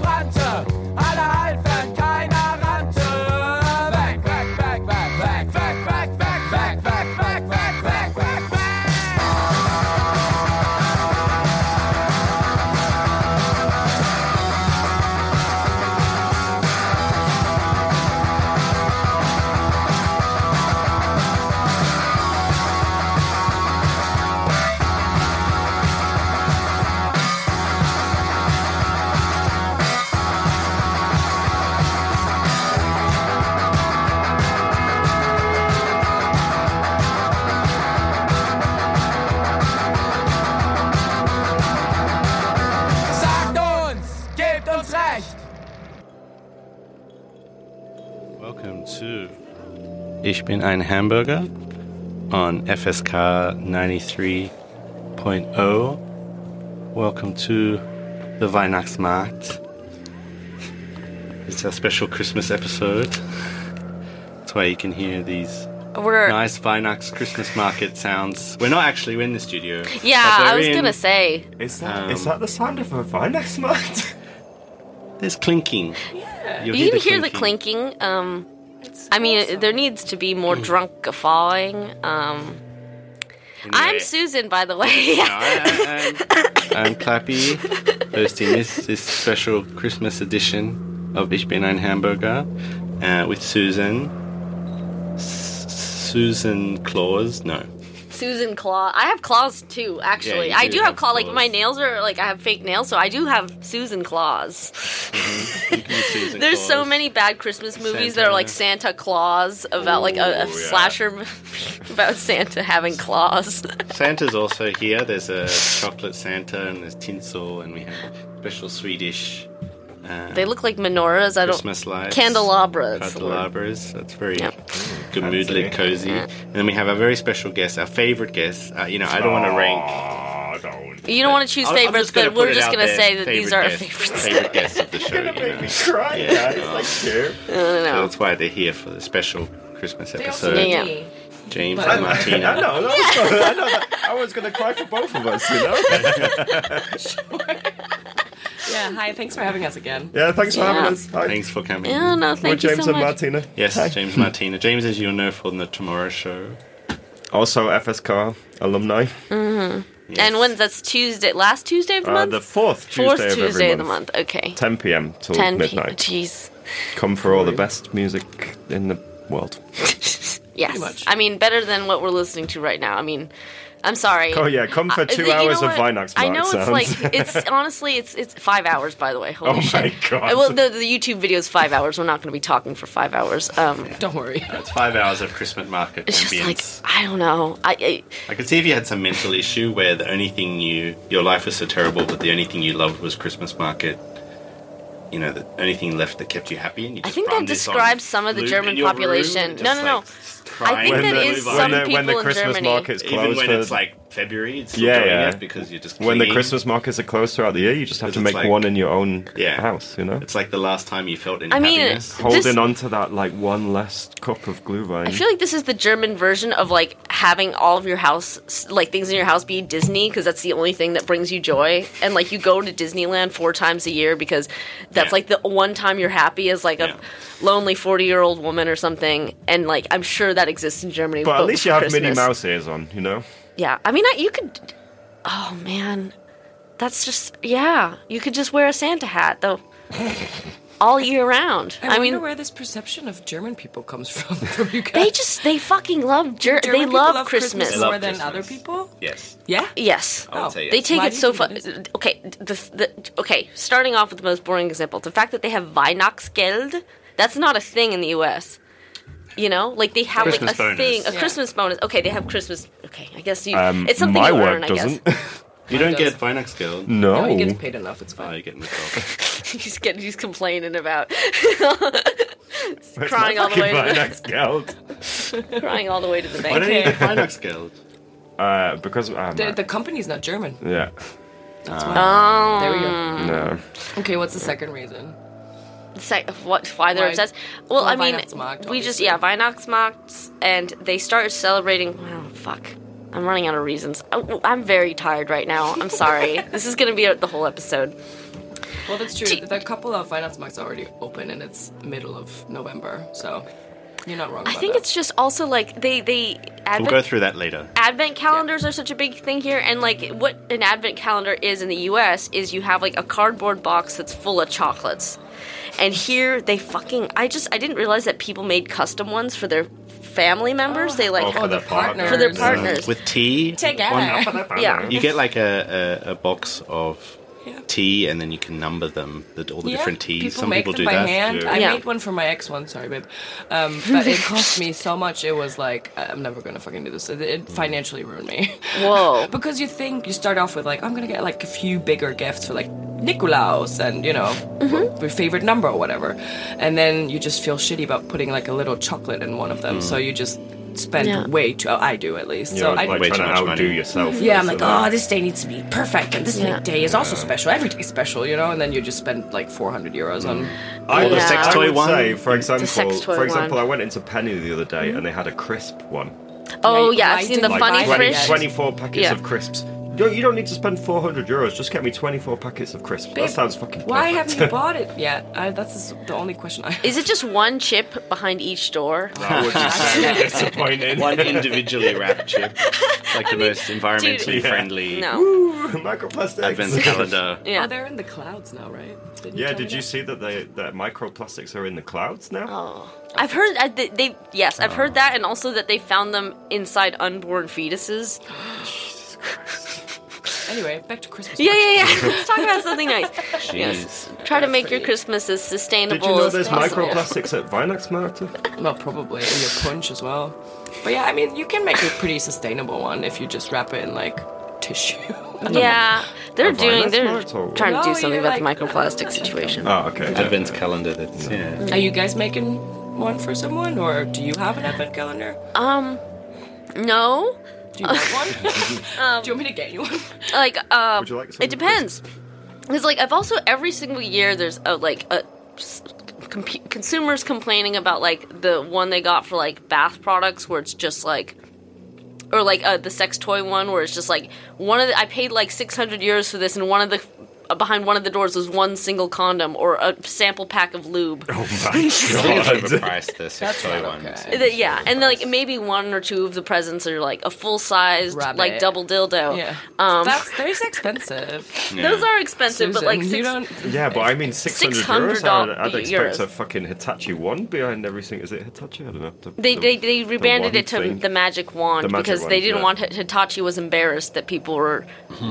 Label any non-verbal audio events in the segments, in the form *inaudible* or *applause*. brannte. Alle halfen, keiner rannte. Weg, weg, weg, weg, weg, weg, weg, weg, weg, weg, weg, weg, weg, weg, weg. Sagt uns, gebt uns Recht. Welcome to Ich bin ein Hamburger on FSK 93.0. oh. Welcome to the Weihnachtsmarkt. It's our special Christmas episode. That's why you can hear these We're nice Weihnachts Christmas market sounds. We're not actually in the studio. yeah. but I we're was in- gonna say Is that is Um, that the sound of a Vinex mart? There's clinking. You'll you can the hear the clinking. Um, I mean, there needs to be Mm. more drunk guffawing. Um, I'm Anyway. Susan, by the way. *laughs* No, *laughs* I, I, I'm, I'm Clappy, hosting this, this special Christmas edition of Ich bin ein Hamburger uh, with Susan. S- Susan Claus? No. Susan Claw. I have claws too, actually. you I do do have, have claw. Like claws. my nails are like I have fake nails, so I do have Susan claws. You can use Susan There's so Claus. many bad Christmas movies that are like Santa Claus about like a, a yeah. slasher *laughs* movie about Santa having claws. Santa's also here. There's a chocolate Santa and there's tinsel, and we have special Swedish uh, they look like menorahs. I don't Christmas lights. candelabras. candelabras. That's very Yep. good mood Fancy. lit, cozy. And then we have our very special guest, our favorite guest. Uh, you know, I don't want to rank. Oh, don't. You don't want to choose I'm- I'm favorites, just gonna but put we're it just out gonna there, say that these are our favorite guests- favorites. Favorite guests of the show. Gonna you know. make me cry, Yeah. guys. Like, sure. So that's why they're here for the special Christmas episode. need- Yeah. James *laughs* I and Martina. know, that was- I know that- I was gonna cry for both of us, you know. *laughs* Yeah, hi, thanks for having us again. Yeah, thanks for Yeah. having us. Hi. Thanks for coming. Yeah, no, We're thank you James so and much. Martina. Yes, Hi. James and Martina. James, as you'll know from the Tomorrow Show. Also FSK alumni. Yes. Mm-hmm. And when's that's Tuesday? Last Tuesday of the Uh, month. the fourth Tuesday Fourth of every Tuesday month. of the month. Okay. 10 p.m. till 10 p.m. midnight. Jeez. Come for all the best music in the world. *laughs* Yes. much. I mean, better than what we're listening to right now. I mean, I'm sorry. Oh yeah, come for I- two you know hours of what? Vinox. I know sounds. it's like *laughs* it's honestly it's it's five hours by the way. Holy Oh my shit. God. Well, the, the YouTube video is five hours. We're not going to be talking for five hours. Um, Don't worry. It's five hours of Christmas market it's just like ambience. I don't know. I, I I could see if you had some mental issue where the only thing you your life was so terrible, but the only thing you loved was Christmas market. You know, the only thing left that kept you happy. And you I just think run that this on describes some of the loop German in your room, population. just, No, no, no. like, crying I think and that then is move some on. when the, when people the in Christmas Germany- markets close even when for, it's like February, it's still Yeah, doing yeah. it because you're just when the clinging. Christmas markets are closed throughout the year, you just have to It's make like- one in your own Yeah. house. You know, It's like the last time you felt any I mean, happiness. it's- holding this- on to that like one last cup of glühwein. I feel like this is the German version of like having all of your house, like things in your house, be Disney because that's the only thing that brings you joy. And like you go to Disneyland four times a year because that's Yeah. like the one time you're happy as like Yeah. a lonely forty year old woman or something. And like I'm sure that exists in Germany. but at least you for have Minnie Christmas. Mouse ears on. You know, Yeah, I mean, I, you could. Oh man, that's just yeah. You could just wear a Santa hat though, all year round. I, I, wonder mean, where this perception of German people comes from. *laughs* from you guys. they just they fucking love Ger- German they people love, love Christmas. They love more than Christmas. other people. yes, Yeah. Yes. I would say yes. They take Why it do you so far. think it is? Okay, the, the, okay. Starting off with the most boring example, the fact that they have Weihnachtsgeld, that's not a thing in the U.S. You know, like they have Christmas like a bonus. thing, a Yeah. Christmas bonus. Okay, they have Christmas. Okay, I guess you. um, it's something my you work earn, doesn't. I guess. *laughs* you don't does. get Finax Guild. no, No, he gets paid enough. It's Oh, fine. you're getting myself. he's getting, he's complaining about *laughs* It's crying not all the way fucking to the- *laughs* Vinex Geld. crying all the way to *laughs* the Why bank. don't you get Finax Guild? Uh, because um, The, the company's not German. yeah, That's why. Oh, Ah. there we go. no. Okay, what's the second reason? sec- what why they're Why- obsessed. Well, well, I mean, Weihnachtsmarkt, we just obviously. yeah Weihnachtsmarkt, and they start celebrating. Well, fuck, I'm running Oh, *laughs* out of reasons. I, am very tired right now. I'm sorry. this is gonna be the whole episode. Well, that's true. T- the couple of finance markets are already open, and it's middle of November, so you're not wrong. I about think that. it's just also like they they We'll go advent, through that later. advent calendars are such a big thing here, and like what an advent calendar is in the U.S. is you have like a cardboard box that's full of chocolates, and here they fucking I just I didn't realize that people made custom ones for their family members. they Oh, like for the partners. Oh, For their partners. With tea. Together. one- Yeah. You get like a, a, a box of Yeah. tea and then you can number them, the, all the Yeah, different teas. People Some make people them do by that. hand. I Yeah. made one for my ex one. Sorry, babe. *laughs* Um, but it cost me so much. It was like I- I'm never gonna fucking do this. It, it Mm. financially ruined me. *laughs* whoa. because you think you start off with like I'm gonna get like a few bigger gifts for like Nicolaus and you know Mm-hmm. your favorite number or whatever, and then you just feel shitty about putting like a little chocolate in one of them. Mm. So you just spend Yeah. way too. I do at least. You're so I like Way too trying to much outdo money. yourself. yeah, I'm This like, and that. oh, this day needs to be perfect, and this Yeah. day is also special. Every day's special, you know. And then you just spend like 400 euros on. I, the sex I toy would one? Say, for example, sex toy for example, one. I went into Penny the other day and they had a crisp one, Oh Like, yeah, why I've seen the didn't funny you buy 20, Yes. fish. that? 24 packets Yeah. of crisps. You don't, you don't need to spend 400 euros. Just get me 24 packets of crisps. Babe, that sounds fucking. Why perfect. haven't *laughs* you bought it yet? I, that's the only question I. have. Is it just one chip behind each *laughs* door? *laughs* That would be so disappointing. One individually wrapped chip. Like the most environmentally Yeah. friendly No. Microplastics. advent *laughs* uh, calendar. Oh, Yeah. they're in the clouds now, right? Didn't Yeah, tell me did you that? see that they that microplastics are in the clouds now? Oh. I've heard I, they, they yes, I've heard that and also that they found them inside unborn *gasps* fetuses. Anyway, back to Christmas. Yeah, yeah, yeah. *laughs* Let's talk about something nice. *laughs* Jeez. Yes. Try to make your Christmas as sustainable Did you know as there's possible. microplastics at Vinax Marta? Well, probably in your punch as well. But yeah, I mean, you can make a pretty sustainable one if you just wrap it in like tissue. *laughs* Yeah, they're Have I doing. not They're smart or- trying to do No, something you're about like- the microplastic *laughs* situation. Oh, okay. Advent calendar that's yeah. Are you guys making one for someone, or do you have an advent calendar? Um, no, Do you *laughs* want one? do you want me to get you one? Um, like uh, Would you like some it depends. It's like I've also every single year there's a like a s- com- consumers complaining about like the one they got for like bath products where it's just like or like uh, the sex toy one where it's just like one of the, I paid like 600 euros for this and one of the uh, behind one of the doors was one single condom or a sample pack of lube. Oh, God. Overpriced the sex toy not one. okay. The- yeah, and like maybe one or two of the presents are like a full sized Rabbit. like double dildo. Yeah. Um, That's there's expensive. Yeah. those are expensive, but like Susan, six, you don't. Yeah, but I mean, 600 euros. I'd, I'd expect €600. a fucking Hitachi one behind everything. Is it Hitachi? I don't know. The- They, the- they, they the rebanded one it to thing. the magic wand The magic because wand, they didn't yeah. want Hi- Hitachi was embarrassed that people were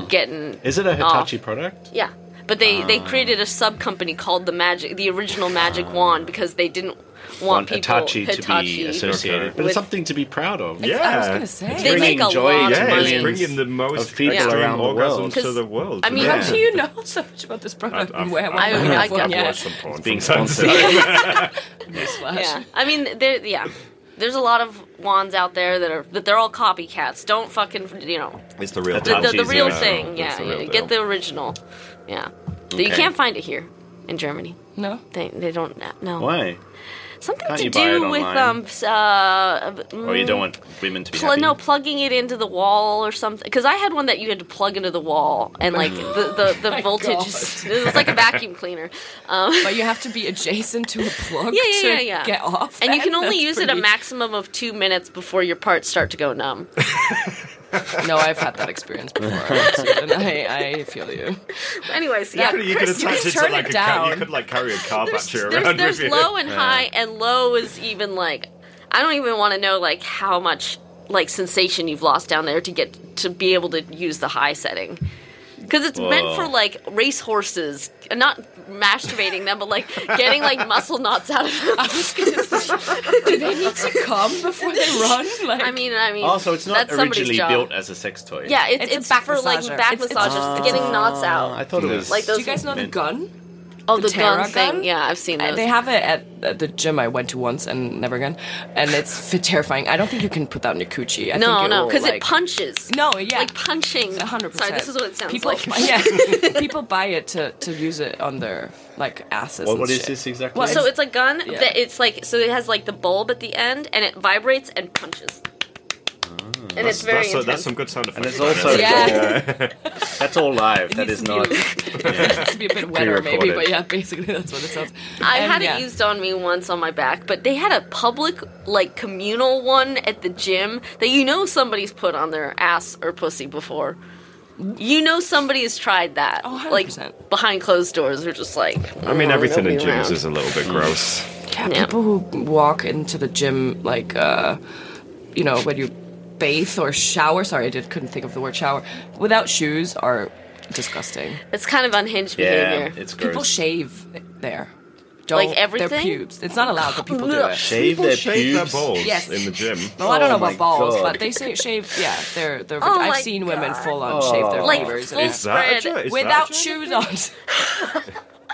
getting. Is it a Hitachi off. product? Yeah, but they, they created a sub company called the magic, the original magic wand because they didn't want, Want people Hitachi, to be associated, Okay. but With- it's something to be proud of. Yeah. I was gonna say. They make a joy lot of to yeah, money. it's millions bringing the most of people Yeah. around the world. orgasms to Because- the world. I mean, How Yeah. do you know *laughs* so much about this product? I've- I've- Where I've- I, *laughs* I, Yeah. I, Yeah. watch some porn. Being from time to *laughs* sponsored. time. yeah, I mean, there, yeah, there's a lot of wands out there that are that they're all copycats. Don't fucking you know It's the real the, Hitachi. the, the Hitachi's real original. thing. Yeah, It's the real yeah, deal. get the original. Yeah, But you Okay. can't find it here in Germany. No. They, they don't no Why? something Can't to you buy it do with online? um s- uh Oh, Or you don't want women to be pl- happy? no plugging it into the wall or something because I had one that you had to plug into the wall and *laughs* like the the, the voltage is, *laughs* it was like a vacuum cleaner um, But you have to be adjacent to a *laughs* plug Yeah, yeah, to yeah, yeah. get off. and you that? can only That's use it a pretty- maximum of two minutes before your parts start to go numb No, I've had that experience before. and I, I feel you. anyways You yeah could, you could Chris, you attach could it to turn like it a car. You down. could like carry a car there's, battery there's- around there's with you. low and high and low is even like I don't even want to know like how much like sensation you've lost down there to get to be able to use the high setting because it's meant Whoa. for like race horses and not masturbating them but like getting like muscle knots out of *laughs* them Do they need to come before they run? Like, *laughs* I mean I Oh, mean Also, it's not that's somebody's originally job. built as a sex toy. yeah it's, It's a it's, back for like massager. back It's- it's- massages it's- getting knots Oh, I out thought it was Like those- do you guys know the gun? oh the, the gun Terra thing gun? yeah I've seen Uh, those They have it at, at the gym I went to once and never again, and it's f- terrifying. I don't think you can put that in your coochie. I no think no because because it punches No, yeah, like punching hundred percent. sorry this is what it sounds people, like *laughs* *laughs* yeah, people buy it to, to use it on their like asses. What, and what is shit. this exactly? Well, So it's *laughs* a gun Yeah. that it's like so it has like the bulb at the end and it vibrates and punches. and it's very that's, that's intense. some good sound effects. And it's also Yeah. *laughs* that's all live. That needs is to *laughs* not. be- to be a bit wetter maybe, Pre-recorded. but yeah, basically that's what it sounds. I And had yeah. it used on me once on my back, but they had a public, like communal one at the gym that you know somebody's put on their ass or pussy before. You know somebody has tried that. Oh, 100%. Like behind closed doors, they're just like. I mean, "Mm, everything in nobody gyms around." is a little bit *laughs* gross. Yeah, Yeah. people who walk into the gym like uh you know, when you bathe or shower, sorry, I did couldn't think of the word shower, without shoes are disgusting. It's kind of unhinged Yeah, behavior. it's People gross. shave there. Don't Like everything? their pubes. It's not allowed, but people do it. Shave People their shave their pubes. balls Yes. in the gym. Well, I don't know Oh my about balls, God. but they say shave. Yeah, they're they're. Oh my I've seen women God. full on shave their Like fingers full and Is that a Spread jo- is that a without joke? shoes on.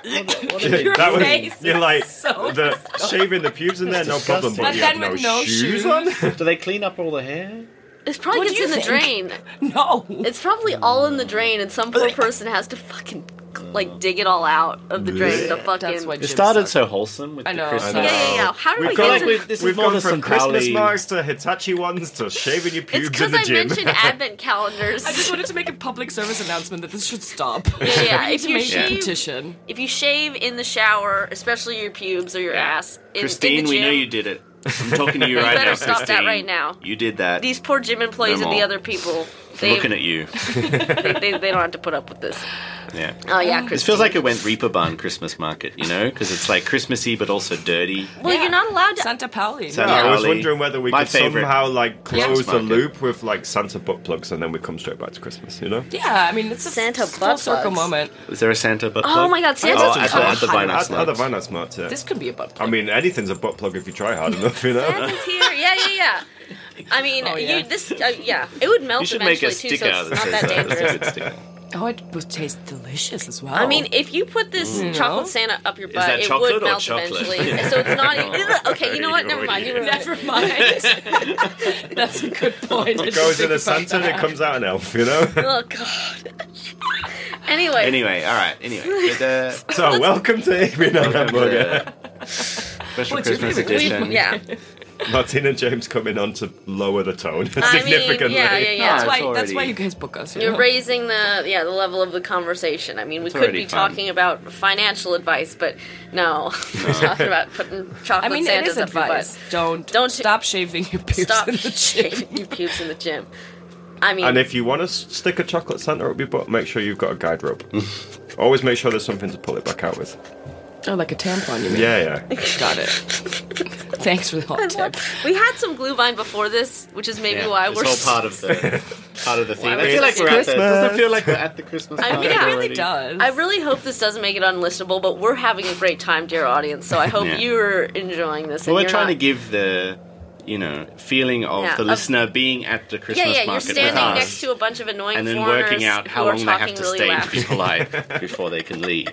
What are *laughs* they- That was face you're like so the shaving the pubes in there, no problem. But, But you then have with no no shoes shoes. on. Do they clean up all the hair? It's probably What do gets you in the think? drain. *laughs* No, It's probably all in the drain, and some poor person has to fucking like dig it all out of the drain to fucking. that's what It gyms started suck. so wholesome with I know. the I Christmas. yeah, yeah, yeah. How do We've we got get like to we- this We've is more gone the from Christmas Sincali. marks to Hitachi ones to shaving your It's pubes in because the I gym. mentioned advent calendars. *laughs* I just wanted to make a public service announcement that this should stop. yeah, *laughs* yeah. I need If to you make a shave, petition. if you shave in the shower, especially your pubes or your ass, in, Christine, in the we gym, know you did it. I'm talking *laughs* to you right better now, stop that Christine. right now. You did that. these poor gym employees No and the more. other people. I'm They, looking *laughs* at you. they, they, they don't have to put up *laughs* with this. Yeah. Oh yeah, This Christine. feels like it went Reaper Barn Christmas market, you know, because it's like Christmassy but also dirty. well, Yeah. you're not allowed to. Santa Pauli. Santa- I was Golly. wondering whether we My could favourite. somehow like close the Market. loop with like Santa butt plugs, and then we come straight back to Christmas. You know, yeah, I mean it's a Santa full butt circle plugs. moment. Is there a Santa butt Oh plug? my God, Santa's oh, at the, a at the Vine Add- Arts add a Labs. Vine smart to This could be a butt. I mean, anything's a butt plug if you try hard enough, you know. Santa's here. Yeah, *laughs* yeah, yeah. I mean, Oh, yeah. you this. Uh, yeah, it would melt You should make eventually a too, so sticker it's that not that says that. *laughs* That's a dangerous. good sticker. oh, it would taste delicious as well. I mean, if you put this chocolate Oh. Mm. No. Santa up your that butt, it chocolate would or melt chocolate? *laughs* Oh. eventually. So it's not. Ugh, *laughs* okay, you know what? Never mind. You were right. never mind. *laughs* *laughs* That's a good point. It goes in a Santa and it *laughs* comes out an elf, you know. Oh god. *laughs* anyway, Anyway, all right. Anyway, but, uh, *laughs* so welcome to Amy and Hamburger. uh, special What's your Christmas favourite? we, edition. yeah. *laughs* Martina James coming on to lower the tone I significantly. mean, yeah, yeah, yeah. That's No, why. it's That's why already- you guys book us. you You're know? raising the yeah the level of the conversation. I mean, we could already be fun. talking about financial advice, but no, *laughs* *laughs* we're talking about putting I chocolate mean, it Santas is up your advice. *laughs* butt. Don't Don't- don't stop shaving your pubes Stop in the gym. shaving your pubes in the gym. I mean, And if you want to s- stick a chocolate Santa up your butt, make sure you've got a *laughs* guide rope. Always make sure there's something to pull it back out with. Oh, like a tampon, you mean? Yeah, yeah. Got it. *laughs* Thanks for the hot tip. *laughs* we had some glue vine before this, which is maybe Yeah, why it's we're all s- *laughs* part of the part of the theme. I we're feel like just- we're at the, doesn't it Christmas. feel like we're at the Christmas I mean, market it really already? It does. I really hope this doesn't make it unlistenable, but we're having a great time, dear audience. So I hope Yeah. you're enjoying this. and Well, we're you're trying not- to give the you know feeling of Yeah, the of- listener being at the Christmas yeah, yeah. You're market standing with us, next to a bunch of annoying and then foreigners working out how who are long they have talking to really stay loud. to *laughs* be polite before they can leave.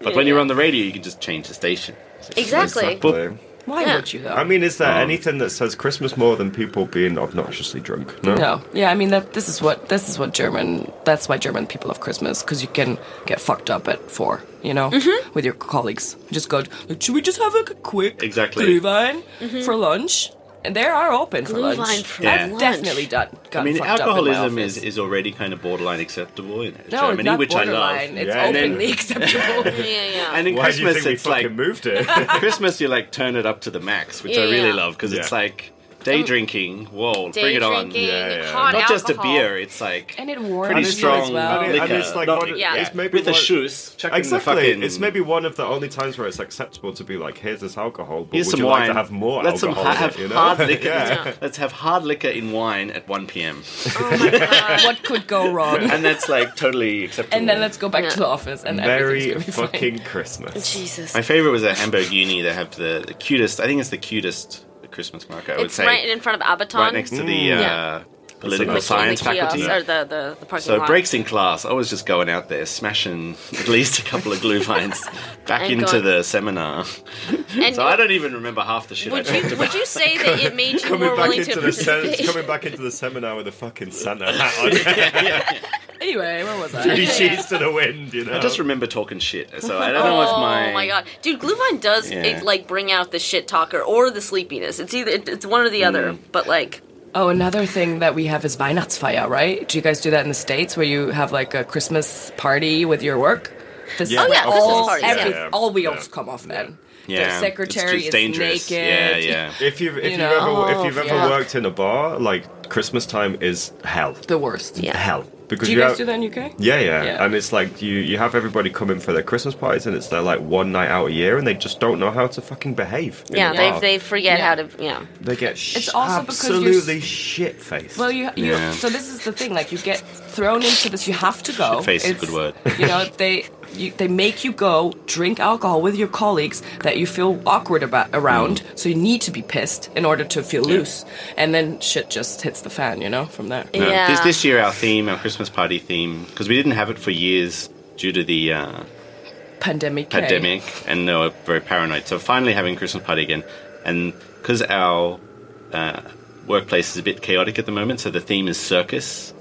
But Yeah, when you're yeah. on the radio, you can just change the station. Exactly. Exactly. Why Yeah. would you though? I mean, is Um, there anything that says Christmas more than people being obnoxiously drunk? No. no. Yeah, I mean that. This is what. This is what German. That's why German people love Christmas because you can get fucked up at four. You know, Mm-hmm. with your colleagues. Just go. Like, Should we just have like a quick Exactly. glühwein for lunch? And they are open for Mm-hmm. Glühwein lunch. for Yeah. lunch. Definitely done. Gotten I mean, fucked up in my alcoholism office. is, is already kind of borderline acceptable in no, Germany, not which I borderline. love. It's Yeah, and then- openly Yeah, acceptable. yeah. *laughs* And in Why do you Christmas, think we it's like fucking *laughs* moved *laughs* it? Christmas, you like turn it up to the max, which Yeah, I really yeah. love because it's Yeah. like day drinking. Whoa, Day bring it on! drinking, Yeah, yeah. hot Not just a alcohol. beer; it's like and it warms pretty you as strong well. And it- liquor. and it's like not- one- Yeah. it's maybe with the one- shoes. chucking the Exactly. fucking- It's maybe one of the only times where it's acceptable to be like, here's this alcohol, but Here's would some you wine. like to have more Let's alcohol? some, in ha- have it, you know? hard liquor. *laughs* Yeah. *laughs* Let's have hard liquor in wine at 1 p.m. Oh what could go *laughs* wrong? and that's like totally acceptable. and then let's go back Yeah. to the office and Merry everything's gonna be fine. fucking Christmas. Jesus. My favorite was at Hamburg Uni. They have the, the cutest. I think it's the cutest Christmas market. I would It's say right in front of Abaton. right next Mm-hmm. to Mm. the uh, Yeah. political Like, science in the kiosk, faculty. Or the, the, the parking So lot. breaks in class, I was just going out there smashing at least a couple of glue *laughs* vines back And into going- the seminar. And So I don't even remember half the shit would I talked you about. would you say that it made you Coming more back, willing to into the sen- participate? coming back into the seminar with a fucking *laughs* Santa hat on. Anyway, where *laughs* was I? *laughs* Three sheets to the wind, you know? *laughs* I just remember talking shit. So I don't know if Oh my my god, dude! Glühwein does Yeah. Mm. it, like bring out the shit talker or the sleepiness. It's either it, it's one or the other. But like, Oh, another thing that we have is Weihnachtsfeier, right? Do you guys do that in the States where you have like a Christmas party with your work? This Yeah, Oh, yeah, Christmas all, parties, every- yeah. all wheels Yeah. come off then. Yeah, the it's secretary just is dangerous. naked. Yeah, yeah. If you've if You you know, have ever if oh, you've ever fuck. worked in a bar, like Christmas time is hell. The worst. Yeah. Hell. Because Do you guys have, do that in UK? Yeah, yeah, Yeah. and it's like you you have everybody come in for their Christmas parties, and it's their like one night out a year, and they just don't know how to fucking behave. in Yeah, the they bar. they forget Yeah. how to. Yeah, they get sh- It's also because you're absolutely *laughs* shit faced. Well, you, you Yeah. so this is the thing. Like you get thrown into this, you have to go. Shit-face is a It's- good word. You *laughs* know, they you, they make you go drink alcohol with your colleagues that you feel awkward about around. Mm. So you need to be pissed in order to feel loose, and then shit just hits the fan. You know, from there. No, yeah. This, this year, our theme, our Christmas party theme, because we didn't have it for years due to the uh, Pandemic. eh? pandemic, and they were very paranoid. So finally, having Christmas party again, and because our uh, workplace is a bit chaotic at the moment, so the theme is *laughs* circus.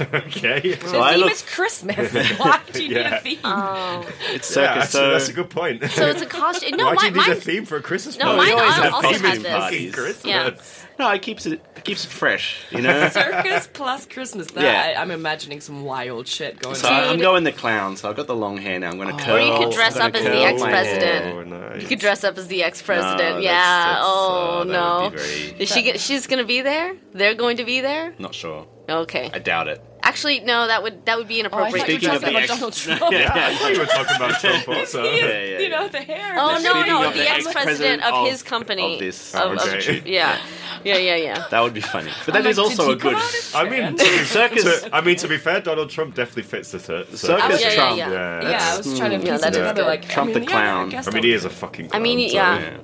okay, So I look, It's *laughs* Christmas. Why do you need a theme? Oh. it's yeah, circus. actually, so that's a good point. so it's a *laughs* costume. No, Why do my, you need a mine. theme for a Christmas No, party? mine. always I have also theme have in this. parties. Fucking Christmas. Yeah. no, it keeps it, it keeps it fresh, you *laughs* know. Circus plus Christmas. That, Yeah. I, I'm imagining some wild shit going So on. I- I'm Dude. going the clown. So I've got the long hair now. I'm going to curl. Oh. Or you could I'm dress gonna up as curl the my ex-president. hair. Oh, nice. You could dress up as the ex-president. No, that's- yeah. that's, uh, oh that no. would be very- Is she? go- She's gonna be there. They're going to be there. Not sure. Okay. Oh, I doubt it. Actually, no. That would that would be Oh, I inappropriate. thought you were Speaking of talking the about ex- *laughs* Donald Trump. I thought you were talking about Trump also. He is, Yeah, yeah, *laughs* you know, yeah. the hair. Oh the no, Speaking no, of the the ex-president ex-president of of- his company. of this- of- of- Okay. *laughs* yeah, yeah, yeah, yeah. That would be funny. But that Like, is also did a he come good out as I mean, trans? *laughs* to, circus. to, I mean, to be fair, Donald Trump definitely fits the cir- circus. Circus Mm, yeah, yeah, Trump. yeah. Yeah. Yeah, I was trying to piece Yeah, it that is together. good. Like Trump I the mean, clown. Yeah, I, guess I mean, he is a fucking. I Clown, mean, so- yeah.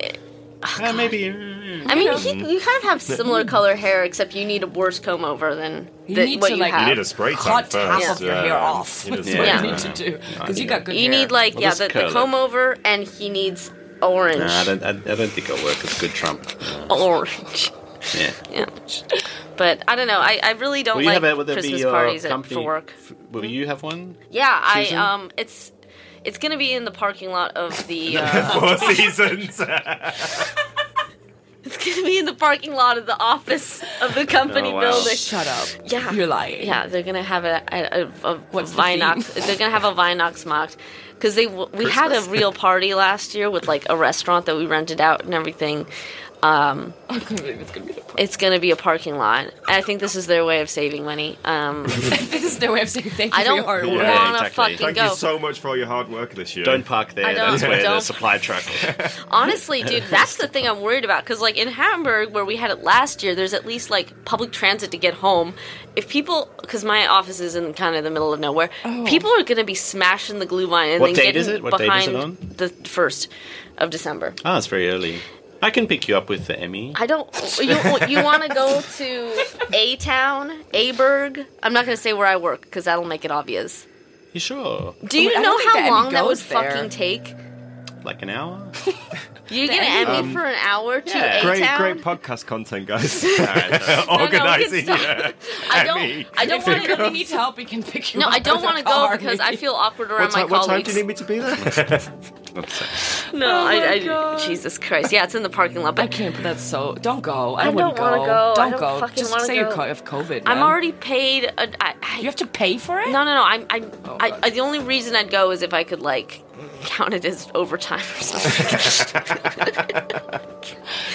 Yeah, maybe. mm, I mean, he, you kind of have *laughs* similar color hair, except you need a worse comb over than You the, need what to, you like- have. You need a spray tan Cut first. half of your hair off. You need a That's spray what Yeah. you need tan. to do because you Yeah. got good. you hair. need like Well, yeah, this the, the curly. comb over, and he needs orange, No, I don't. I, I don't think it'll work as good Trump. *laughs* orange. Yeah. Yeah. *laughs* But I don't know. I, I really don't Will you like have a, will there be Christmas your parties at, uh, company? for work. f- Will you have one? Yeah, I Susan? um, it's it's gonna be in the parking lot of the. Uh, *laughs* Four seasons. *laughs* it's gonna be in the parking lot of the office of the company Oh, wow. building. Shut up. Yeah. you're lying. Yeah, they're gonna have a, a, a, a What's the Vinox. they're gonna have a Vinox mocked because they w- we had a Christmas. real party last year with like a restaurant that we rented out and everything. Um, I can't believe *laughs* it's gonna be the point. It's gonna be a parking lot. And I think this is their way of saving money. *laughs* Um, this is their way of saying thank you I don't for want your to hard work. Yeah. exactly. fucking Thank go. you so much for all your hard work this year. Don't park there. I don't- That's where don't. the supply truck. Honestly, dude, that's the thing I'm worried about. Because, like, in Hamburg, where we had it last year, there's at least, like, public transit to get home. If people, because my office is in kind of the middle of nowhere, Oh. people are going to be smashing the glue vine and What then date getting is it? What date is behind it the 1st of December. Ah, it's very early. I can pick you up with the Emmy. I don't. You, you want to go to A Town, Aberg? I'm not going to say where I work because that'll make it obvious. You sure? Do you Wait, I don't know think the how Emmy long that would goes there. fucking take? *laughs* Like an hour? You get an Emmy for an hour to yeah. A Great, Town? great podcast content, *laughs* guys. All *laughs* right. no, we can Organising. stop. yeah. *laughs* I don't. Emmy. I don't If you want to really need help, we can pick you No, up. I don't with a want to go car, because I maybe. feel awkward around What, my time, what time colleagues. do you need me *laughs* to be there? no, Oh my I, I, God. Jesus Christ. Yeah, it's in the parking lot, I but can't. But that's so. Don't go. I I, don't wouldn't wanna go. I Don't don't go. fucking Just wanna say you go. co- have COVID. I'm man. already paid. A, I, I, You have to pay for it. no, no, no. I'm. I'm Oh, I, God. I, the only reason I'd go is if I could like count it as overtime or something.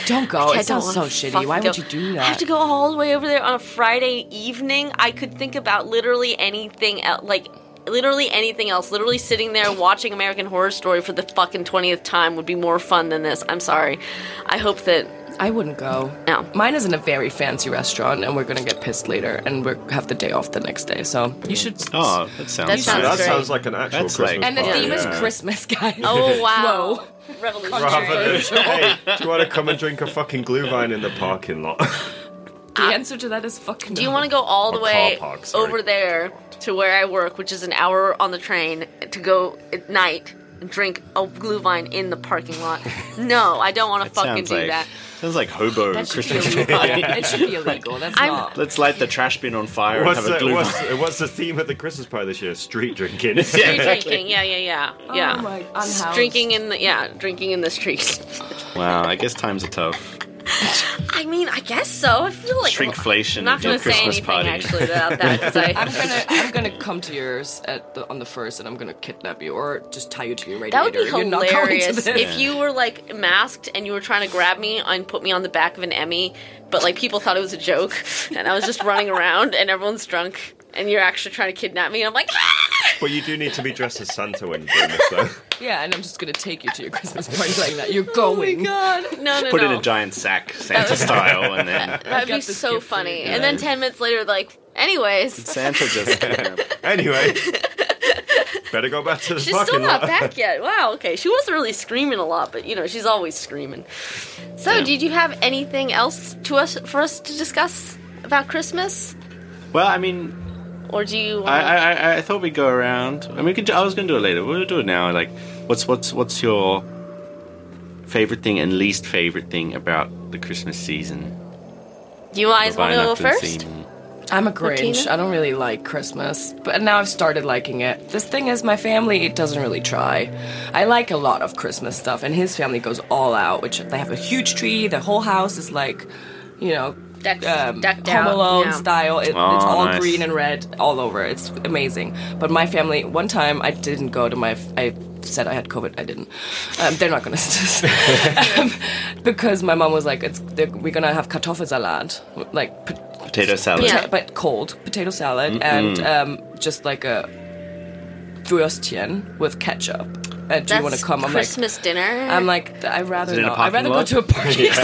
Don't go. I It don't sounds so wanna shitty. fucking Why go. would you do I have that? to go all the way over there on a Friday evening. I could think about literally anything else, like literally anything else. Literally sitting there watching American Horror Story for the fucking twentieth time would be more fun than this. I'm sorry. I hope that I wouldn't go. No. Mine is in a very fancy restaurant, and we're gonna get pissed later, and we have the day off the next day. So you should. s- Oh, that sounds. That sounds that great. sounds like an actual That's Christmas like- And the party, theme is yeah. Christmas, guys. *laughs* Oh wow! Whoa. Revolution. Rather than, hey, do you want to come and drink a fucking glue vine in the parking lot? The answer to that is fucking. Do you want to go all the Or way car park, sorry. over there to where I work, which is an hour on the train, to go at night and drink a glue vine in the parking lot? No, I don't want to fucking sounds do like, that. Sounds like hobo That should be Christmas illegal. party. It should be illegal. That's I'm- not. Let's light the trash bin on fire what's, and have a the, glue. what's, vine. what's the theme of the Christmas party this year? Street *laughs* drinking. Street drinking, yeah, yeah, yeah, yeah. Oh my, unhoused. drinking in the yeah, drinking in the streets. Wow, I guess times are tough. I mean, I guess so. I feel like Shrinkflation I'm not at going your to say Christmas anything party. actually about that because *laughs* I'm I. gonna I'm gonna come to yours at the, on the first, and I'm gonna kidnap you or just tie you to your That radiator. would be You're not going to hilarious this. if *laughs* you were like masked and you were trying to grab me and put me on the back of an Emmy, but like people thought it was a joke *laughs* and I was just running around and everyone's drunk and you're actually trying to kidnap me. And I'm like, "Ah!" But you do need to be dressed as Santa when you're doing *laughs* this, though. Yeah, and I'm just gonna take you to your Christmas party like that. You're Oh going. *laughs* no, no, Put no. in a giant sack, Santa style, and *laughs* then That'd got be this so gift for you. funny. And then ten minutes later, like, anyways, Santa just *laughs* *laughs* Anyway, better go back to the she's parking still not lot. *laughs* back yet. Wow. Okay, she wasn't really screaming a lot, but you know, she's always screaming. So, did you have anything else to us for us to discuss about Christmas, Well, I mean, or do you? I, wanna- I, I- I thought we'd go around. I mean, we could, do- I was going to do it later. We'll do it now. Like, what's what's what's your favorite thing and least favorite thing about the Christmas season? do you guys want to Divine go up the first? scene. I'm a Grinch. Martina? I don't really like Christmas, but now I've started liking it. This thing is, my family it doesn't really try. I like a lot of Christmas stuff, and his family goes all out, which they have a huge tree. The whole house is like, you know, Decked- um, decked Home out, Alone yeah. style. It, Oh, it's all nice. green and red all over. It's amazing. But my family, one time I didn't go to my. f- I said I had COVID. I didn't. Um, they're not gonna. *laughs* um, because my mom was like, it's, they're- we're gonna have kartoffelsalat, like. pot- potato salad. Yeah. pota- but cold potato salad and um, just like a Würstchen with ketchup. Uh, do That's you want to come? I'm Christmas dinner. like, I'm like, th- I'd rather it in a not. I'd parking rather go lot? to a *laughs* party. *laughs*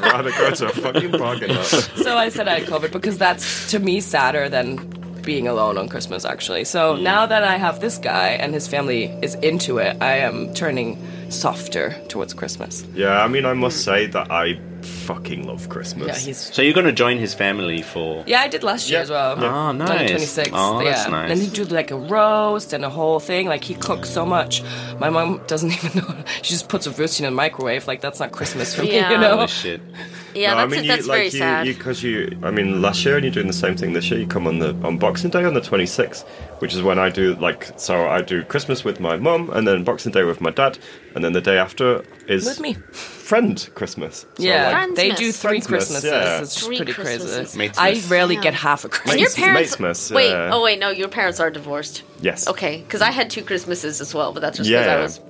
rather go to a fucking parking lot. so I said I had COVID because that's to me sadder than being alone on Christmas actually. Mm. So now that I have this guy and his family is into it, I am turning softer towards Christmas. Yeah, I mean, I must say that I fucking love Christmas. Yeah, he's So you're going to join his family for? Yeah, I did last year Yeah. as well. Yeah. Oh, nice. On the 26th. Oh, yeah. that's nice. And he did like a roast and a whole thing. Like he cooked so much. My mom doesn't *laughs* even know. She just puts a roast in the microwave. Like that's not Christmas for me, Yeah. you know? Holy shit! yeah, No, that's I mean, it. that's you, like, very you, sad. Because you, I mean, last year and you're doing the same thing this year. You come on the on Boxing Day on the 26th, which is when I do like so. I do Christmas with my mum, and then Boxing Day with my dad, and then the day after is With me. friend Christmas. So, yeah. like, Friendsmas. They do three Friendsmas, Christmases. yeah. It's just Three pretty Christmases. crazy. I Matesmas. rarely Yeah. get half a Christmas. and your parents? Matesmas, wait, yeah. oh wait, no, your parents are divorced. yes. Okay, because I had two Christmases as well, but that's just because I Yeah. was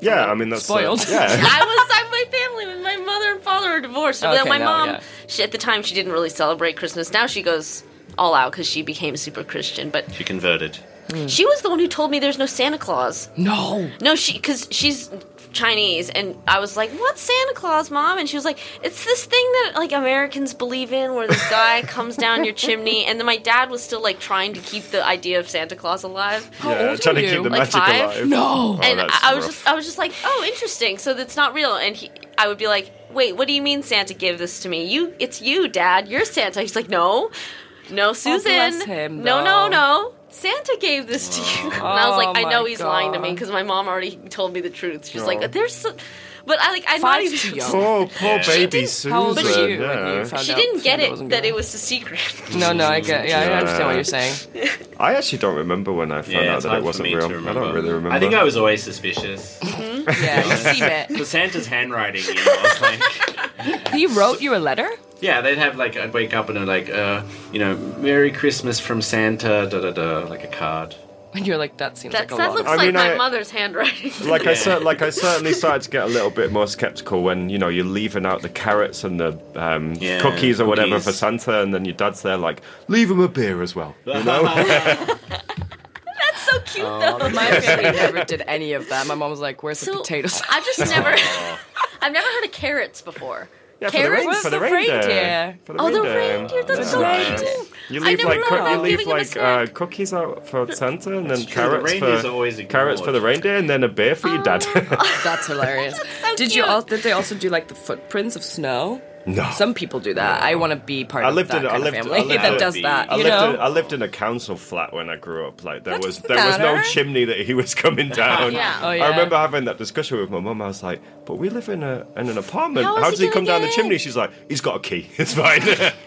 Yeah, I mean that's uh, Spoiled. yeah. *laughs* I was I'm my family when my mother and father are divorced. So then Okay, my no, mom, yeah. she, at the time, she didn't really celebrate Christmas. Now she goes all out because she became super Christian. But She converted. Hmm. she was the one who told me there's no Santa Claus. No. No, she because she's Chinese, and I was like, "What's Santa Claus, mom?" And she was like, "It's this thing that like Americans believe in, where this *laughs* guy comes down your chimney." And then my dad was still like trying to keep the idea of Santa Claus alive. How yeah, old trying were to you? keep the Like magic five? alive. no. Oh, and that's I, I was rough. just I was just like, oh, interesting. So that's not real. And he, I would be like, wait, what do you mean Santa gave this to me? You, it's you, Dad. You're Santa. He's like, no, no, Susan, Oh, bless him, no, no, though. no. Santa gave this to you. *laughs* And I was Oh, like, I my know he's lying to me God. because my mom already told me the truth. She's like, there's, so, but I like I'm not Five's too even. young. Oh, poor baby Susan. How old were you when *laughs* yeah. you found She out didn't get Santa it wasn't that gay? it was a secret. No, no, I get. Yeah, I Yeah. understand what you're *laughs* saying. I actually don't remember when I found out it's that hard it for wasn't me real. to I don't really remember. I think I was always suspicious. Yeah, you see that. *laughs* Because Santa's handwriting, you know, I was like, He wrote you a letter. yeah, they'd have like, I'd wake up and they're like, uh, you know, Merry Christmas from Santa, da da da, like a card. And you're like, that seems That, like a that lot. looks Of- I like mean, my I- mother's handwriting. *laughs* like I Yeah. cer- like I certainly started to get a little bit more skeptical when you know you're leaving out the carrots and the um, Yeah, cookies or whatever cookies. for Santa, and then your dad's there like, leave him a beer as well. You *laughs* know? *laughs* *laughs* That's so cute Oh, though. my *laughs* family never did any of that. My mom was like, "Where's the So, potatoes?" I've just *laughs* never, *laughs* *laughs* I've never heard of carrots before. yeah, for the, Carrots? rein- for the Where's the reindeer. reindeer? For Oh, the reindeer. That's so Yeah. cute. You I leave never like thought coo- about you leave giving him a like uh, snack. cookies out for Santa, and then true, the carrots reindeers for are always carrots for ignored. the reindeer, and then a beer for your dad. Oh. That's hilarious. so did you cute. all? Did they also do like the footprints of snow? no, Some people do that. I want to be part I of lived that in a- I kind lived- of I *laughs* family *laughs* lived that in- does that. I you lived, know, in, I lived in a council flat when I grew up. Like there That was doesn't there was no matter. chimney that he *laughs* was coming down. Yeah. Oh, yeah. I remember having that discussion with my mum. I was like, "But we live in a in an apartment. How is How, he does he come gonna down the get chimney?" in? She's like, "He's got a key. *laughs* *laughs* It's fine."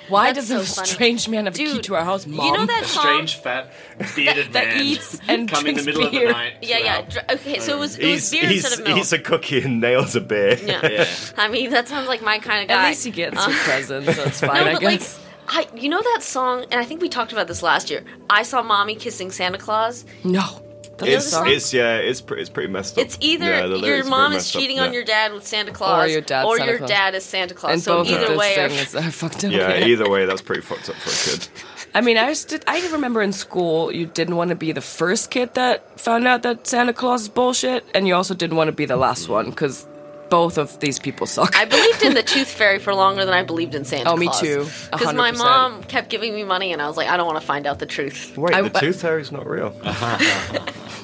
why That's does a so funny. strange man have a key Dude, to our house, mom? You know that song? Strange, *laughs* fat, bearded that man. eats and Come in the drinks middle of beer. the night. yeah, yeah. throughout. Dr- okay, so it was it was he's beer he's, instead of milk. he's a cookie and nails a beer. *laughs* yeah. Yeah. I mean that sounds like my kind of guy. Uh, At least she gets *laughs* her presents, so it's fine, No, I but like, guess. I you know that song, and I think we talked about this last year. I saw mommy kissing Santa Claus. no. That's It's, sorry. it's yeah, it's pre- it's pretty messed up. It's either Yeah, the lyrics your are mom pretty is messed up, cheating yeah. on your dad with Santa Claus, your dad's or Santa your Claus. dad is Santa Claus. and so both of either those way, are, things are *laughs* fucked up. *laughs* Yeah, either way, that's pretty fucked up for a kid. I mean, I just did, I remember in school you didn't want to be the first kid that found out that Santa Claus is bullshit, and you also didn't want to be the last one because both of these people suck. I believed in the Tooth Fairy for longer than I believed in Santa. Oh, me Claus. too. A Because my hundred percent. mom kept giving me money, and I was like, I don't want to find out the truth. Wait, I- the tooth fairy's not real. *laughs*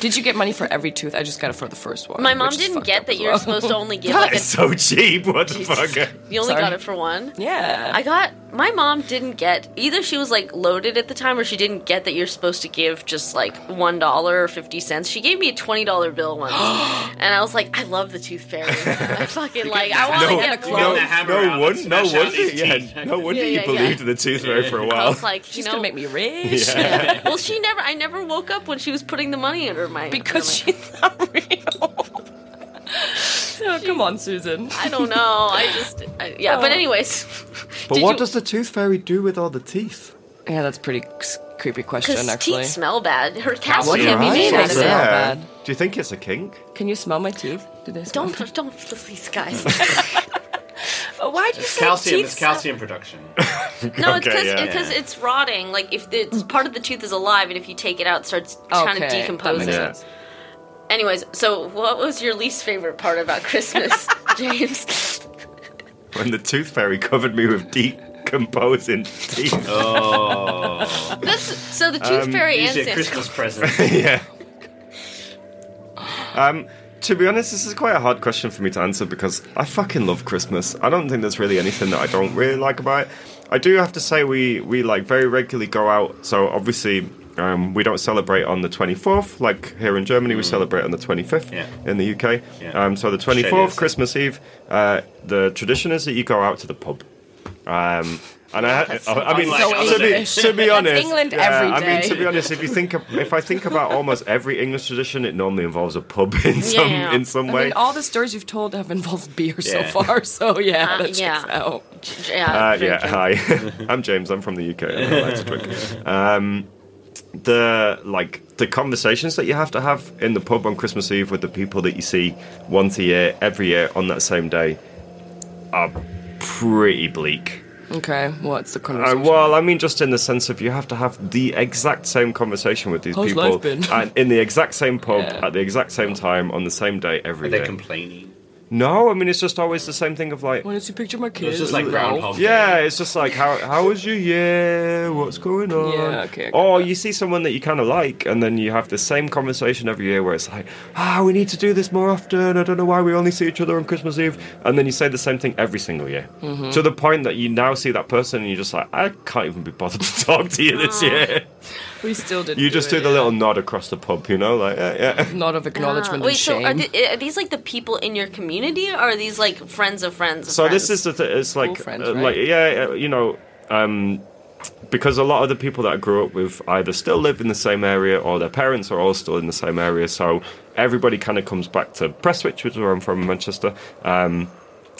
Did you get money for every tooth? I just got it for the first one. My mom which is didn't fucked get up that as you're well. supposed to *laughs* only give that like a. is so cheap. What the Jesus. fuck? You only Sorry. got it *laughs* for one. Yeah. I got my mom didn't get either. She was like loaded at the time, or she didn't get that you're supposed to give just like one dollar or fifty cents. She gave me a twenty dollar bill *gasps* once, and I was like, I love the Tooth *laughs* Fairy. I fucking like. I want to No, get a no, clone. the hammer out no, and one, no smash out wonder, his teeth. yeah, no wonder Yeah, you yeah, believed yeah. the tooth fairy for a I while. was *laughs* like, you She's know, gonna make me rich Yeah. *laughs* well, she never. I never woke up when she was putting the money under my because under my- she's not real. so Oh, come on, Susan. I don't know. *laughs* I just I, yeah. But Oh. anyways, But did what you- does the tooth fairy do with all the teeth? Yeah, that's pretty s- creepy question, because actually. teeth smell bad. Her castle What can't be right? made out of Yeah. it. Yeah. Do you think it's a kink? Can you smell my teeth? Do they smell? Don't don't please, *laughs* guys. Why do you say Calcium, teeth it's smell- calcium *laughs* production. No, it's Okay, because yeah. Yeah. it's rotting. Like if the it's part of the tooth is alive, and if you take it out, it starts kind of Okay, decomposing. that Yeah. Anyways, so what was your least favorite part about *laughs* Christmas, James? When the tooth fairy covered me with decomposing teeth. *laughs* Oh, That's so the Um, tooth fairy and easier Santa. Um, Christmas present. *laughs* yeah. Um, to be honest, this is quite a hard question for me to answer because I fucking love Christmas. I don't think there's really anything that I don't really like about it. I do have to say we we like very regularly go out. So obviously. Um, we don't celebrate on the 24th, like here in Germany, we celebrate on the 25th Mm. Yeah. in the UK. Yeah. Um, so the 24th, Shit, yes. Christmas Eve, uh, the tradition is that you go out to the pub. Um, and I, I, I mean, so to, be, English. to be honest, England every I mean, day. to be honest, if you think of, if I think about almost every English tradition, it normally involves a pub *laughs* in some yeah. in some I way. mean, all the stories you've told have involved beer so Yeah. far, so yeah, Uh, that checks yeah. out. Yeah, uh, drink yeah, drink. hi. *laughs* I'm James. I'm from the UK. I don't like to drink. Um, the like the conversations that you have to have in the pub on Christmas Eve with the people that you see once a year, every year on that same day, are pretty bleak. Okay, what's the Uh, conversation? well, I mean, just in the sense of you have to have the exact same conversation with these How's people, life been? and in the exact same pub Yeah. at the exact same time on the same day every Are day. they complaining? no, Oh, I mean, it's just always the same thing of like, Why don't you picture my kids? It's just like groundhog. Day. yeah, it's just like how how was your year? What's going on? Yeah, okay, I got Or that. you see someone that you kind of like, and then you have the same conversation every year where it's like, ah, we need to do this more often. I don't know why we only see each other on Christmas Eve, and then you say the same thing every single year Mm-hmm. to the point that you now see that person and you're just like, I can't even be bothered to talk to you Ah. this year. We still did. You just do it, the yeah. little nod across the pub, you know, like yeah, yeah. *laughs* nod of acknowledgement Uh, wait, and shame. so are, the, are these like the people in your community, or are these like friends of friends? Of So friends? this is the th- it's like friends, uh, right? like yeah, uh, you know, um, because a lot of the people that I grew up with either still live in the same area or their parents are all still in the same area. So everybody kind of comes back to Prestwich, which is where I'm from, in Manchester. Um,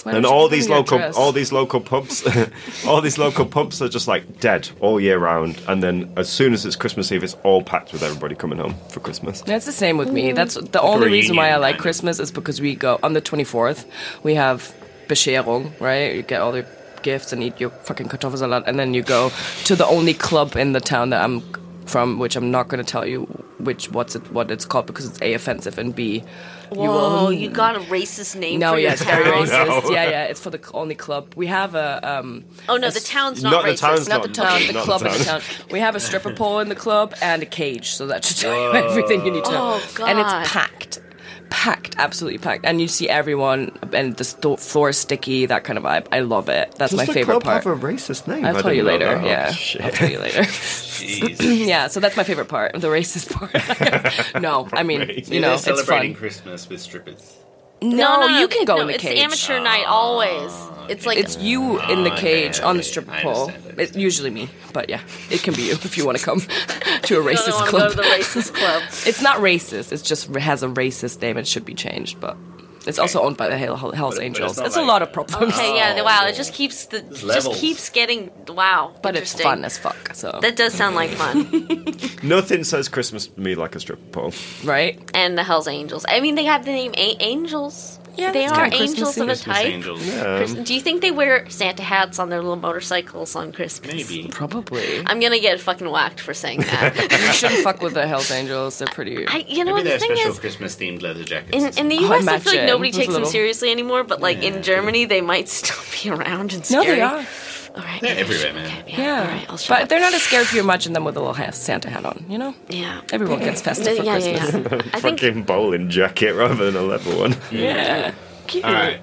Why don't and you all give these me your local address? all these local pubs *laughs* all these local pubs are just like dead all year round and then as soon as it's christmas eve it's all packed with everybody coming home for christmas That's the same with Mm-hmm. me. That's the only reason why I reunion, like kind of. Christmas is because we go on the 24th. We have Bescherung, right? You get all the gifts and eat your fucking Kartoffelsalat, and then you go to the only club in the town that I'm from, which I'm not going to tell you which what's it what it's called because it's a offensive and b Whoa, you will you got a racist name no for yeah your it's very town. racist *laughs* No. yeah yeah it's for the cl- only club we have a um Oh no, the town's not, Not the racist. town's not the not- town the not the club in the town. town we have a stripper pole in the club and a cage so that should tell you everything you need to know Oh, God. and it's packed packed absolutely packed and you see everyone and the sto- floor is sticky that kind of vibe i love it that's my favorite part have a racist name i'll tell you later yeah i'll shit. tell you later Jeez. *laughs* yeah so that's my favorite part *laughs* the racist part no i mean Amazing. you know They're it's celebrating fun Christmas with strippers. no, you can go in the it's cage amateur night always. It's like It's you in the okay, cage on the okay. stripper I pole. understand, I It's understand. usually me, but yeah, it can be you if you want to come *laughs* to a I don't racist want to go *laughs* club. to the racist club. It's not racist. It's just has a racist name. It should be changed, but It's also owned by the Hell, Hell- Hell's Angels. It's, not a like- lot of problems, Okay, Uh, yeah. the- Wow, it just keeps the just levels. keeps getting wow. *laughs* but it's interesting. fun as fuck. So That does sound like fun. *laughs* Nothing says Christmas to me like a stripper pole. right? and the Hell's Angels. I mean, they have the name a- Angels. Yeah, they that's are kinda angels of a Christmassy. Christmas type. angels. Um, Christ- Do you think they wear Santa hats on their little motorcycles on Christmas? Maybe. *laughs* Probably. I'm gonna get fucking whacked for saying *laughs* that. you shouldn't fuck with the Hell's Angels. They're pretty. I, you know, Maybe they the have thing special is, Christmas themed leather jackets. in, in the U.S., Oh, I feel like imagine. nobody Those takes them little- seriously anymore. But like in Germany, they might still be around and no, scary. they are. All right, They're yeah, everywhere, sh- man. Okay, yeah, Yeah, All right, I'll shut but up. they're not as scary if you imagine them with a little ha- Santa hat on. You know, yeah. everyone gets festive Yeah, for yeah, Christmas. yeah. *laughs* *laughs* I think fucking bowling jacket rather than a leather one. Yeah. All right.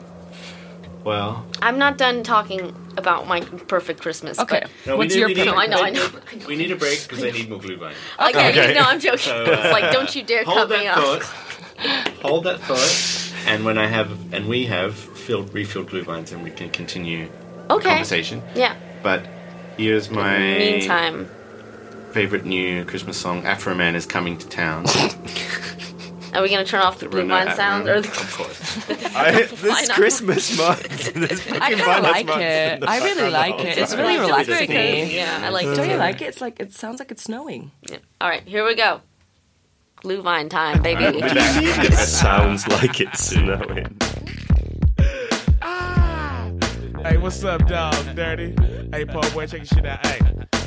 Well, I'm not done talking about my perfect Christmas. Okay. but- no, What's we need, your we need, *laughs* No, I know, I know. We need a break because I need more glue vine. Like, Okay. no, I'm joking. So, it's uh, like, don't you dare cut Hold me that off. thought. Hold that thought. And when I have, and we have filled, refilled glue vines, and we can continue the Okay. conversation. Yeah. But here's my Meantime, favorite new Christmas song: Afro Man is coming *laughs* to town. are we gonna turn off the blue Run vine that- sound or the? *laughs* of course. I, Why this not? *laughs* Christmas mug. *laughs* This I kind fucking vine of that's like marked in it. the Eh, I really background like the whole it. It's time. really It's very relaxing. good. Yeah, I like Don't you it. like it? It's like it sounds like it's snowing. Yeah. All right, here we go. Glue vine time, uh, baby. It sounds like it's snowing. Hey, what's up, dog? Dirty. Hey, po boy, check your shit out. Hey,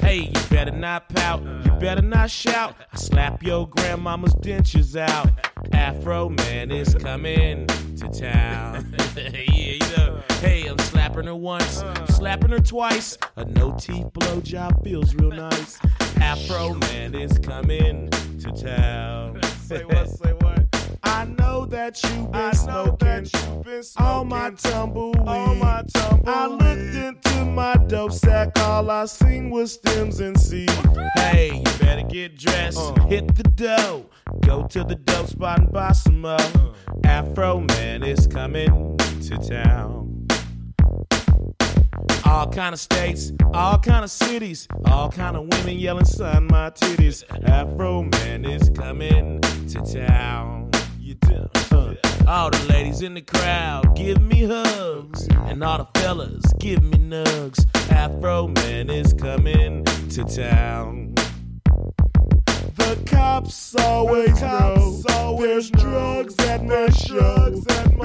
hey, you better not pout. You better not shout. I slap your grandmama's dentures out. Afro man is coming to town. *laughs* yeah, you know. Hey, I'm slapping her once. I'm slapping her twice. A no teeth blowjob feels real nice. Afro man is coming to town. say what? Say what? I know that you've been smoking. All my tumbleweed. I looked into my dope sack. All I seen was stems and seeds. Hey, you better get dressed. Hit the dough. Go to the dope spot and buy some more. Afro man is coming to town all kind of states, all kind of cities, all kind of women yelling "Sign my titties." Afro man is coming to town. You do. Uh, all the ladies in the crowd give me hugs, and all the fellas give me nugs. Afro man is coming to town. The cops always know there's drugs at my show.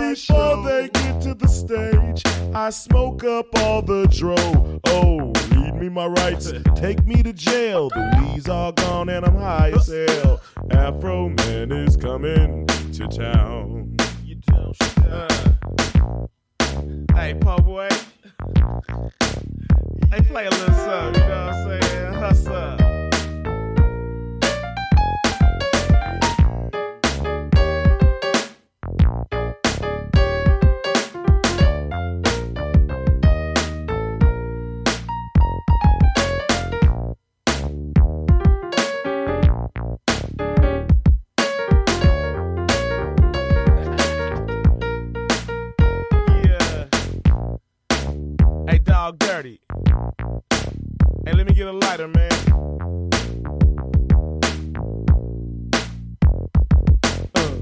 Before they get to the stage, I smoke up all the dro. Oh, read me my rights, take me to jail. The weed's all gone and I'm high as hell. Afro man is coming to town. Hey, po boy. Hey, play a little song, you know what I'm saying? Hustle. Yeah. Hey, dog, dirty. Hey, let me get a lighter, man. Uh.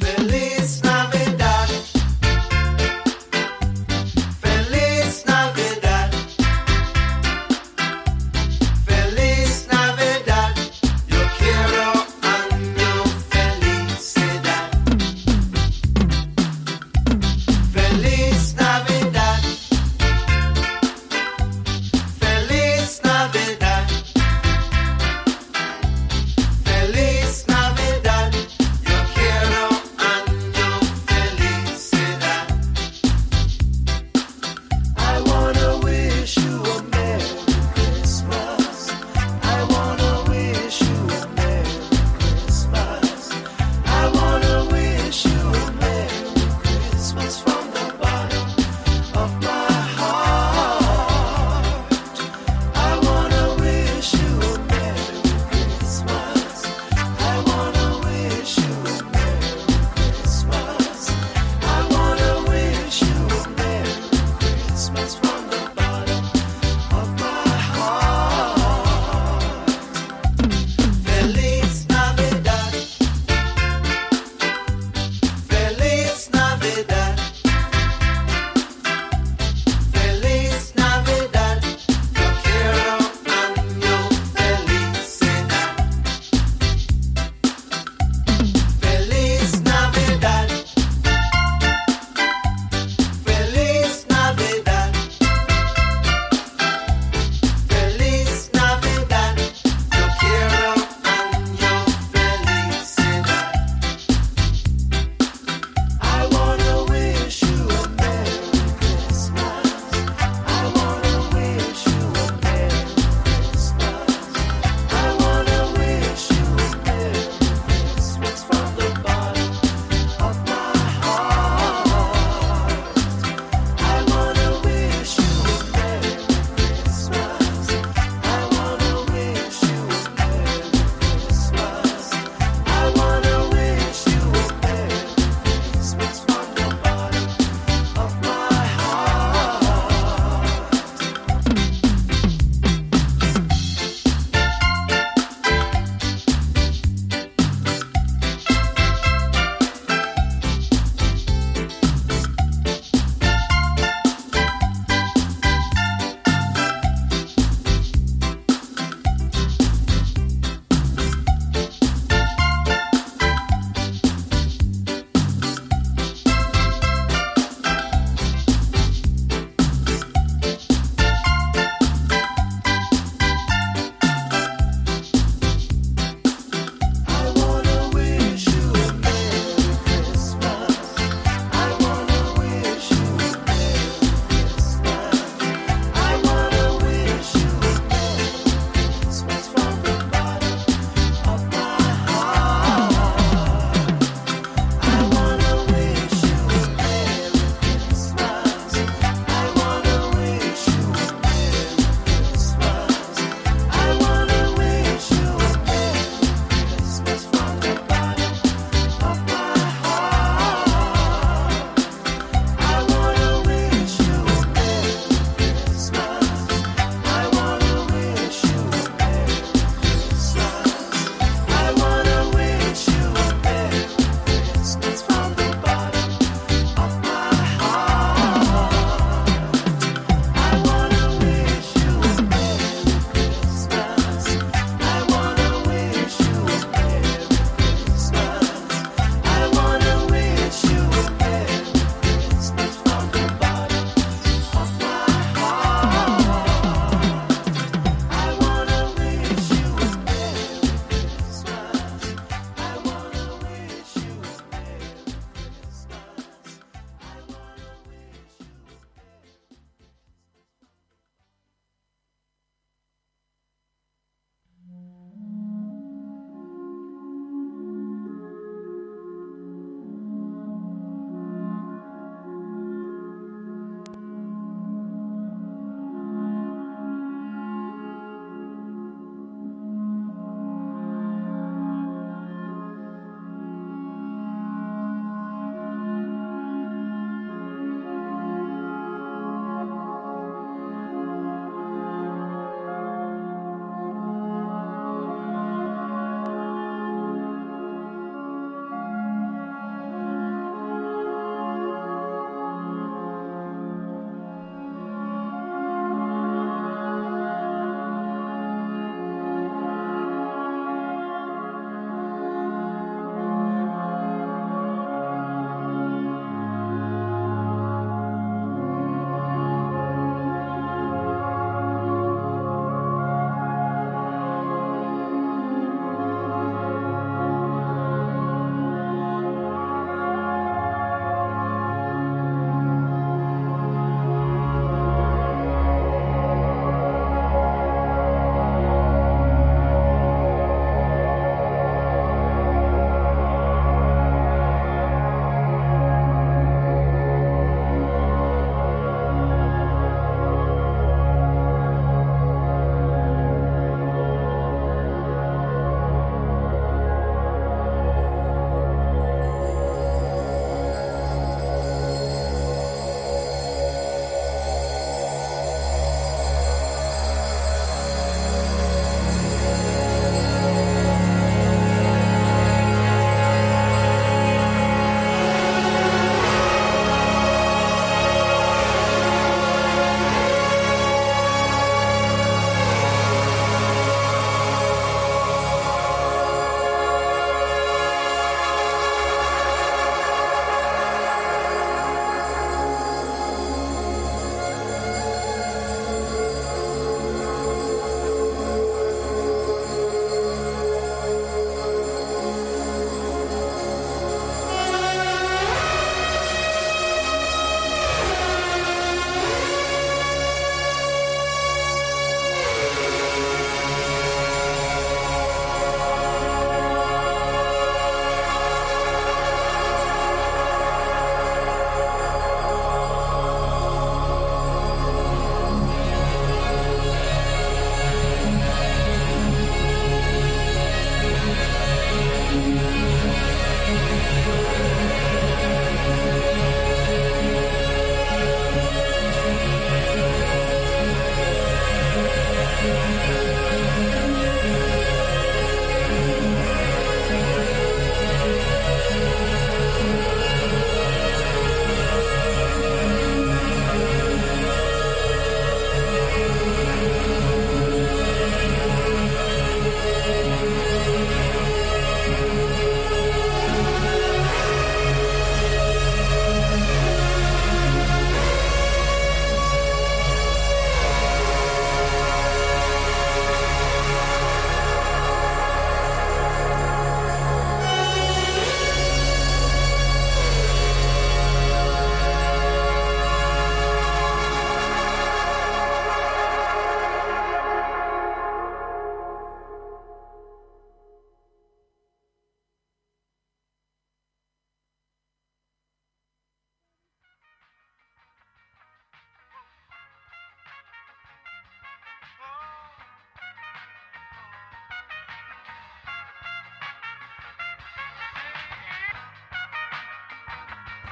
Feliz Navidad. Feliz Navidad. Feliz Navidad. Yo quiero año feliz.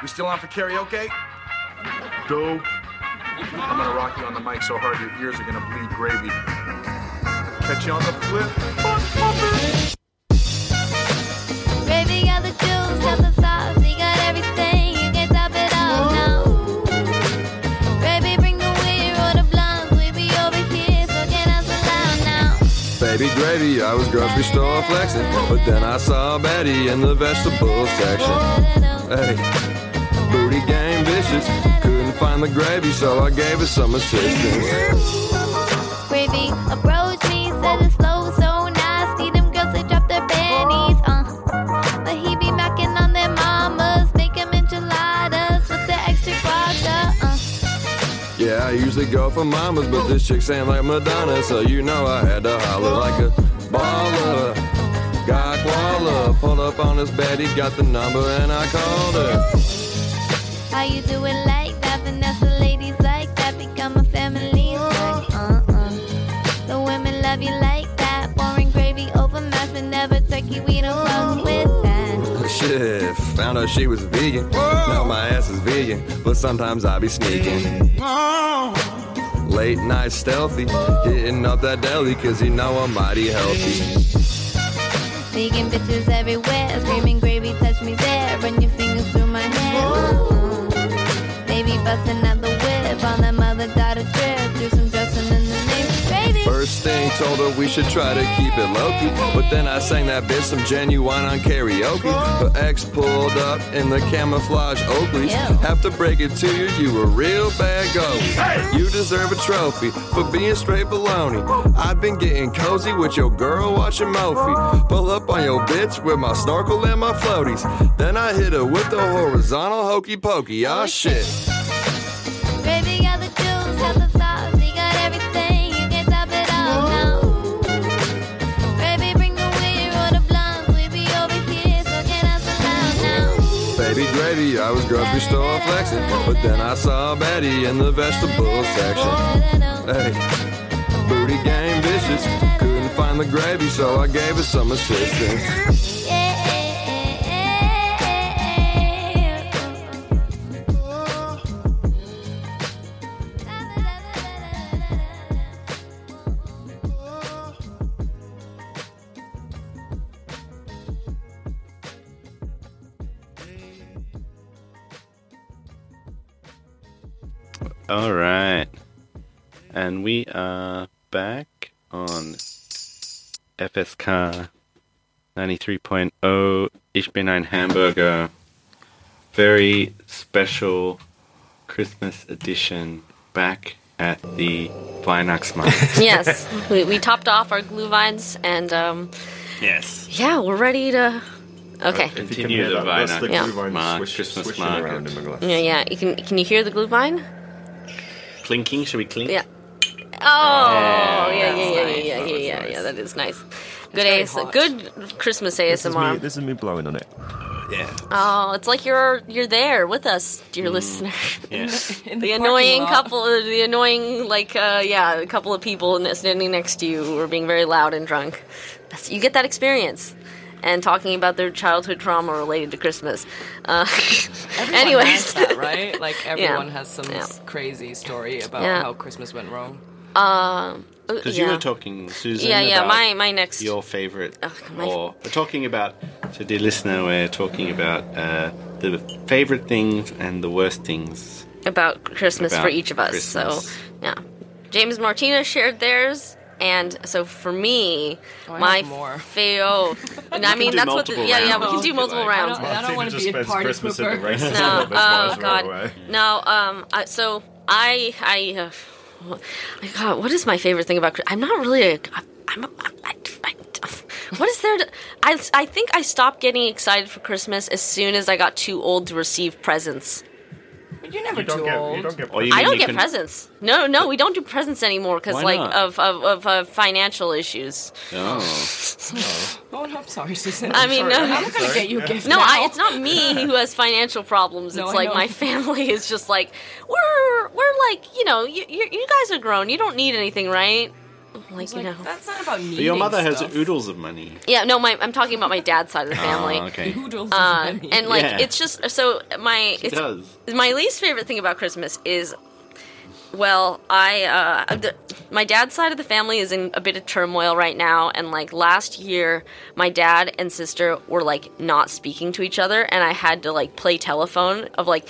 We still on for karaoke? Go. I'm gonna rock you on the mic so hard your ears are gonna bleed gravy. Catch you on the flip. Baby got the juice, got the sauce, he got everything. You can top it off now. Baby, bring the weed or the blunts, we be over here smoking out so loud now. Baby gravy, I was grocery store flexing, but then I saw Betty in the vegetable section. Hey, booty game vicious, couldn't find the gravy, so I gave her some assistance. Gravy approached me, said it's slow, so nasty. Them girls they drop their panties, uh. But he be macking on their mamas, make 'em enchiladas with the extra guaca, uh. Yeah, I usually go for mamas, but this chick sang like Madonna, so you know I had to holler like a baller. Got Koala, pulled up on his bed, he got the number, and I called her. How you do it like that? Vanessa ladies like that. Become a family. Like, uh uh. The women love you like that. Boring gravy over mash, but never turkey. We don't fuck with that. Shit, found out she was vegan. Now my ass is vegan, but sometimes I be sneaking. Late night stealthy, hitting up that deli, cause you know I'm mighty healthy. Vegan bitches everywhere. Screaming gravy, touch me there. Run your fingers through my hair. Uh-uh. Baby busting out the whip on that mother daughter trip. Do some dressing in the mix. Gravy. First thing told her we should try to keep it low key, but then I sang that bitch some genuine on karaoke. Her ex pulled up in the camouflage Oakleys. Have to break it to you, you a real bad go. You deserve a trophy for being straight baloney. I've been getting cozy with your girl watching Mophie. Pull up on your bitch with my snorkel and my floaties. Then I hit her with the horizontal hokey pokey. Ah shit. Baby got the juice, got the sauce, he got everything. You can top it off now. Baby, bring the weed or the blunts, we be over here smoking out so loud now. Baby gravy, I was grocery store flexing, but then I saw Betty in the vegetable section. Hey, booty game vicious, couldn't find the gravy, so I gave her some assistance. All right. And we are back on FSK 93.0 Ich bin ein oh Hamburger. Very special Christmas edition back at the Weihnachtsmarkt. *laughs* yes, we, we topped off our glue vines and um, *laughs* yes. yeah, we're ready to. Okay. If you can Continue hear the that, that's the Weihnachtsmarkt Yeah. glue vine swish- Christmas swishing market. around in my glass. Yeah, yeah. You can can you hear the glue vine? Clinking? Should we clink? Yeah. Oh, yeah, yeah, yeah, yeah, nice. yeah, That yeah, was yeah, nice. yeah. That is nice. Good very AS, hot. good Christmas This is, me, ASMR. this is me blowing on it. Oh, it's like you're you're there with us, dear listener. *laughs* Yes. In The parking annoying lot. couple, uh, the annoying like uh, yeah, a couple of people n- standing next to you who are being very loud and drunk. That's, you get that experience, and talking about their childhood trauma related to Christmas. Uh, *laughs* Everyone anyways, *laughs* has that, right? Like everyone has some Yeah. s- crazy story about Yeah. how Christmas went wrong. Because Um, uh, yeah. you were talking, Susan. yeah, yeah. about My my next your favorite Ugh, my- or we're talking about so dear listener we're talking about uh, the favorite things and the worst things about Christmas About for each of us. So, Christmas. yeah. James Martinez shared theirs. And so for me, I my have more. *laughs* fail. And I mean, do that's what. The, multiple yeah, yeah, we rounds can if do you multiple like. I rounds. don't, I Martina don't want to just be a spends party Christmas in the pooper. *laughs* races *laughs* No, with this oh wise god, railway. no. Um, I, so I, I, uh, I- God, what is my favorite thing about? Chris- I'm not really. A, I'm. A, I, I, what is there? To, I, I think I stopped getting excited for Christmas as soon as I got too old to receive presents. But you're never You don't too get, you old. don't get or Oh, you I mean don't you get can- presents. No, no, we don't do presents anymore because Why like not? of of, of uh, financial issues. oh *laughs* Oh, no, I'm sorry, Susan. I mean, no, I'm gonna get you a gift. no, now. I, it's not *laughs* me who has financial problems. No, it's I like know. my *laughs* family is just like we're we're like you know you you you guys are grown. You don't need anything, right? like you know. That's not about But your mother has oodles of money. Yeah, no, my I'm talking about my dad's side of the family. Ah, okay. Uh, and like Yeah. it's just so my She it's does. my least favorite thing about Christmas is well, I uh, the, my dad's side of the family is in a bit of turmoil right now, and like last year, my dad and sister were like not speaking to each other, and I had to like play telephone of like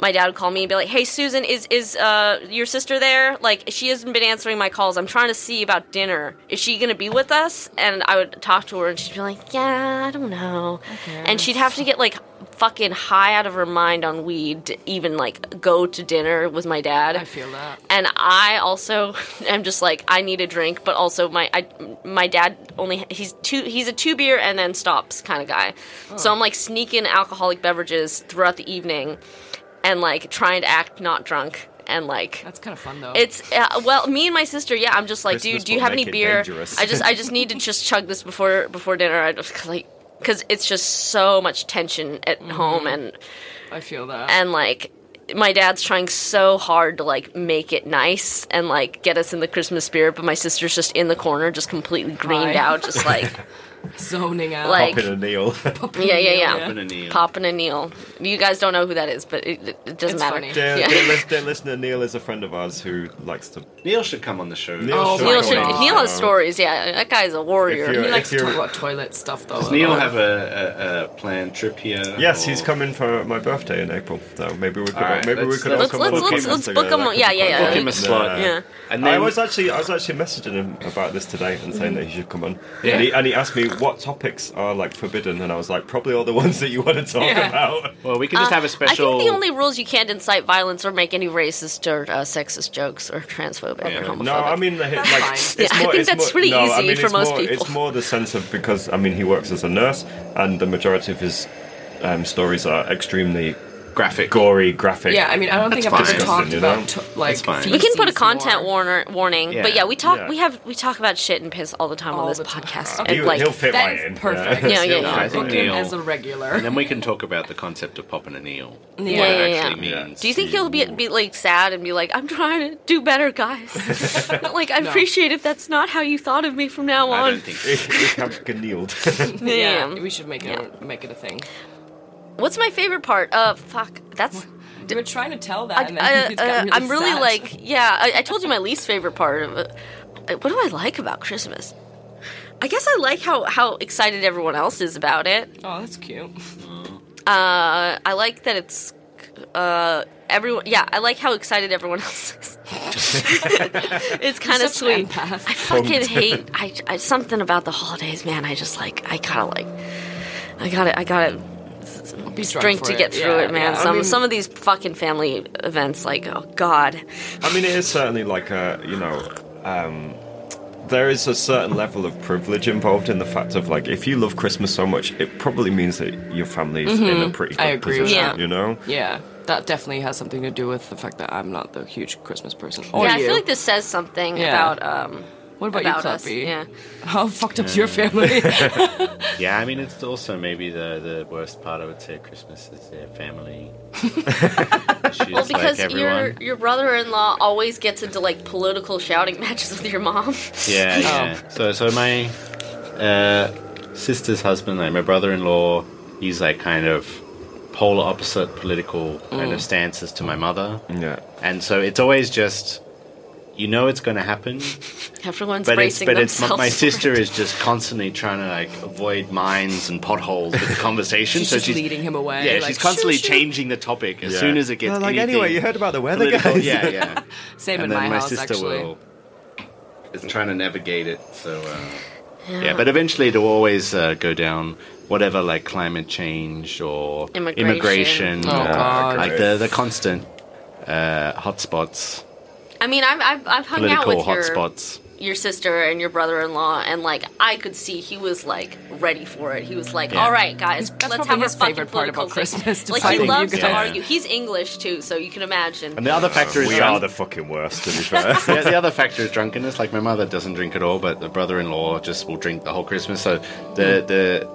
my dad would call me and be like, "Hey, Susan, is is uh, your sister there? Like, she hasn't been answering my calls. I'm trying to see about dinner. Is she gonna be with us?" And I would talk to her, and she'd be like, "Yeah, I don't know." And she'd have to get like fucking high out of her mind on weed to even like go to dinner with my dad. I feel that. And I also *laughs* am just like I need a drink, but also my I, my dad only he's two he's a two beer and then stops kind of guy. So Oh. I'm like sneaking alcoholic beverages throughout the evening, and like trying to act not drunk and like That's kind of fun though. it's uh, well, me and my sister. Yeah, I'm just like, Christmas dude, do you will have any make it beer? dangerous. I just, I just need to *laughs* just chug this before before dinner. I just like because it's just so much tension at home and Mm-hmm. I feel that. and like my dad's trying so hard to like make it nice and like get us in the Christmas spirit, but my sister's just in the corner, just completely greened Right. out, *laughs* just like zoning out. like- Popping a Uh, Neil. *laughs* yeah, yeah, yeah, Popping a Neil. popping a Neil. You guys don't know who that is, but it, it it doesn't matter. Dear, Yeah. dear, lis- dear listener, Neil is a friend of ours who likes to. Neil should come on the show. Neil Oh, should. Neil, should, Neil has stories. Yeah, that guy's a warrior. you're- he if likes to you're- talk about toilet stuff though. Oh, Does a Neil lot. have a, a, a planned trip here? Yes, or- he's coming for my birthday in April, so maybe we could. Alright, maybe we let's- could. let's- let's- all come up let's- with let's something book that him could a- yeah, be yeah, quite yeah. fun. Book him a slot. Yeah. And I then- was actually, I was actually messaging him about this today and saying that he should come on. Yeah. And, he, and he asked me what topics are like forbidden, and I was like, probably all the *laughs* ones that you want to talk Yeah. about. Well, we Uh, I think the only rules you can't incite violence or make any racist or uh, sexist jokes or transphobic or homophobic. No, I mean, like, like it's Yeah, I more, think it's that's more, pretty no, I easy mean, for it's most more, people. It's more the sense of because I mean he works as a nurse, and the majority of his um, stories are extremely graphic, gory, graphic. Yeah, I mean, I don't think I've ever talked Disgusting, you know? about to- like we can put a content warner warning, Yeah. but yeah, we talk. Yeah. We have we talk about shit and piss all the time on this podcast. He- and, like, he'll fit That right is in. *laughs* Perfect. Yeah. Yeah, yeah, He'll yeah. fit I think right in. Neil- as a regular. And then we can talk about the concept of popping a Neil. Yeah, what yeah, it yeah. actually means. Do you think he'll be be like sad and be like, "I'm trying to do better, guys"? like, I No. appreciate if that's not how you thought of me from now on. *laughs* Kneeled. yeah, Yeah. we should make it make it a thing. What's my favorite part? Uh, fuck, that's. You were trying to tell that. I, and *laughs* then you just got am really sad. like, yeah. I, I told you my least favorite part of it. Uh, What do I like about Christmas? I guess I like how how excited everyone else is about it. Oh, that's cute. Uh, I like that it's uh, everyone. Yeah, I like how excited everyone *laughs* else *laughs* is. it's kind of such an sweet. empath. I fucking Pumped. hate. I, I something about the holidays, man. I just like. I kind of like. *laughs* I got to I got to Be strong Drink for to it. get through Yeah, it, man. yeah. I Some mean- some of these fucking family events, like oh god. I mean, it is certainly like a, you know, um, there is a certain level of privilege involved in the fact of like, if you love Christmas so much, it probably means that your family's in a Mhm. pretty good I agree with position, that. you know? Yeah, that definitely has something to do with the fact that I'm not the huge Christmas person. Or yeah, Oh, you. I feel like this says something Yeah. about um. What about you, us. Clappy? Yeah. How fucked up's your *laughs* family? Mm. yeah, I mean, it's also maybe the, the worst part I would say of Christmas is their family. She's Well, because like everyone. your your brother-in-law always gets into like political shouting *laughs* matches with your mom. *laughs* Yeah, yeah. So, so my uh, sister's husband, like my brother-in-law, he's like kind of polar opposite political kind of Mm. stances to my mother. Yeah. And so it's always just, you know, it's going to happen, Everyone's but it's bracing but it's themselves. my, my for it. sister is just constantly trying to like avoid mines and potholes with the *laughs* conversation. She's so just she's leading him away. Yeah, like, she's constantly "Shoo, shoo." changing the topic as Yeah. soon as it gets They're like, anything "Anyway, you heard about the weather, political." guys? Yeah, *laughs* yeah. Same and in then my, my house, sister actually. will is trying to navigate it. So uh, yeah. yeah. but eventually it'll always uh, go down whatever like climate change or Immigration. immigration, Oh, or, God. like the the constant uh, hotspots, I mean, I've I've, I've hung out political with your hotspots. your sister and your brother-in-law, and like I could see he was like ready for it. He was like, Yeah. "All right, guys, let's probably have a his fucking favorite part political about thing." Christmas, to Like fight he with you loves to guys. argue. He's English too, so you can imagine. And the other factor is we drunk- are the fucking worst. To be fair, *laughs* yeah, the *laughs* other factor is drunkenness. Hmm. Like my mother doesn't drink at all, but the brother-in-law just will drink the whole Christmas. So the the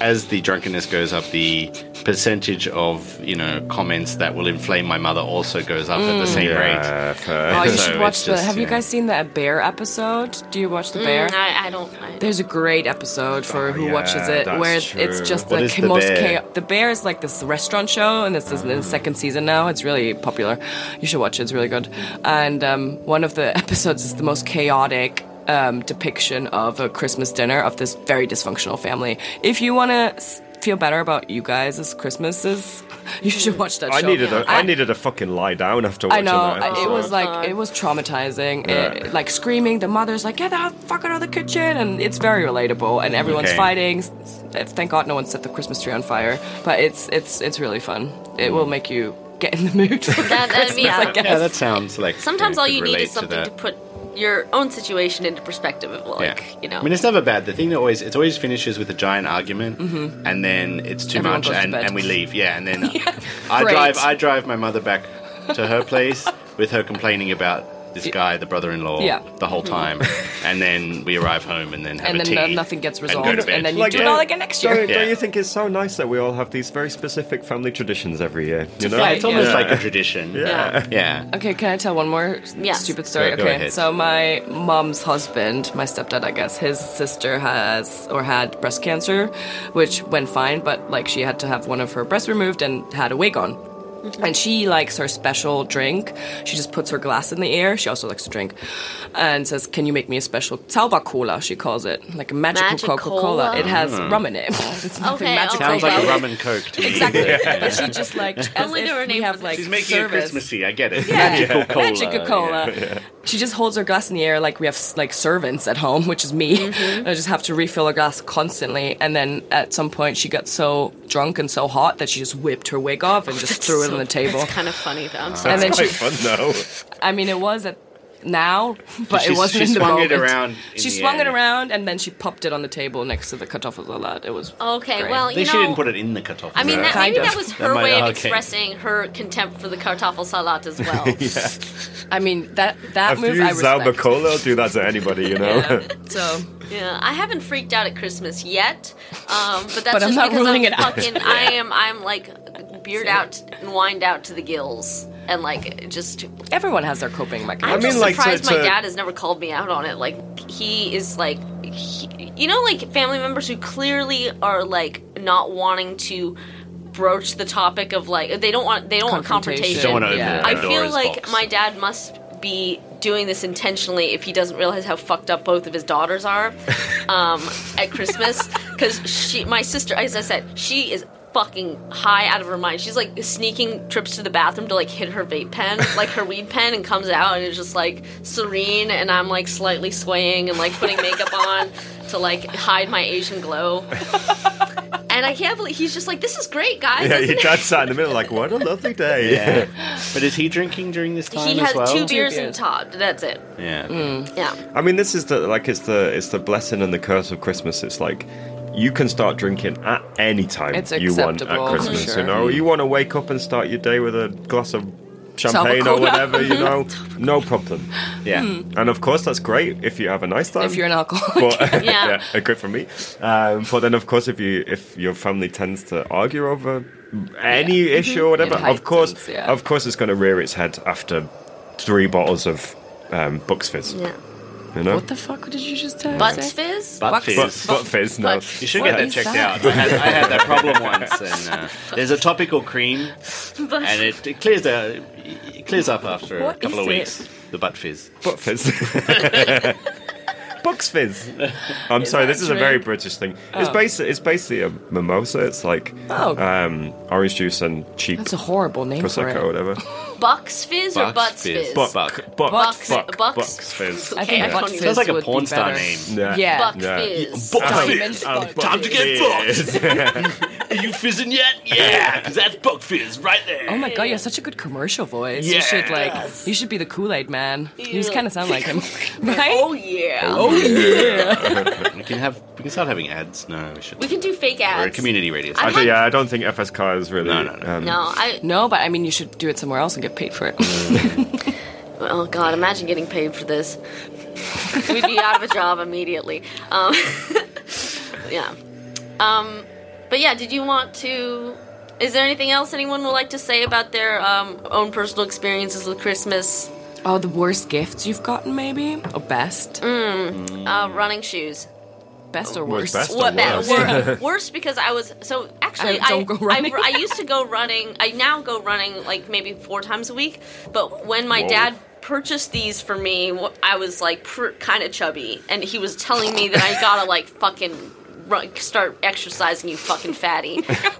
as the drunkenness goes up, the percentage of you know comments that will inflame my mother also goes up at the Hmm. Mm. same Yeah, rate. Oh, you *laughs* *laughs* should So watch it's the. just, Have you yeah. guys seen that bear episode? Do you watch the Mm, bear? I, I don't. I, There's a great episode for who yeah, watches it that's where it's true. just What the is ca- The most Bear? chaotic. The Bear is like this restaurant show, and this is in the second season now. It's really popular. You should watch it, it's really good. And um, one of the *laughs* episodes is the most chaotic. Um, depiction of a Christmas dinner of this very dysfunctional family. If you want to feel better about you guys' Christmases, *laughs* you should watch that I show. needed a I I- needed a fucking lie down after I watching know that. I- it episode. was Oh, like it was traumatizing. Yeah. It, like screaming, the mother's like, "Get the fuck out of the kitchen!" And it's very relatable, and everyone's Okay. fighting. S- s- Thank God, no one set the Christmas tree on fire. But it's it's it's really fun. It Hmm. will make you get in the mood. For That- that'd Christmas, be- I yeah. guess. Yeah, that sounds like Sometimes all could you need relate is to something that. to, put your own situation into perspective of like you know. I mean, it's never bad. The thing that always it always finishes with a giant argument, Mm-hmm. Mhm. and then it's too Everyone much, goes to and, bed. and we leave. Yeah, and *laughs* then uh, I Great. drive I drive my mother back to her place with her complaining about this guy, the brother-in-law, Yeah. the whole Mhm. time, and then we arrive home and then have and a then tea. no- nothing gets and go resolved, and, to bed. then you Like, do it yeah. all again next year. Don't, Yeah. don't you think it's so nice that we all have these very specific family traditions every year? You know, Yeah, it's almost Yeah. like a tradition. Yeah, yeah. Okay, can I tell one more s- Yes. stupid story? Go- go okay, ahead. so my mom's husband, my stepdad, I guess, his sister has or had breast cancer, which went fine, but like she had to have one of her breasts removed and had a wig on. Mm-hmm. And she likes her special drink. She just puts her glass in the air. She also likes to drink, and says, "Can you make me a special Zauber Cola?" She calls it like a magical Magic Coca Cola. Cola? It has Mm. rum in it. it's *laughs* nothing Okay, magical. Sounds like about a it. rum and coke to me. Exactly. *laughs* *laughs* But she just like as Only there if are we have like She's making service. it Christmassy. I get it. Yeah. Magical cola. Magical cola. Yeah. She just holds her glass in the air like we have like servants at home, which is me. Mm-hmm. And I just have to refill her glass constantly. And then at some point, she got so drunk and so hot that she just whipped her wig off Oh, and just threw it on the table. It's kind of funny though. Ah, I'm And sorry. then she- fun though. *laughs* I mean, it was at now, but She- it wasn't she in the swung it moment. around in she the swung it air. around and then she popped it on the table next to the kartoffelsalat. It was Okay, great. well, you know, it in the cutoff. I mean, that, Kind maybe of. that was her way of expressing her contempt for the kartoffel salat as well. *laughs* yeah. I mean, that that a move few I respect. Zalba Cola will do that to anybody, *laughs* you know. So yeah, I haven't freaked out at Christmas yet, um, but that's But I'm just not because ruling I'm it out. fucking. I am. I'm like beard out and wind out to the gills, and like just. everyone has their coping mechanism. I'm just surprised my dad has never called me out on it. Like he is like, he, you know, like family members who clearly are like not wanting to broach the topic of like they don't want they don't want confrontation. Confrontation. Don't wanna open Yeah. I feel Pandora's like box. my dad must be doing this intentionally if he doesn't realize how fucked up both of his daughters are um, at Christmas because she my sister as I said she is fucking high out of her mind she's like sneaking trips to the bathroom to like hit her vape pen like her weed pen and comes out and is just like serene and I'm like slightly swaying and like putting makeup on to like hide my Asian glow and I can't believe he's just like this is great guys *laughs* yeah, isn't your it?" *laughs* dad sat in the middle like, what a lovely day. Yeah. *laughs* But is he drinking during this time he as has well? two beers and Todd that's it Yeah. Mm. yeah I mean, this is the like it's the it's the blessing and the curse of Christmas. It's like you can start drinking at any time It's you want at acceptable, for Christmas. sure. You know, Oh, you want to wake up and start your day with a glass of champagne Cola. or whatever. Mm-hmm. You know, no problem. Yeah, Mm. and of course that's great if you have a nice time. If you're an alcoholic, *laughs* but *laughs* Yeah. yeah, a grip for me. Um, but then, of course, if you if your family tends to argue over any Yeah. issue Mhm. or whatever, It heightens, of course, yeah. of course, it's going to rear its head after three bottles of um, Bucks Fizz. Yeah. You know, What the fuck did you just tell Butt say? fizz? Butt fizz. Butt- butt fizz, no. You should What get that is checked that? out. I had, I had that problem once, and uh, there's a topical cream, Butt- and it, it clears the, it clears up after What a couple of is it? weeks. The butt fizz. Butt fizz. Bucks fizz. I'm Is sorry, that this a is a very drink? British thing. Oh. It's basically it's basically a mimosa. It's like Oh. um, orange juice and cheap That's a horrible name for prosecco it. or whatever. Bucks fizz or butts fizz? Buck, buck, buck, Bucks- buck, bucks- bucks fizz. I think Yeah. buck Sounds fizz like a would be porn star better. name. Yeah. Buck fizz. Buck Time- fizz. uh, Time to get fizz. *laughs* Are you fizzing yet? Yeah, 'cause that's buck fizz right there. Oh my god, you have such a good commercial voice. You Yeah. should like you should be the Kool-Aid man. You just kinda sound *laughs* like him. right? Oh yeah. *laughs* we can have we can start having ads. No, we should. We can do fake We're a ads. community radio. I've station. had- yeah, I don't think FSK is really. No, no, no. Um, No, I. No, but I mean you should do it somewhere else and get paid for it. *laughs* Oh god, imagine getting paid for this. *laughs* We'd be out of a job immediately. Um, yeah. Um, But yeah, did you want to? Is there anything else anyone would like to say about their um, own personal experiences with Christmas? Oh, the worst gifts you've gotten, maybe? Or best? Mm, uh, running shoes. Best or What's worst? best or What best? Wor- worse because I was so actually I I, don't go running. I, I used to go running. I now go running like maybe four times a week. But when my Whoa. dad purchased these for me, wh- I was like pr- kind of chubby, and he was telling me that I gotta like fucking. Run, start exercising, you fucking fatty.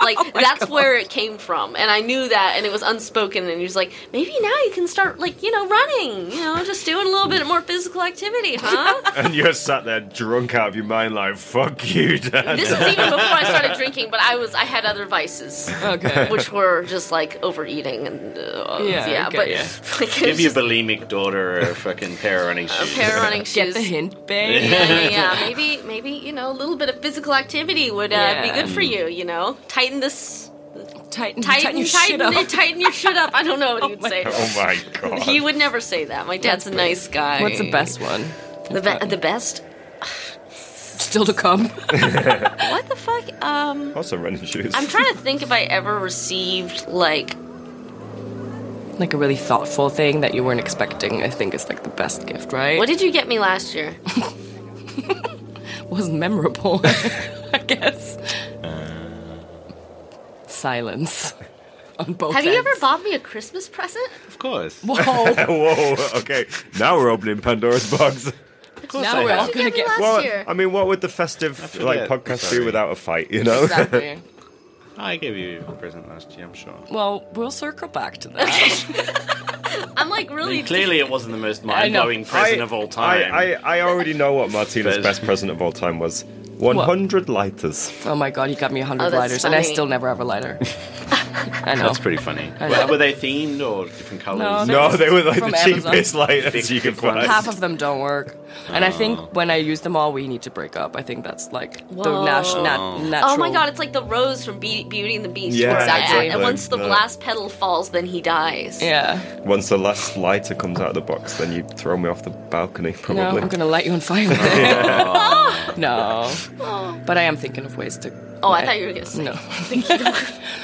Like that's where it came from, and I knew that, and it was unspoken. And he was like, "Maybe now you can start, like you know, running. You know, just doing a little bit more physical activity, huh?" and you're sat there drunk out of your mind, like "Fuck you, Dad." This is even before I started drinking, but I was I had other vices, Okay. which were just like overeating and uh, yeah, but *laughs* like, it's give your just bulimic daughter a fucking pair of running a shoes. pair of *laughs* running shoes. Get the hint, babe. Yeah, *laughs* yeah, yeah. maybe maybe you know a little bit of physical activity would uh, be Yeah. good for you. You know, tighten this. tighten, Tighten, tighten your shit tighten up. it- tighten your shit up. I don't know *laughs* what he would say. *laughs* oh my god. *laughs* He would never say that. My dad's a nice guy. What's the best one? The, be- the best? Still to come. What the fuck? Um, also running shoes. I'm trying to think if I ever received like like a really thoughtful thing that you weren't expecting, I think is like the best gift, right? what did you get me last year? *laughs* wasn't memorable, I guess. Silence *laughs* on both Have you ever ends. bought me a Christmas present? *laughs* Of course. Whoa. *laughs* Whoa. Okay. Now we're opening Pandora's box. course Now I we're have. all What did you get me gonna get- last Well, year? I mean, what would the festive forget. like podcast Sorry. be without a fight? You know. Exactly. *laughs* I gave you a present last year, I'm sure. Well, we'll circle back to that. *laughs* I'm like I really mean, clearly, it wasn't the most mind-blowing present of all time. I, I, I already know what Martina's best present of all time was. 100 lighters. oh my god, you got me a Oh, hundred that's lighters, and I funny. still never have a lighter. I know. That's pretty funny. I Were, know. were they themed or different colors? No, they No, were they were, like, from the Amazon. cheapest lighters you could Half of them don't work, and I think when I use them all, we need to break up. I think that's like the nat- nat- natural. Oh my god, it's like the rose from Be- Beauty and the Beast. Yeah, where at- exactly. And once the Yeah. last petal falls, then he dies. Yeah. Once the last lighter comes out of the box, then you throw me off the balcony, No, *laughs* probably. I'm gonna light you on *laughs* fire with it. *laughs* no. But I am thinking of ways to. Oh, I thought you were gonna say. *laughs* No. *laughs* no,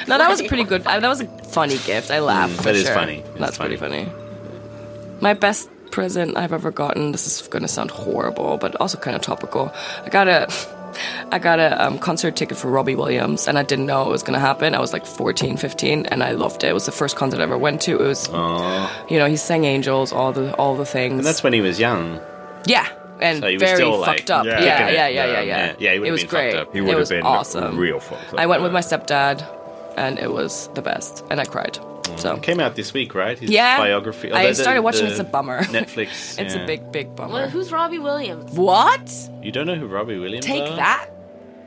that was a pretty good. I, that was a funny gift. I laughed. Mm, for that is sure. funny. It's That's pretty funny. My best present I've ever gotten. This is gonna sound horrible, but also kind of topical. I got a. *laughs* I got a um, concert ticket for Robbie Williams and I didn't know it was going to happen. I was like 14, 15 and I loved it. It was the first concert I ever went to. It was you know, he sang Angels, all the all the things. And that's when he was young. Yeah, and So he was very still, like, fucked up. yeah, Yeah, yeah, kicking it. Um, yeah, yeah, yeah. Yeah, yeah, he would've it was been fucked great. up. He It would've was been awesome. real fucked up, I went with my stepdad, and it was the best. And I cried. So It came out this week, right? His yeah, biography. I although the- started watching. the it's a bummer. *laughs* Netflix. it's yeah. a big, big bummer. Well, who's Robbie Williams? What? You don't know who Robbie Williams Take are? that.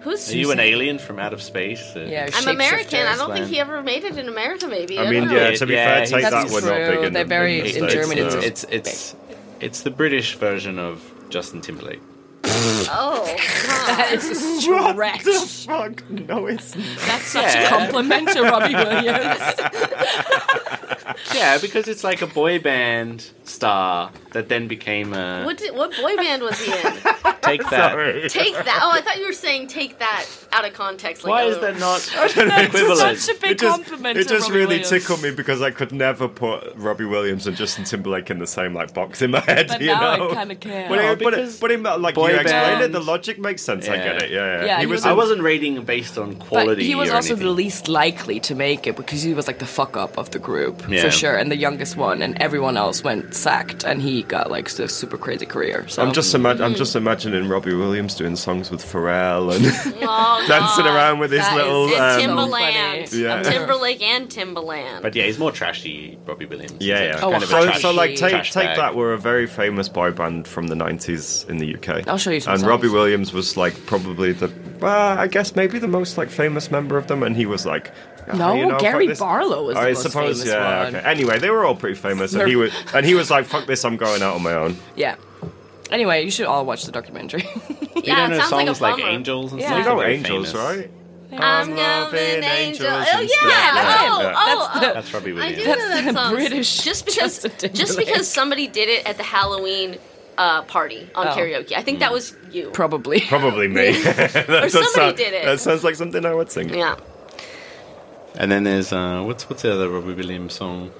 Who's Are you an alien from out of space? Yeah, I'm American. I don't think he ever made it in America. Maybe. I don't mean, know. yeah, to be fair, take That's that one, not true. big in the- They're very- in the in States, Germany, so- It's it's it's the British version of Justin *laughs* Timberlake. Oh, that is a stretch. What the fuck? No, it's That's such a compliment to *laughs* *laughs* Robbie Williams. yeah, because it's like a boy band star that then became a *laughs* What did, what boy band was *laughs* he in? take that. take that. Oh, I thought you were saying take that out of context. Like, Why is oh. that not *laughs* equivalent. such a big it just, compliment It to just Robbie really Williams. tickled me because I could never put Robbie Williams and Justin Timberlake in the same like box in my head. But you now I know? kinda care. But, it- No, but, because it, but in, like you boy explained it, band- the logic makes sense. I get it. Yeah, yeah. Yeah, he he was. was I in- wasn't rating based on quality. But he was or also anything. the least likely to make it because he was like the fuck up of the group Yeah. for sure, and the youngest one, and everyone else went sacked, and he got like a super crazy career. So I'm just ima- I'm just imagining Robbie Williams doing songs with Pharrell and Oh, dancing around with his That is- little. and um, Timbaland. Yeah. Timberlake and Timbaland. But yeah, he's more trashy, Robbie Williams. Yeah, yeah. He's a Oh, kind of a so, trash- so, like, take, trash take bag. that. We're a very famous boy band from the '90s in the UK. I'll show you some And songs. Robbie Williams was like probably the, well, I guess maybe the most like famous member of them, and he was like. "Ah, No, you know, Gary fuck this." Barlow was the I most suppose, famous yeah. one. Okay. Anyway, they were all pretty famous, and They're- he was, and he was like, "Fuck this, I'm going out on my own." Mm. yeah. Anyway, you should all watch the documentary. *laughs* You don't know songs like, Angels and Yeah. stuff. You know They're very Angels, famous. right? I'm an angel. angels Oh and yeah. stuff. Yeah. Oh, Yeah. oh, That's the- oh. That's Robbie I do Williams. know That's that the song. British Just because, just because somebody did it at the Halloween uh, party on Oh. karaoke. I think Mm. that was you. Probably. *laughs* Probably me. *laughs* that Or does somebody sound- did it. That sounds like something I would sing. Yeah. And then there's uh, what's what's the other Robbie Williams song?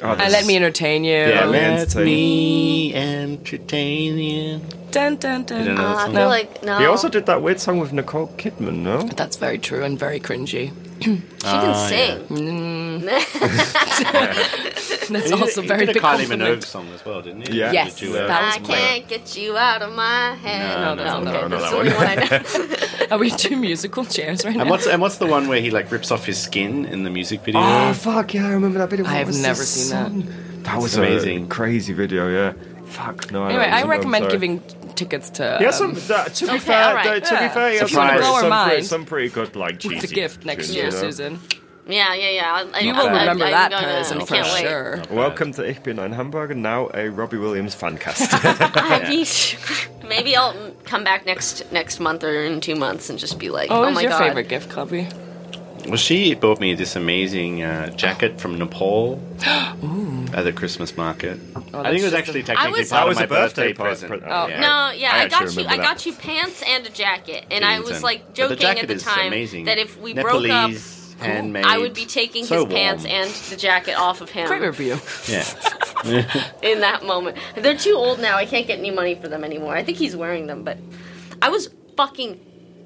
Uh, let me entertain you. Yeah, Oh, let me me entertain entertain you. Dun dun dun. You don't know that Uh, I song? feel like- no. He also did that weird song with Nicole Kidman, no? That's very true and very cringy. She can sing. That's He did- also he very did a big Kylie compliment. Minogue song as well, didn't he? Yeah. Yes, The duet. that was I can't get you out of my head. No, no, no, okay, no, that's no, the that only one I know. *laughs* Are we two musical chairs right *laughs* And now? what's and what's the one where he like rips off his skin in the music video? Oh, fuck, yeah, I remember that video. I What have was never this seen that. song? That was It's amazing. amazing. crazy video, yeah. Fuck, no. Anyway, don't I remember, I'm recommend sorry. giving tickets to. Yeah, some, um, that, to be Okay, fair, all right. though, to Yeah. be fair, yeah, If you wanna some- blow our some pretty- mind some pretty good like cheesy. with the gift next tunes, year, you know? Susan. Yeah, yeah, yeah. I, You I, will I, remember I, that I'm gonna- person I for can't wait. sure. Welcome to Ich bin ein Hamburger, now a Robbie Williams fancast. *laughs* I mean, *laughs* maybe I'll come back next next month or in two months and just be like, Oh, oh, what was my your god. favorite gift, Clubby? Well, she bought me this amazing uh, jacket from Nepal at the Christmas market. I think it was actually I technically was- part That of was my a birthday, birthday pre- present. pre- Oh no! Yeah, I, got you. I got you. you pants and a jacket, and I was Amazing. like But the joking jacket at the is time amazing. that if we Nepalese, broke up, handmade, I would be taking so his warm. pants and the jacket off of him Great review. Yeah. in that moment. They're too old now. I can't get any money for them anymore. I think he's wearing them, but I was fucking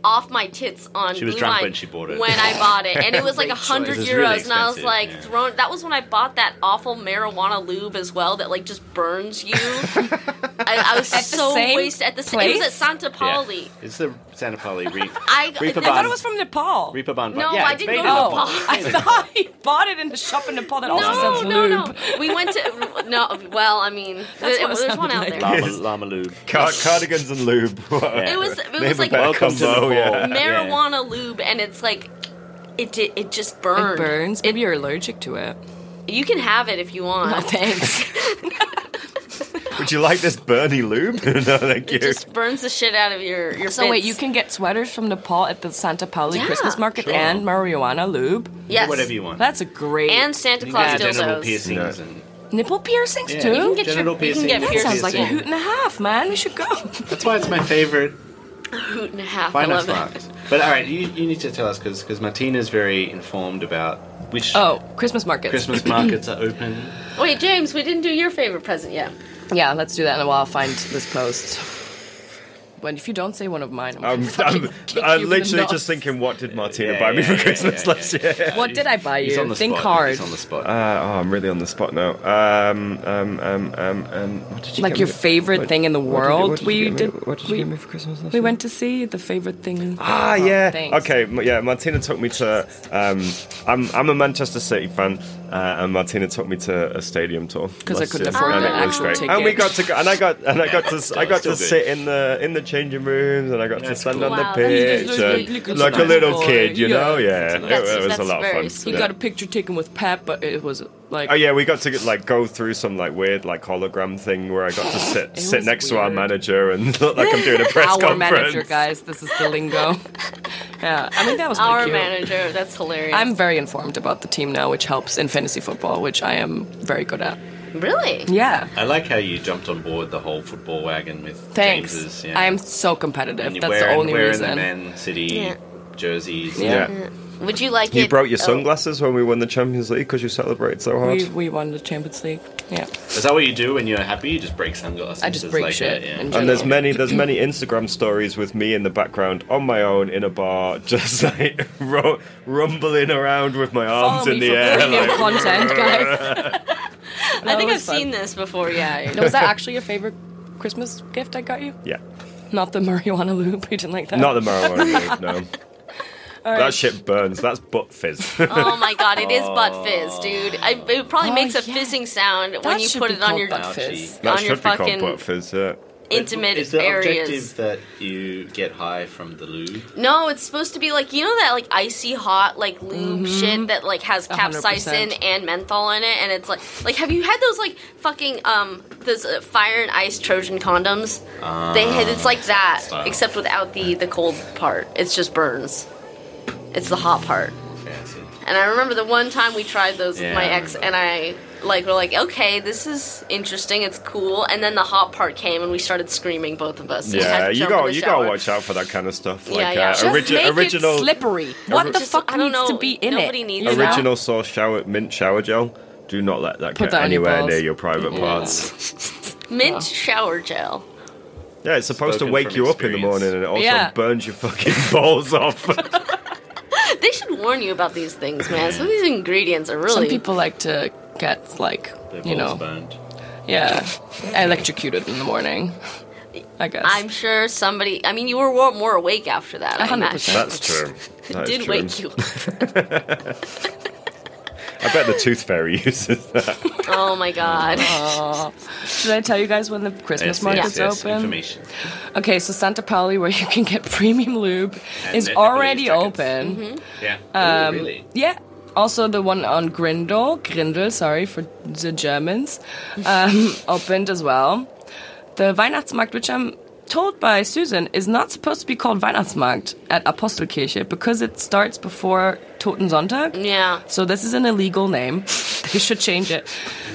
off my tits on She was Blue drunk Line when she bought it. when I bought it, and it *laughs* was like Great a hundred choice. It was euros, really and I was expensive, like yeah. thrown. That was when I bought that awful marijuana lube as well, that like just burns you. I, I was At the so same wasted at the same. *laughs* It was place? at Santa Pauli. Yeah. It's the Santa Pauli Re- *laughs* I, Reaper I thought Bond. it was from Nepal. Reaper Bond. No, yeah, I it's didn't go made in to Nepal. Nepal. I thought *laughs* he bought it in a shop in Nepal *laughs* that also sells no, lube. no. We went to no. Well, I mean, That's there- what it there's one sounded out there. like. Llama, llama lube. Car- cardigans and lube. Yeah. It was it Name was a like better Welcome to combo, the yeah. marijuana lube, and it's like it di- it just It burned. burns. Maybe you're allergic to it. You can have it if you want. No, thanks. Would you like this Bernie lube? *laughs* no, thank you. It just *laughs* burns the shit out of your your. So wait, bits. you can get sweaters from Nepal at the Santa Pauli Yeah. Christmas market Sure. and marijuana lube. yes, Whatever you want. That's a great and Santa You Claus can get genital dildos. piercings and nipple piercings Yeah, too. you can get your- genital you can piercings. get that piercings. sounds like a Yeah. hoot and a half, man. We should go. That's why it's my favorite Hoot and a half. I finance love market. But all right, you, you need to tell us because Martina's very informed about which Oh, Christmas markets. Christmas markets *laughs* are open. it. Wait, James, we didn't do your favorite present yet. *clears throat* Yeah, let's do that in a while. I'll Find this post. When if you don't say one of mine, Um, I'm, I'm, gonna *laughs* fucking *laughs* I'm, kick I'm you in the literally nuts. just thinking, what did Martina Yeah, buy me yeah, for yeah, yeah, Christmas yeah, last year? What did I buy you? He's on the Think spot. hard. He's on the spot. Uh, oh, I'm really on the spot now. Um, um, um, um, um, what did you Like get your me? favorite what- thing in the what did you- world? what did we you get me- did. What did you we, get me for Christmas last we year? went to see the favorite thing. Oh, Ah, yeah. things. Okay, m- yeah. Martina took me to. Um, I'm I'm a Manchester City fan, uh, and Martina took me to a stadium tour 'Cause I last couldn't year, afford and an it was actual great. ticket. And we got to go, and I got and I got *laughs* to s- I got Still to good. sit in the in the changing rooms, and I got to That's stand cool. on Wow, the that's pitch, just and like- uh, like like a a little boy. kid, you Yeah. know. Yeah, it, That's- it was a that's lot of very fun. sweet. We Yeah. got a picture taken with Pat, but it was like Oh yeah, we got to get, like go through some like weird like hologram thing where I *gasps* got to sit sit was next to our weird. manager and *laughs* look like I'm doing a press *laughs* our conference. manager, guys. This is the *laughs* lingo. yeah, I mean that was pretty Our cute. manager. That's hilarious. I'm very informed about the team now, which helps in fantasy football, which I am very good at. really. Yeah. I like how you jumped on board the whole football wagon with Thanks. James's. Yeah. I am so competitive. And you're That's the wearing, only wearing reason. the Man City Yeah. jerseys. Yeah. Would you like You it? broke your oh. sunglasses when we won the Champions League because you celebrated so hard. We, we won the Champions League. Yeah. Is that what you do when you're happy? You just break sunglasses. I just It's break like shit A, yeah. in and there's general. many there's many Instagram stories with me in the background on my own in a bar, *laughs* just like ru- rumbling around with my arms Follow in me the for air. premium like- *laughs* content, *laughs* guys. I think was I've fun. seen this before. Yeah. No, *laughs* was that actually your favorite Christmas gift I got you? *laughs* yeah, Not the marijuana loop. *laughs* You didn't like that. not the marijuana league. No, All right. that shit burns. That's butt fizz. Oh my god, it is *laughs* butt fizz, dude. I, it probably Oh, makes a yeah. fizzing sound That when you should put be it on called your butt fizz. that on should your be called fucking butt fizz. Yeah. intimate Is the areas. objective that you get high from the lube? No, it's supposed to be like you know that like icy hot like lube shit that like has A hundred capsaicin percent. and menthol in it, and it's like like have you had those like fucking um those uh, fire and ice Trojan condoms? they had it's like that style. except without the the cold part. It's just burns. It's the hot part. Fancy. And I remember the one time we tried those Yeah, with my I ex, remember. and I like we're like, okay, this is interesting, it's cool. And then the hot part came, and we started screaming, both of us. We had Yeah, to you jump in got the you shower. gotta watch out for that kind of stuff. Yeah, Like yeah. Uh, Just origi- make it original slippery. What the Just- fuck I don't needs to know, be in nobody it? needs you know? original sauce shower mint shower gel. Do not let that Put get that in your anywhere balls. near your private parts. mint shower gel. *laughs* Yeah, it's supposed Spoken to wake from you up in the morning, and it also Yeah. burns your fucking *laughs* balls off. they should warn you about these things, man. Some of these ingredients are really Some people like to get like Their you know, balls yeah, electrocuted in the *laughs* morning. I guess. I'm sure somebody. I mean, you were wa- more awake after that. I 100%. imagine. That's true. *laughs* it That is did true. wake *laughs* you. up. I bet the tooth fairy *laughs* uses that. Oh my god. *laughs* Should I tell you guys when the Yes, Christmas market's yes, yes, open? information. Okay, so Santa Pauli, where you can get *laughs* premium lube, And is the- the already lube open. Mm-hmm. Yeah. Um, Ooh, really? Yeah. Also, the one on Grindel, Grindel, sorry for *laughs* the Germans, um, opened as well. The Weihnachtsmarkt, which I'm told by Susan, is not supposed to be called Weihnachtsmarkt at Apostelkirche because it starts before Toten Sonntag. Yeah. So this is an illegal name. *laughs* they should change it.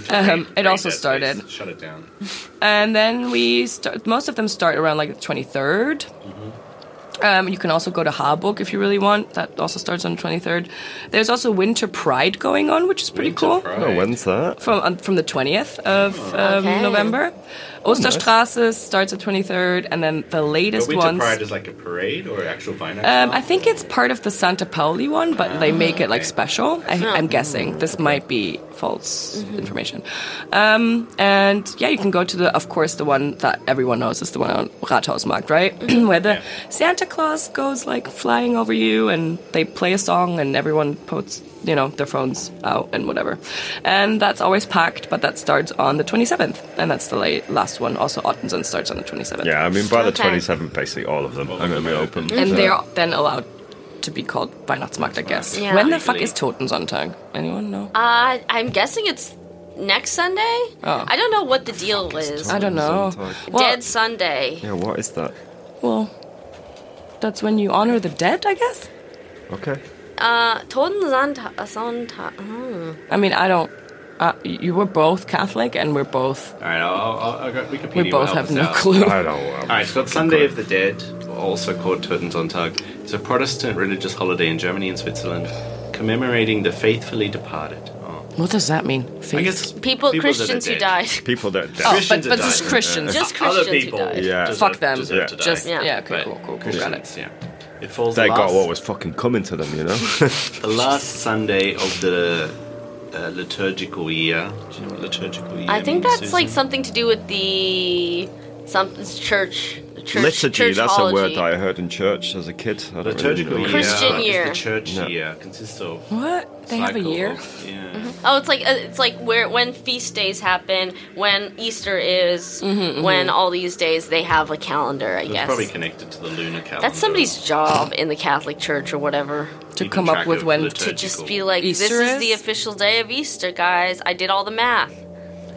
Um, it also Yes, started. please Shut it down. And then we start, most of them start around like the 23rd. Mm-hmm. Um, you can also go to Harburg if you really want. That also starts on the 23rd. There's also Winter Pride going on, which is pretty cool. Oh, when's that? From, um, from the 20th of um, Okay. November. Oh, nice. Osterstraße starts the 23rd, and then the latest But Winter ones. Pride is like a parade or actual Vine um, I think it's part of the Santa Pauli one, but Ah, they make it like special. I, Oh. I'm guessing this might be false information. Um, and yeah, you can go to the, of course, the one that everyone knows is the one on Rathausmarkt, right? *clears throat* Mm-hmm. Where the Santa Claus goes like flying over you, and they play a song, and everyone puts you know their phones out and whatever. And that's always packed, but that starts on the 27th, and that's the late, last one. Also, Ottensen starts on the 27th. Yeah, I mean by the Okay. twenty seventh, basically all of them are going to be open. And so- they're then allowed to be called Weihnachtsmarkt, I guess. Yeah. When the fuck is Totensonntag? Anyone know? Uh, I'm guessing it's next Sunday. Oh. I don't know what the deal is. I don't know. Dead Sunday. Yeah, what is that? Well, that's when you honor the dead, I guess. Okay. Uh, Toten Sonntag. Sonntag. hmm. I mean, I don't. Uh, you were both Catholic, and we're both. All right, I'll, I'll, I'll go Wikipedia. We will both help have us no out. *laughs* clue. I don't. All right, it's got Sunday of the Dead, also called Totensonntag. It's a Protestant religious holiday in Germany and Switzerland, commemorating the faithfully departed. Oh. What does that mean? Faith? I guess People, that are Christians who dead. died. People that Oh, but, but just Christians. Just Other Christians who people died. Yeah. Just Fuck them. deserve to die. Just yeah. Yeah. okay, cool, cool, cool. Got Christians, it. yeah. It falls They the got last- what was fucking coming to them, you know. *laughs* the last Sunday of the uh, liturgical year. Do you know what liturgical year? I think means, that's Susan? like something to do with the some church. church Liturgy. church that's holiday. a word that I heard in church as a kid. I don't Liturgical really year know. Christian is year. the church No. year consists of What? They have a cycle year? of- yeah. Oh, it's like uh, it's like where when feast days happen, when Easter is, Mm-hmm, Mhm, mhm. when all these days they have a calendar. I It's guess probably connected to the lunar calendar. that's somebody's job in the Catholic Church or whatever To come up track with of when liturgical- to just be like, this Easter is, is? the official day of Easter, guys. I did all the math.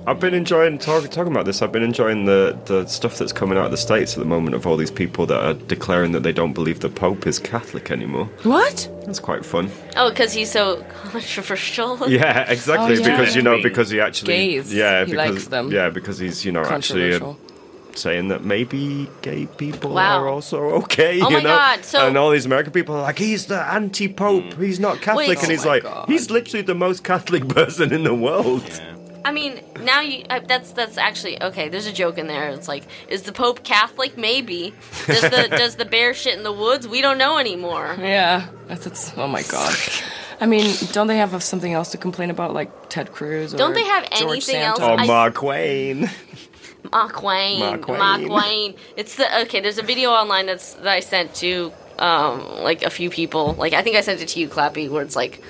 I've been enjoying talk, talking about this. I've been enjoying the, the stuff that's coming out of the states at the moment of all these people that are declaring that they don't believe the Pope is Catholic anymore. What? That's quite fun. Oh, because he's so *laughs* controversial. *laughs* Yeah, Oh, exactly. Oh, yeah. Because you know, because he actually Gays. yeah, He because likes them. yeah, because he's you know actually uh, Controversial. saying that maybe gay people Wow. are also okay. Oh you my know? God, so- and all these American people are like, he's the anti-pope. He's not Catholic, Wait. and Oh he's my like, he's literally the most Catholic *laughs* person in the world. I mean, now you I, that's that's actually okay. There's a joke in there. It's like, is the Pope Catholic? Maybe. Does the does the bear shit in the woods? We don't know anymore. Yeah, that's, that's oh my god. I mean, don't they have something else to complain about, like Ted Cruz? Or Don't they have George anything Santos? else? I- Or Mark Wayne. Mark Wayne. Mark Mark Wayne. Wayne. It's the okay. There's a video online that's that I sent to um, like a few people. Like I think I sent it to you, Clappy, where it's like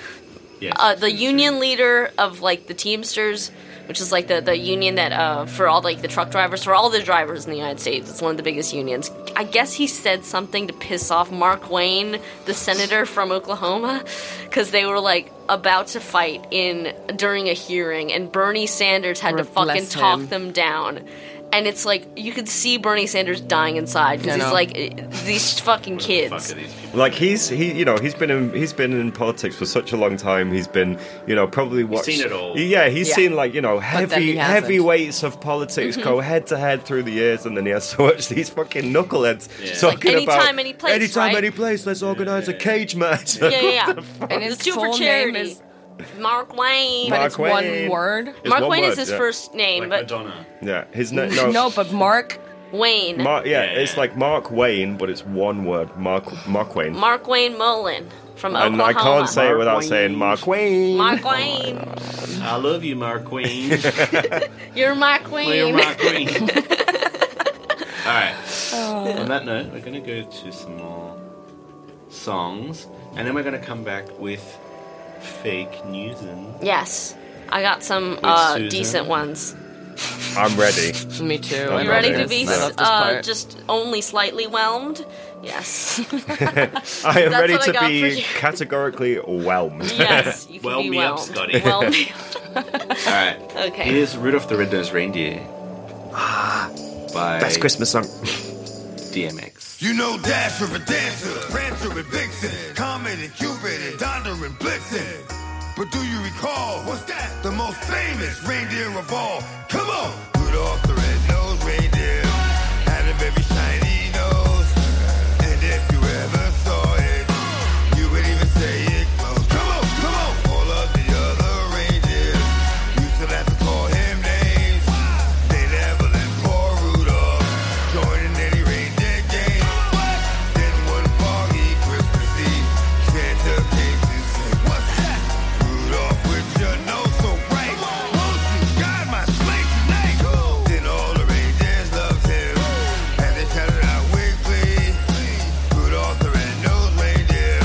Yes. uh, the union leader of like the Teamsters, which is like the the union that uh, for all like the truck drivers for all the drivers in the United States. It's one of the biggest unions. I guess he said something to piss off Mark Wayne, the senator from Oklahoma, because they were like about to fight in during a hearing, and Bernie Sanders had Lord to fucking bless talk him. them down. and it's like you could see Bernie Sanders dying inside I because he's know. like eh, these fucking kids. Like he's he you know he's been in he's been in politics for such a long time. He's been you know probably watched seen it all. Yeah, he's Yeah. seen like you know But then heavy he hasn't. heavyweights of politics Mhm. go head to head through the years, and then he has *laughs* to watch these fucking knuckleheads Just like talking about anytime, any place, anytime, right? any place. Let's organize a cage match. *laughs* Yeah, yeah, yeah. And his Let's do it for full name charity. is- Mark Wayne. But Mark it's one Wayne. word? It's Mark one Wayne word, is his yeah. first name, but *laughs* Yeah, *laughs* his name. No, *laughs* but Mark Wayne. Mark, yeah, it's like Mark Wayne, but it's one word. Mark Mark Wayne. Mark Wayne Mullen from Oklahoma. and I can't say it without saying Mark Wayne. Mark Wayne. I love you, Mark Wayne. *laughs* *laughs* You're Mark Wayne. You're *laughs* Mark Wayne. All right. On that note, we're going to go to some more songs, and then we're going to come back with fake news. And Yes, I got some With uh, Susan. decent ones. I'm ready. Me too. You I'm ready to be I love this uh, part. just only slightly whelmed? Yes. *laughs* I am That's ready what I to got for be you. categorically whelmed. *laughs* Yes, you can Whelm be me up, whelmed. Scotty. Whelm *laughs* me. All right. Okay. Here's Rudolph the Red-Nosed Reindeer. By Best Ah, Christmas song. DMX. You know Dasher and Dancer, Prancer and Vixen, Comet and Cupid and Donner and Blitzen. But do you recall, what's that? The most famous reindeer of all. Come on! Rudolph the red-nosed reindeer had a very shiny nose. And if you ever saw it, you would even say it glows. Come on, come on! All of the other reindeers used to have to call him names. They never let poor Rudolph join in any reindeer game. Then one foggy Christmas Eve, Santa came to say, What's that? Rudolph with your nose so bright. Won't you guide my sleigh tonight? Then all the reindeers loved him, and they shouted out with glee. Rudolph the red-nosed reindeer,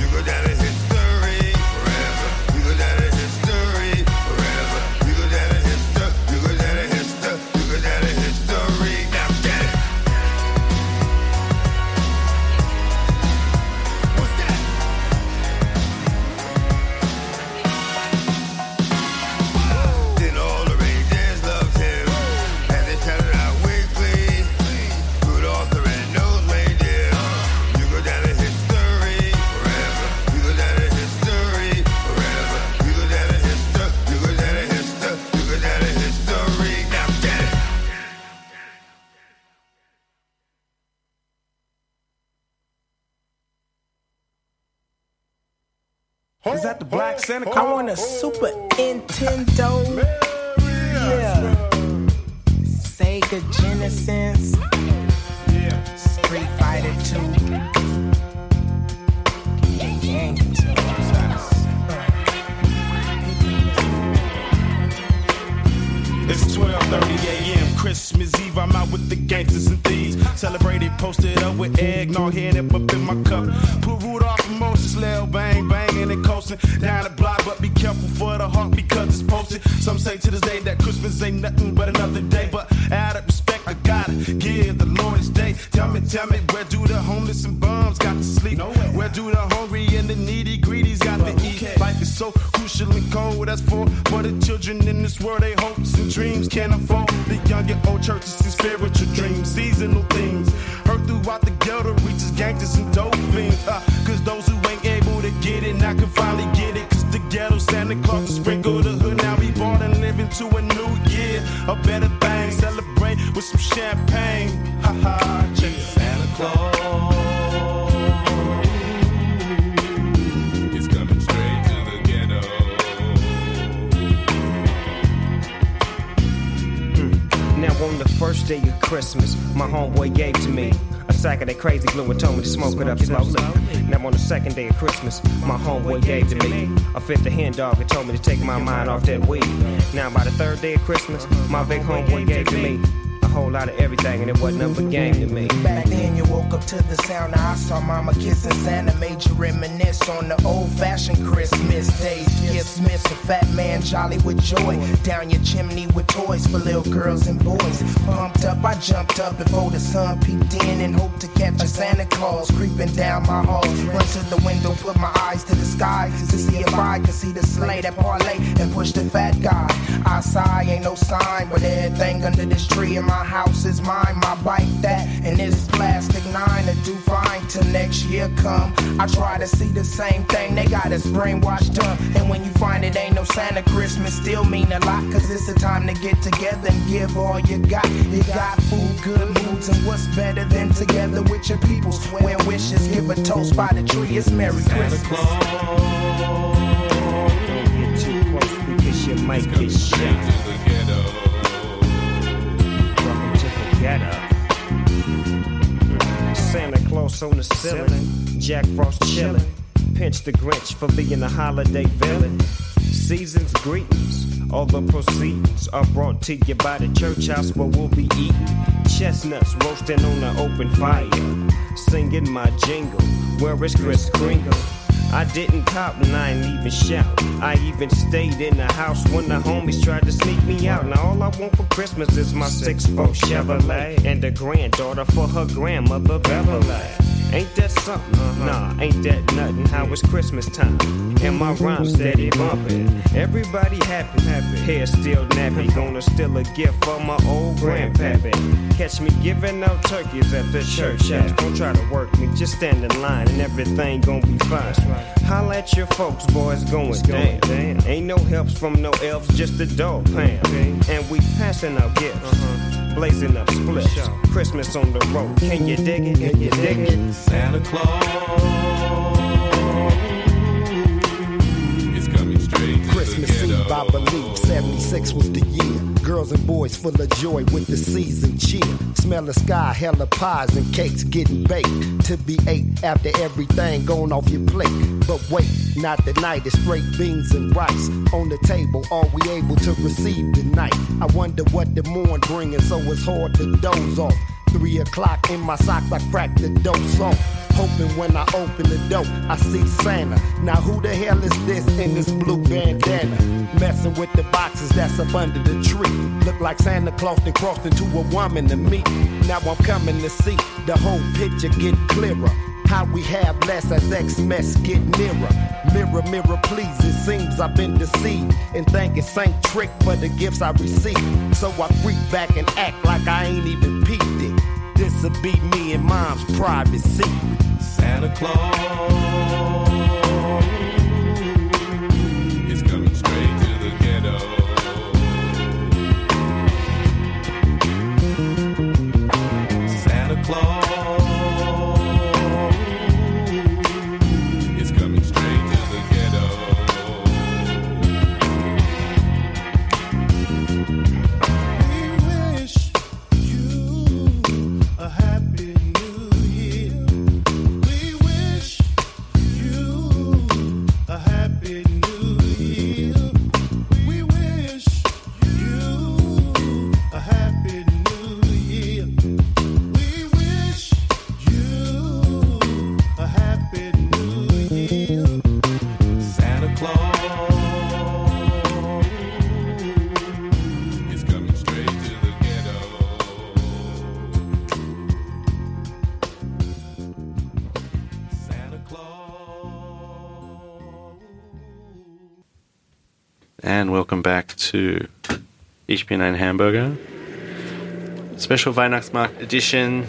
you go down in history forever. You go down in history forever. You go down in history. You go down in history. You go down in history. Now get it. Then all the reindeers loved him, and they shouted out with glee. Rudolph the red-nosed reindeer, you go down in history forever. You go down in history forever. You go down in history. You go down in history. You go down in history. Now get it. Is that the Black Santa Claus? I want a Super Nintendo. Yeah. Sega Genesis. Yeah. Street Fighter 2. Gang It's 12:30 a.m. Christmas Eve. I'm out with the gangsters and thieves. Celebrated, posted up with eggnog, hand it up in my cup. Put Rudolph and Moses, Lil Bang Bang, and it coasting down the block. But be careful for the heart because it's posted. Some say to this day that Christmas ain't nothing but another day. But out of respect, I gotta give the Lord his day. Tell me, tell me, where do the homeless and bums got to sleep? Where do the hungry and the needy greedies got to eat? Life is so crucial and cold. That's for for the children in this world. They hopes and dreams can't afford the young and old churches and spiritual dreams. Seasonal things heard throughout the ghetto reaches gangsters and dope fiends. Uh, Cause those who ain't able to get it, now can finally get it. Cause the ghetto Santa Claus will sprinkle the hood. Now we born and living to a new year, a better thing. Celebrate with some champagne. Ha ha, check it. Santa Claus. It's coming straight to the Now on the first day of Christmas, my homeboy gave to me a sack of that crazy glue and told me to smoke, it up slowly. Now on the second day of Christmas, my homeboy gave to me a fifth of hen dog and told me to take my mind off that weed. Now by the third day of Christmas, my big homeboy gave to me a whole lot of everything and it wasn't up a game to me. Back then, you woke up to the sound. I saw mama kissing Santa, made you reminisce on the old fashioned Christmas days. Gifts miss a fat man jolly with joy. Down your chimney with toys for little girls and boys. Pumped up, I jumped up before the sun peeked in and hoped to catch a Santa Claus creeping down my hall. Run to the window, put my eyes to the sky to see if I can see the sleigh that parlay and push the fat guy. I sigh, ain't no sign, but everything under this tree in my house is mine. My bike that and this plastic nine to do fine till next year come. I try to see the same thing they got us brainwashed up. And when you find it ain't no Santa Christmas, still mean a lot, cause it's the time to get together and give all you got. You got food, good moods, and what's better than together with your people. Swear wishes, give a toast by the tree. It's Merry Christmas. Don't get too close because you might get shot. Welcome to the ghetto. Santa Claus on the ceiling, Jack Frost chilling. Pinch the Grinch for being a holiday villain. Season's greetings, all the proceeds are brought to you by the church house where we'll be eating chestnuts roasting on an open fire. Singing my jingle, where is Chris Kringle? I didn't cop and I ain't even shout. I even stayed in the house when the homies tried to sneak me out. Now all I want for Christmas is my six four Chevrolet and a granddaughter for her grandmother Beverly. Ain't that something? Nah, ain't that nothing? How it's Christmas time and my rhyme steady bumping. Everybody happy, happy. Hair still nappy. Gonna steal a gift for my old grandpappy. Catch me giving out turkeys at the church house. Don't try to work me, just stand in line and everything gonna be fine. Holla at your folks, boys, going down. Ain't no helps from no elves, just the dog pound. And we passing our gifts Uh-huh. blazing up splits. Christmas on the road, can you dig it? Can you dig it? Santa Claus is coming straight. Christmas Eve, I believe, 76 was the year. Girls and boys full of joy with the season cheer. Smell the sky, hella pies and cakes getting baked. To be ate after everything going off your plate. But wait, not tonight, it's straight beans and rice. On the table, are we able to receive tonight? I wonder what the morn bringing, so it's hard to doze off. Three o'clock in my socks, I crack the dose off. Hoping when I open the door, I see Santa. Now who the hell is this in this blue bandana? Messing with the boxes that's up under the tree. Look like Santa Claus that crossed into a woman to me. Now I'm coming to see the whole picture get clearer. How we have less as X-Mess get nearer. Mirror, mirror, please, it seems I've been deceived. And thank it's Saint Trick for the gifts I received. So I freak back and act like I ain't even peeped it. This'll be me and mom's private secret. Santa Claus is coming straight to the ghetto. Santa Claus is coming straight to the ghetto. We wish A happy new year. We wish you a happy new year. We wish you a happy new year. We wish you a happy new year. Santa Claus is coming straight to the ghetto. Santa Claus. And welcome back to Ich bin ein Hamburger. Special Weihnachtsmarkt Edition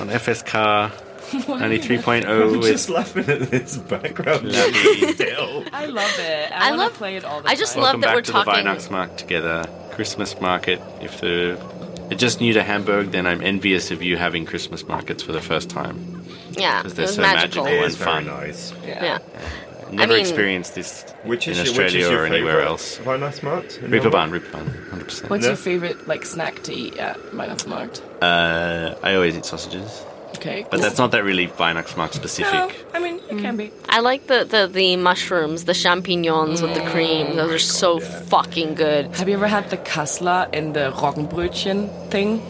on FSK 93.0 I'm with just laughing at this background. Lovely. Still. I love it. I I, wanna love- play it all the I just time. love Welcome that back we're to talking- the Weihnachtsmarkt together. Christmas market. If the are just new to Hamburg, then I'm envious of you having Christmas markets for the first time Yeah, it because they're was so magical. magical, It and is very fun. nice. Yeah. Never mean- experienced this Which in is your, which Australia is your or anywhere favorite else. Weihnachtsmarkt? in Reeperbahn, Melbourne? Reeperbahn, 100%. What's your favorite like snack to eat at Weihnachtsmarkt? Uh, I always eat sausages. Okay. But that's not that really Weihnachtsmarkt specific. No, I mean it can be. Mm. I like the, the, the mushrooms, the champignons with the cream. Those are so fucking good. Have you ever had the Kassler and the Roggenbrötchen thing?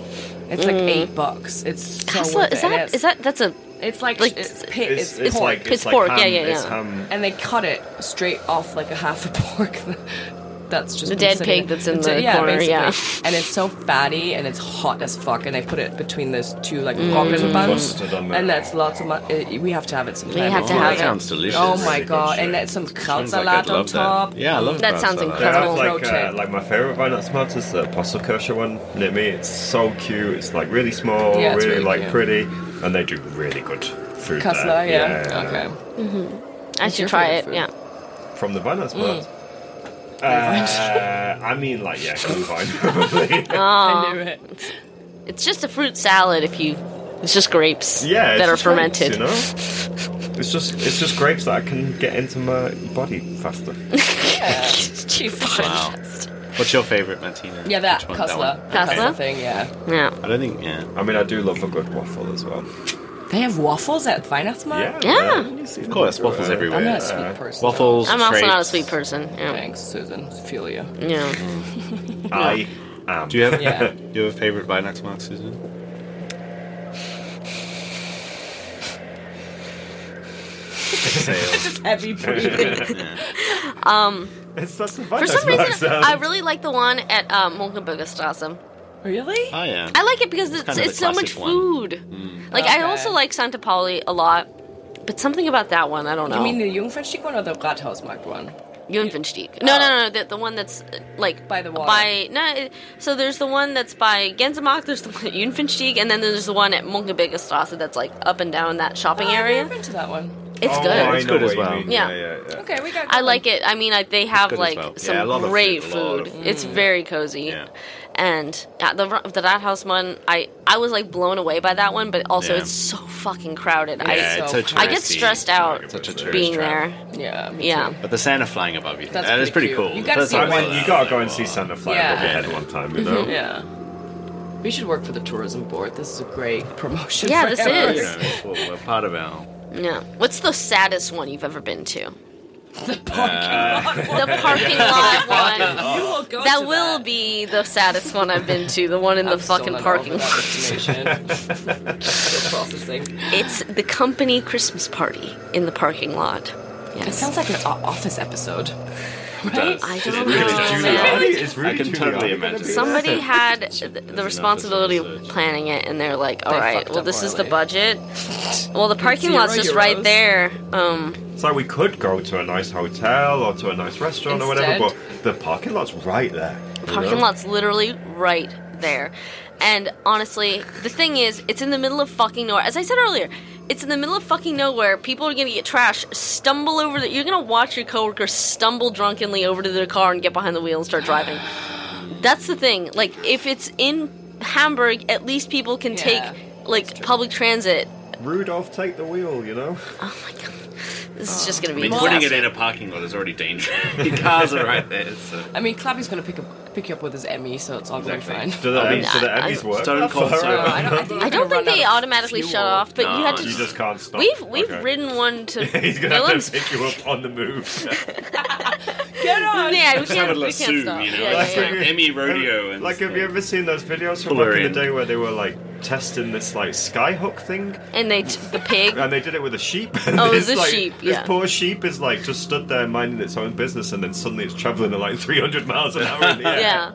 It's like Mm. eight bucks. It's so Kassler, worth is it. that It's- is that that's a It's like, like- it's, it's, It's- it's, it's pork. like- it's It's like pork, yeah, ham, yeah, it's yeah. ham. And they cut it straight off like a half a pork. *laughs* that's just The been dead sitting pig there. that's in So- the corner, basically. yeah. and it's so fatty and it's hot as fuck, and they put it between those two like Mm. rocket Mm. buns, Busted on and that's lots of. Mu- uh, we have to have it sometime. We have to Oh, have that it. sounds delicious. Oh my Really god! good And that's some kraut Sounds like salad I'd on love that. top. Yeah, I love That sounds They have incredible. like, uh, like my favorite Violence Mart is the Postelkirsche one near me. It's so cute. It's like really small, Yeah, it's really, really like cute. pretty, and they do really good food Kassler, there. yeah. Okay. Mm-hmm. I What's your should try it. favorite Yeah. From the Violence Mart. Mm. Uh, I mean, like yeah, combined *laughs* probably. *laughs* I knew it. Um, It's, it's just a fruit salad if you. It's just grapes Yeah, it's that are just grapes, fermented. you know, it's just it's just grapes that I can get into my body *laughs* faster. Too Wow. What's your favorite, Martina? Yeah, that Which one? That Kassler. one? The Okay. Kassler thing, yeah. Yeah. I don't think. Yeah. I mean, I do love a good waffle as well. They have waffles at Weihnachtsmarkt? Of course, waffles Uh, everywhere. Uh, I'm not a sweet person. Waffles. I'm also straight- not a sweet person. Yeah. Thanks, Susan. Feel you. Yeah. Mm. I um, am. Do you have *laughs* Yeah. do you have a favorite Binax mark, Susan? *laughs* Just heavy breathing. *laughs* Um. It's that's the For some reason, I really like the one at um, Molkenburgerstrasse. Really? Oh yeah. I like it because It's it's, kind it's, of so the much classic one. Mm. food. Like Okay. I also like Santa Pauli a lot, but something about that one I don't know. You mean the Jungfernstieg one or the Rathausmarkt one? Jungfernstieg. Oh. No, no, no, the, the one that's uh, like by the water. By no, it- so there's the one that's by Gensemark, there's the *laughs* one at Jungfernstieg, and then there's the one at Munkebegestrasse that's like up and down that shopping Oh, I've area. never been to that one. It's Oh, good. I It's know good as what you well. mean. Yeah. yeah, yeah. Okay, we got. I like it. I mean, I, they have good as like well. Yeah, some a lot of great food, a lot food. of Mm. food. It's very cozy. And yeah, the the Rat House one, I I was like blown away by that one, but also Yeah. it's so fucking crowded. Yeah, I, it's so I get touristy. stressed out Such a tourist being trap. there. Yeah. Yeah. But the Santa flying above you, That's that is pretty pretty cute. cool. You gotta That's see like- it. I mean, you gotta go and see Santa Fly Yeah. yeah. overhead one time, you know. *laughs* *laughs* Yeah. We should work for the tourism board. This is a great *laughs* promotion. Yeah, for this everyone. is. You know, it's what we're part of our Yeah. What's the saddest one you've ever been to? uh, The parking lot one. You will go that to will be the saddest one I've been to. The one in the fucking parking lot. *laughs* Still processing. It's the company Christmas party in the parking lot. Yes. It sounds like an o- office episode. Right? I Is it don't really know. Giuliani? man. It's really I can Giuliani totally gonna imagine. be *laughs* *laughs* Somebody had th- the responsibility of planning it, and they're like, "All right, fucked well, up this is the royally. budget. Well, the parking Zero lot's just right euros. there. Um, So we could go to a nice hotel or to a nice restaurant or whatever, but the parking lot's right there. you parking know? lot's literally right there." And honestly, the thing is, it's in the middle of fucking nowhere. As I said earlier, it's in the middle of fucking nowhere. People are gonna get trash, stumble over. The, you're gonna watch your coworker stumble drunkenly over to their car and get behind the wheel and start driving. That's the thing. Like, if it's in Hamburg, at least people can Yeah, take like public transit Rudolph, take the wheel, you know. Oh This is just gonna I be. mean, putting it in a parking lot is already *laughs* dangerous. the cars are right there, so. I mean, Clappy's going to pick up pick you up with his Emmy, so it's all going to be fine. Do the, I mean, do the I- Emmys I- work? Stone Cold Sorry. Soda. I don't, I think I don't think they automatically fuel. shut off, but you had to. You just can't stop. We've we've Okay. *laughs* ridden one to He's gonna have *laughs* Willem's. to pick you up on the *laughs* move. Get on! Yeah, we Just have can't, we a can't lassoon, you know, stop. like yeah, yeah, yeah. like Emmy rodeo and like, have you ever seen those videos from Pull her back in in. the day where they were like testing this like skyhook thing? And they t- the pig. And they did it with a sheep. *laughs* Oh, it was This, a like, sheep, This yeah. poor sheep is like just stood there minding its own business, and then suddenly it's traveling at like 300 miles an hour. In *laughs* the air. Yeah.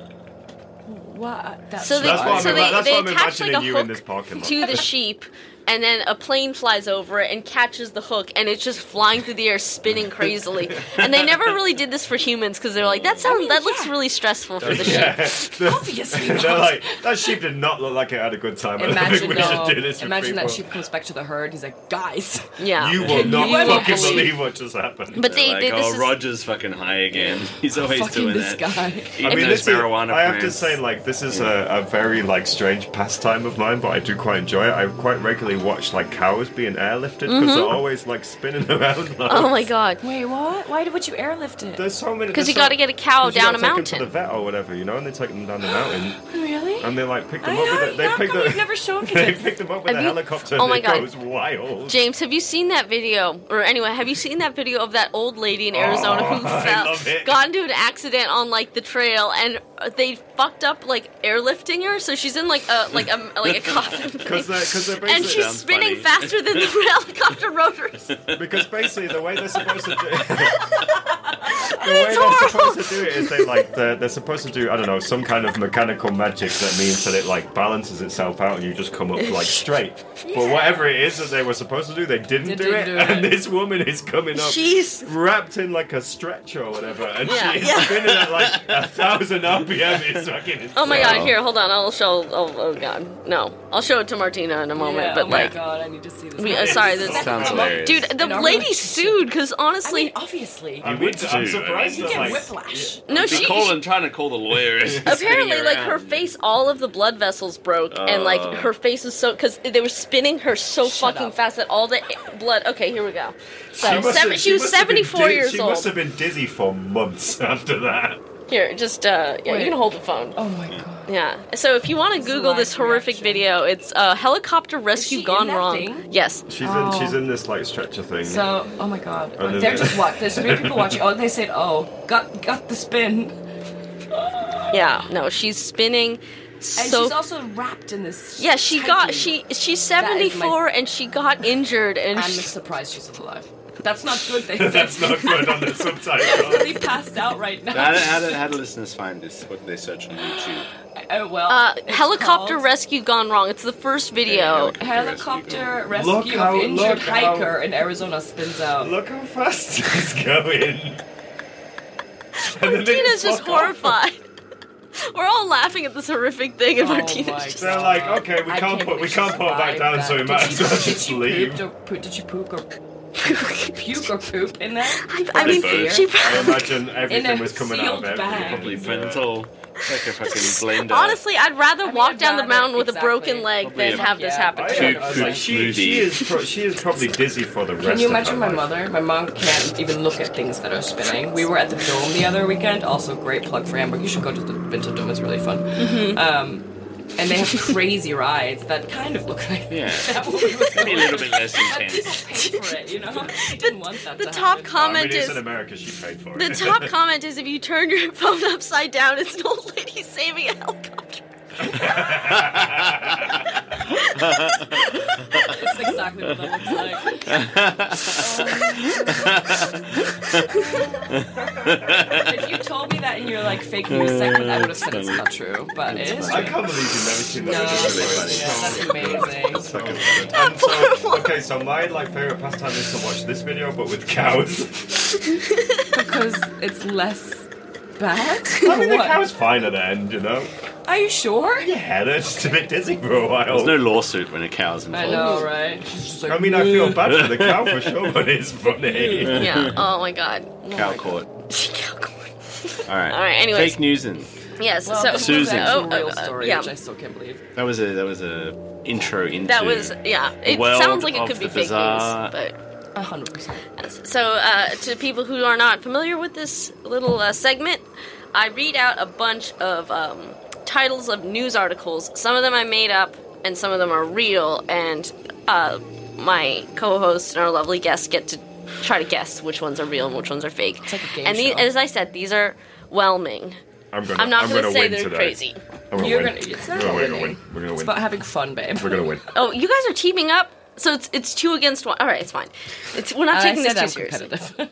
What? That's So they That's what I'm so ima- they, that's they what I'm attach like imagining a you hook in this parking lot. to the sheep, and then a plane flies over it and catches the hook, and it's just flying through the air, spinning *laughs* crazily. And they never really did this for humans because they're like, that sounds Oh, that looks really stressful for the sheep. Yeah. Obviously *laughs* They're not. like, that sheep did not look like it had a good time. I don't Imagine, think we though, should do this with imagine that people. sheep comes back to the herd. He's like, guys, Yeah. You will not you won't fucking believe- believe. what just happened. But they, like, they this oh, is Roger's fucking high again. *laughs* He's always fucking doing this that. guy. Eating I mean, those this is, marijuana I have to plants. say, like, this is a, a very like strange pastime of mine, but I do quite enjoy it. I quite regularly watch like cows being airlifted because Mhm. they're always like spinning *laughs* around. Like, oh my god. Wait, what? Why would you airlift it? There's so many. Because there's you so- got to get a cow 'cause you down a gotta mountain. take 'em to the vet or whatever, you know, and they take them down the mountain. Really? And they like pick I them up. know, With a, they how pick come the, you've never shown me *laughs* They this? pick them up with Have a you- helicopter. Oh and my it God. goes *laughs* wild. James, have you seen that video? Or anyone, have you seen that video of that old lady in Arizona who *laughs* I fell, love it. got into an accident on like the trail, and they fucked up like airlifting her, so she's in like a like a like a coffin, Because they're, *laughs* cause they're basically and she's Sounds spinning funny. faster *laughs* than the helicopter rotors. because basically the way they're supposed to do the way they're supposed to do it is they like they're, they're supposed to do I don't know some kind of mechanical magic that means that it like balances itself out and you just come up like straight. But whatever it is that they were supposed to do, they didn't, They do, didn't it, do it. And this woman is coming up, She's- wrapped in like a stretch or whatever, and Yeah. she's Yeah. spinning at like a thousand RPM. It's fucking. Insane. Oh my god, here, hold on. I'll show. Oh, oh god, no. I'll show it to Martina in a moment. Yeah, but oh my like, god, I need to see this. we, uh, sorry, this Sounds hilarious. Dude, the In our lady relationship. sued because honestly, obviously, You would I'm too, surprised I that, mean, like- whiplash. No, Be she- calling, trying to call the lawyer. *laughs* as she's apparently spinning like her *laughs* around. face all of the blood vessels broke and like Oh. her face was so because they were spinning her so fucking fast that all the blood okay here we go so must seven, have- she, was must have been 74 di- years She old must have been dizzy for months *laughs* after that. here just uh yeah Wait. you can hold the phone oh my god yeah so if you want to google this horrific video it's uh helicopter rescue gone that wrong thing? Oh, yes She's in. She's in this like stretcher thing. So, oh my god, And then- they're just what? There's *laughs* three people watching. Oh, they said, oh, got got the spin, and yeah no she's spinning so she's also wrapped in this. yeah she got tighty- she she's That is my- 74 and she got injured and I'm she- surprised she's still alive. That's not good. *laughs* They said That's *laughs* not good on the subtitle. she's really passed out right now. *laughs* How do, how, do, how do listeners find this? What do they search on YouTube? Oh, well, uh, it's helicopter called rescue gone wrong. It's the first video. Helicopter rescue Rescue of Gone. Look injured how- look how- hiker in Arizona spins out. Look how fast *laughs* it's going. Martina's just horrified. *laughs* We're all laughing at this horrific thing, Oh, and Martina's just. They're like, okay, we can't put we can't put it back down, so we might as well just leave. Pooped or, poo- did she puke or puke or poop in there? I, I *laughs* imagine everything a was coming out sealed of everything. bag. Probably mental. It's like *laughs* a fucking blender. Honestly, I'd rather walk down the mountain with a broken leg Probably than a- have this happen. I to me. don't know. Like, She, she is pro- she is probably dizzy for the rest. Can you of imagine her my life. mother? My mom can't even look at things that are spinning. We were at the Dome the other weekend. Also, great plug for Hamburg. You should go to the Winter Dome. It's really fun. Mhm. Um, and they have crazy rides that kind of look like Yeah. that. woman was Maybe a *laughs* little bit less *laughs* But intense. people pay for it, you know. She didn't want that the to top happen. comment I mean, it's is- in America, she *laughs* paid for The top comment is if you turn your *laughs* phone upside down, it's an old lady *laughs* saving a helicopter. That's exactly what that looks *laughs* like. *laughs* if you told me that in your like fake news segment, I would have said it's not true, but it is. I can't believe you've never seen that. No, It's really funny. that's amazing. And so, okay, so my like favorite pastime is to watch this video, but with cows. *laughs* because it's less bad. I mean, the What? cow's fine at the end, you know. *laughs* Are you sure? Yeah. Yeah, they're just a bit dizzy for a while. There's no lawsuit when a cow's I involved. know, right? She's just like, I mean, I feel bad for *laughs* the cow for sure, but it's funny. yeah. Oh my god. Oh Cow my God. *laughs* court. All right. All right, anyways. Fake newsons. Yes. Well, so this was Susan. actually Oh, a real oh, oh, story, yeah. which I still can't believe. That was a that was a intro into. That was yeah. the It world sounds like it of could the be fake news, bizarre. but A hundred percent. So, uh, to people who are not familiar with this little uh, segment, I read out a bunch of um, titles of news articles. Some of them I made up, and some of them are real. And uh, my co-host and our lovely guests get to try to guess which ones are real and which ones are fake. game and show. as I said, these are whelming. I'm gonna. I'm not gonna, gonna say win they're today. crazy. I'm gonna You're win. gonna- it's We're not gonna win. winning. We're gonna It's win. about having fun, babe. We're gonna win. Oh, you guys are teaming up. So it's it's two against one. All right, it's fine. It's, *laughs* we're not I taking said this too I'm seriously. competitive.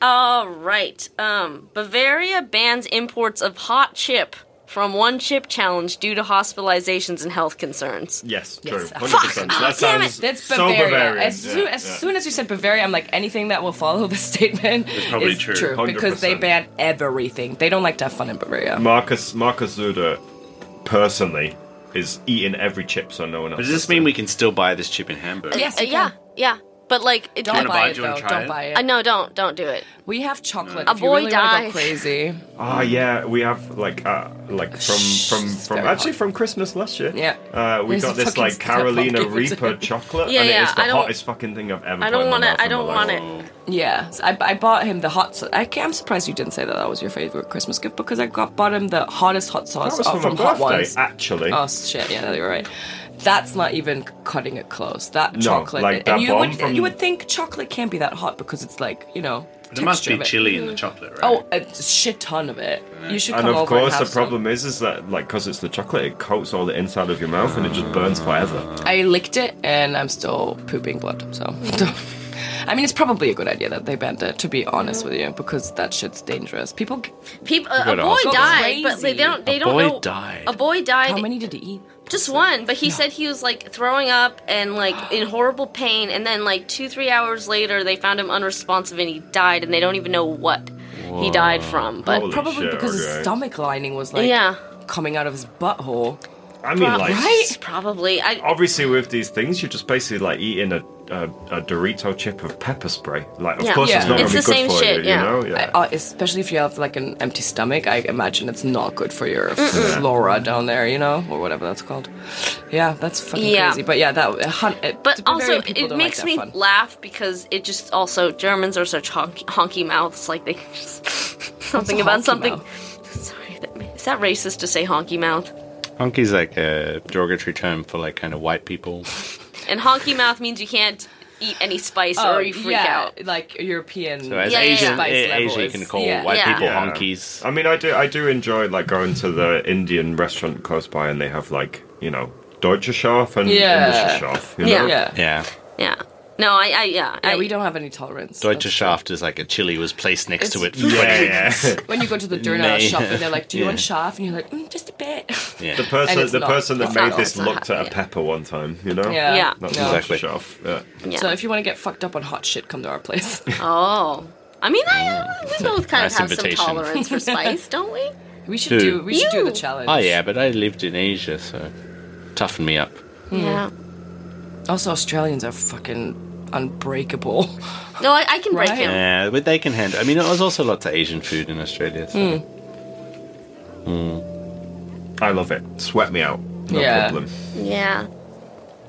All right. Um, Bavaria bans imports of hot chip from One Chip Challenge due to hospitalizations and health concerns. Uh, Yes, Yes. true. Fuck! 100%. Oh, That damn it. sounds That's so Bavaria. Bavarian. As, soon, Yeah, as yeah. soon as you said Bavaria, I'm like, anything that will follow this *laughs* statement It's probably is true. because they 100%. ban everything. They don't like to have fun in Bavaria. Marcus Marcus Zuda, personally, is eating every chip so no one else. Does this mean we can still buy this chip in Hamburg? Uh, yeah, yeah. But like, it, Don't wanna buy buy it? it Do you though. wanna Don't try it? buy Uh, it. no, don't, don't do it. We have chocolate. A if you boy really wanna go dies. crazy. Ah, yeah, we have like uh, like from from from very actually hot. from Christmas last year. Yeah. uh, we There's got a this fucking like stuff on Carolina Gizzard. Reaper chocolate, Yeah, and it yeah, is the I don't- hottest fucking thing I've ever. I don't want want it. to. I don't want it. Yeah, so I, I bought him the hot. sauce. I can't, I'm surprised you didn't say that that was your favorite Christmas gift because I got bought him the hottest hot sauce That was uh, for from my Hot birthday, Ones. actually. oh shit! Yeah, you're right. That's not even cutting it close. That No, chocolate, like that and you bomb would from- you would think chocolate can't be that hot because it's like you know. the There must texture be of it. chili in the chocolate, right? Oh, a shit ton of it. You should come And of over course, and the have problem is, is that like because it's the chocolate, it coats all the inside of your mouth and it just burns forever. some. *laughs* I licked it and I'm still pooping blood. So I mean, it's probably a good idea that they banned it. To be honest with you, because that shit's dangerous. People, People, a, Go a to boy hospital. died, Crazy. but they, they don't. They A don't boy know. died. A boy died. How many did he eat? Just one, but he said he was like throwing up and like in horrible pain, and then like two, three hours later, they found him unresponsive and he died, and they don't even know what he died from. But Well, probably because his stomach lining was like Yeah. coming out of his butthole. I mean, like, Probably. I, obviously with these things, you're just basically like eating a, a, a Dorito chip of pepper spray. Like, of course, it's not going to be good for you. You know? yeah. I- uh, especially if you have like an empty stomach, I imagine it's not good for your Mm-mm. flora down there, you know, or whatever that's called. Yeah, that's fucking Yeah. crazy. But yeah, that. uh, hun- It, But also, Bavarian people it don't like makes that me fun. laugh because it just also Germans are such honky, honky mouths. Like they *laughs* just something a about honky something. *laughs* Sorry, that, is that racist to say honky mouth? Honky's like a derogatory term for like kind of white people. And honky mouth means you can't eat any spice Oh, or you freak yeah, out. Like European. So as Yeah, yeah, Asian, yeah. a- Spice Asia, level you can is- call yeah. white Yeah. people Yeah. honkies. I mean, I do I do enjoy like going to the Indian restaurant close by, and they have like you know Deutsche Schaf and Yeah. Indische Schaf. You Yeah. know? Yeah. Yeah. Yeah. No, I. I yeah. I, we don't have any tolerance. Deutsche Schaft is like a chili was placed next to it for Yeah. 20 years. *laughs* When you go to the Durnal *laughs* May- shop and they're like, "Do you want Yeah. chaff?" and you're like, mm, "Just a bit." Yeah. The And person it's the not- person that it's made not- this it's not looked at a happening. pepper one time. You know. Yeah. Yeah. Not No. exactly. Exactly. Yeah. So if you want to get fucked up on hot shit, come to our place. *laughs* Oh, I mean, I we both kind Nice of have invitation. some tolerance *laughs* for spice, don't we? We should Dude. do. We should do the You. challenge. Oh yeah, but I lived in Asia, so toughen me up. Yeah. Also, Australians are fucking unbreakable. No, I, *laughs* I can break Right. him. Yeah, but they can handle. I mean, there's also lots of Asian food in Australia. So. Mm. Mm. I love it. Sweat me out. No Yeah. problem. Mm. Hmm. Yeah.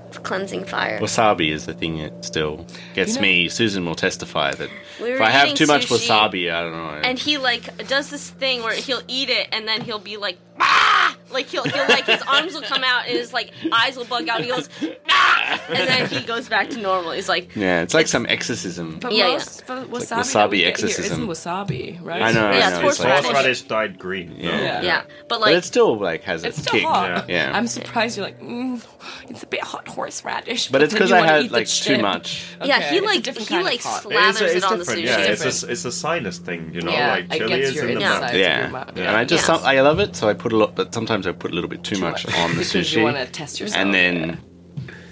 It's cleansing fire. Wasabi is the thing that still gets You know- me. Susan will testify that We if were I have eating too much sushi, wasabi, I don't know. And he like does this thing where he'll eat it and then he'll be like, ah! like he'll he'll like his arms will come out and his like eyes will bug out. And he goes, ah! and then he goes back to normal. He's like, yeah, it's like some exorcism. But Yeah, yeah. most for wasabi, It's like that wasabi we get exorcism. Here isn't wasabi, right? I know, I Yeah, know, it's it's like- horseradish. Horseradish dyed green. though. Yeah. Yeah. yeah, but but like it still like has It's a still kick. hot. Yeah, I'm surprised you're like, mm, it's a bit hot horseradish. But it's then 'cause you I wanna had, eat the like, too chip. much. Yeah, he, Okay, it's a like- different he, kind of like, hot. slapped- Lathers it on the different, sushi. Yeah, It's it's a, it's a sinus thing, you know, Yeah, like it chili gets is your in the insides mouth. of your yeah. mouth. and I just Yeah. some- I love it, so I put a lot, but sometimes I put a little bit too much on the Because sushi, you wanna test yourself, and then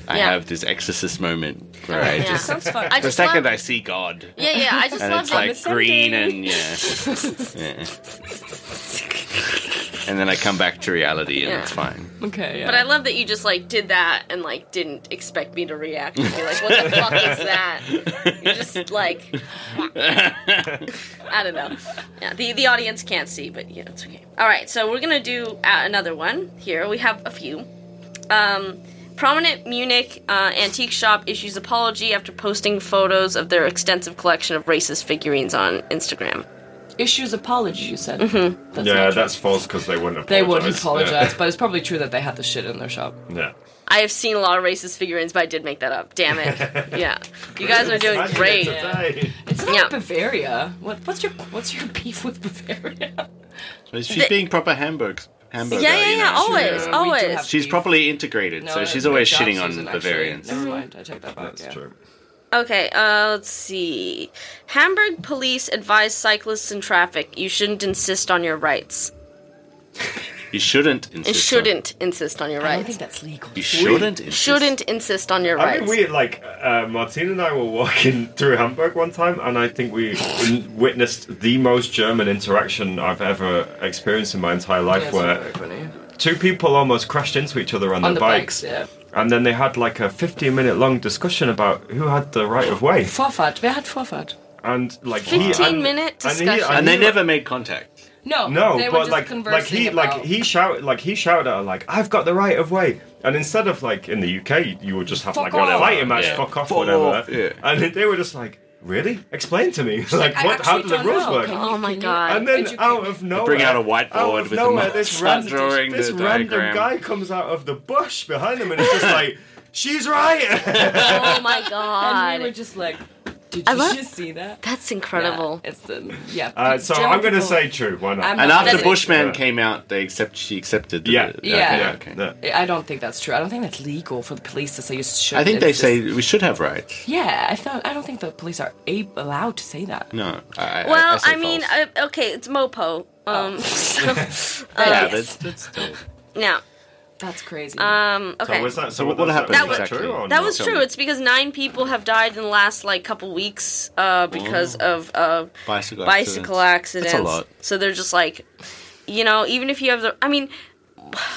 I Yeah. have this exorcist moment where I Yeah. just Sounds fun. I the just second love- I see God, Yeah, yeah, I just and love it's that like descending. green and yeah. yeah. And then I come back to reality and Yeah. it's fine. Okay, But I love that you just like did that and like didn't expect me to react and be like, "What the fuck is that?" *laughs* You're just like, I don't know. Yeah, the the audience can't see, but yeah, it's okay. All right, so we're gonna do uh, another one here. We have a few. Um, prominent Munich uh, antique shop issues apology after posting photos of their extensive collection of racist figurines on Instagram. Issues apology, you said. Mhm. That's yeah, not true. that's false because they wouldn't apologize. Mm-hmm. They wouldn't apologize, Yeah. but it's probably true that they had the shit in their shop. yeah. I have seen a lot of racist figurines, but I did make that up. Damn it! Yeah, you guys are doing great. It's not Yeah. Bavaria. What, what's your what's your beef with Bavaria? She's The- being proper Hamburgs. Hamburger, Yeah, yeah, you know, yeah, she's- always, Yeah. always. We do have She's beef. properly integrated, No, so she's good always job, shitting on Susan, actually. Bavarians. Never mind, I take that back. yeah. Okay, uh, let's see. Hamburg police advise cyclists in traffic you shouldn't insist on your rights. You shouldn't insist. You on- shouldn't insist on your rights. I think that's legal. You shouldn't insist. Shouldn't insist on your I rights. mean, we like uh, Martin and I were walking *laughs* through Hamburg one time, and I think we win- witnessed the most German interaction I've ever experienced in my entire life, Yeah, it's where very funny. two people almost crashed into each other on, On their the bikes, bikes, yeah. and then they had like a 15 minute long discussion about who had the right of way, Vorfahrt. Wer hat Vorfahrt? and like he 15 and, minute and he- discussion. And they he- never made contact. No, no, Oh, they were but just like, like conversing he, about *laughs* like he shouted, like he shouted at her, like I've got the right of way. And instead of like in the UK, you- you would just have Fuck like on a off. lighting match, Yeah. fuck off, Fuck whatever. off, And they were just like, really? Explain to me, *laughs* like, like, "I what? How do actually the don't rules know. work? Can you- Oh my can you God. And then educate out of nowhere, bring out a out whiteboard of with a nowhere, map, *laughs* this start random, drawing this the random diagram. guy comes out of the bush *laughs* behind them and it's just like, she's right. *laughs* *laughs* oh my god. And we were just like, Did I you love- just see that? That's incredible. Yeah, *laughs* it's a, yeah. Uh, so I'm going to say true. Why not? I'm and not after gonna- Bushman came out, they accept she accepted. the- Yeah. okay, Yeah. okay. I don't think that's true. I don't think that's legal for the police to say you should. I think they say we should have rights. Yeah, I thought I don't think the police are ab- allowed to say that. No. uh, I, I- well, say I, mean, false. Oh. I, okay, it's Mopo. Um, *laughs* *laughs* so, uh, yeah, yes. but *laughs* it's, it's still. Yeah. That's crazy. Um, okay. So was that- so what- what happened That was, exactly? that Tell was me. true. It's because nine people have died in the last like couple weeks uh, because Oh. of uh, Bicycle bicycle accidents. accidents. That's a lot. So they're just like, you know, even if you have the, I mean,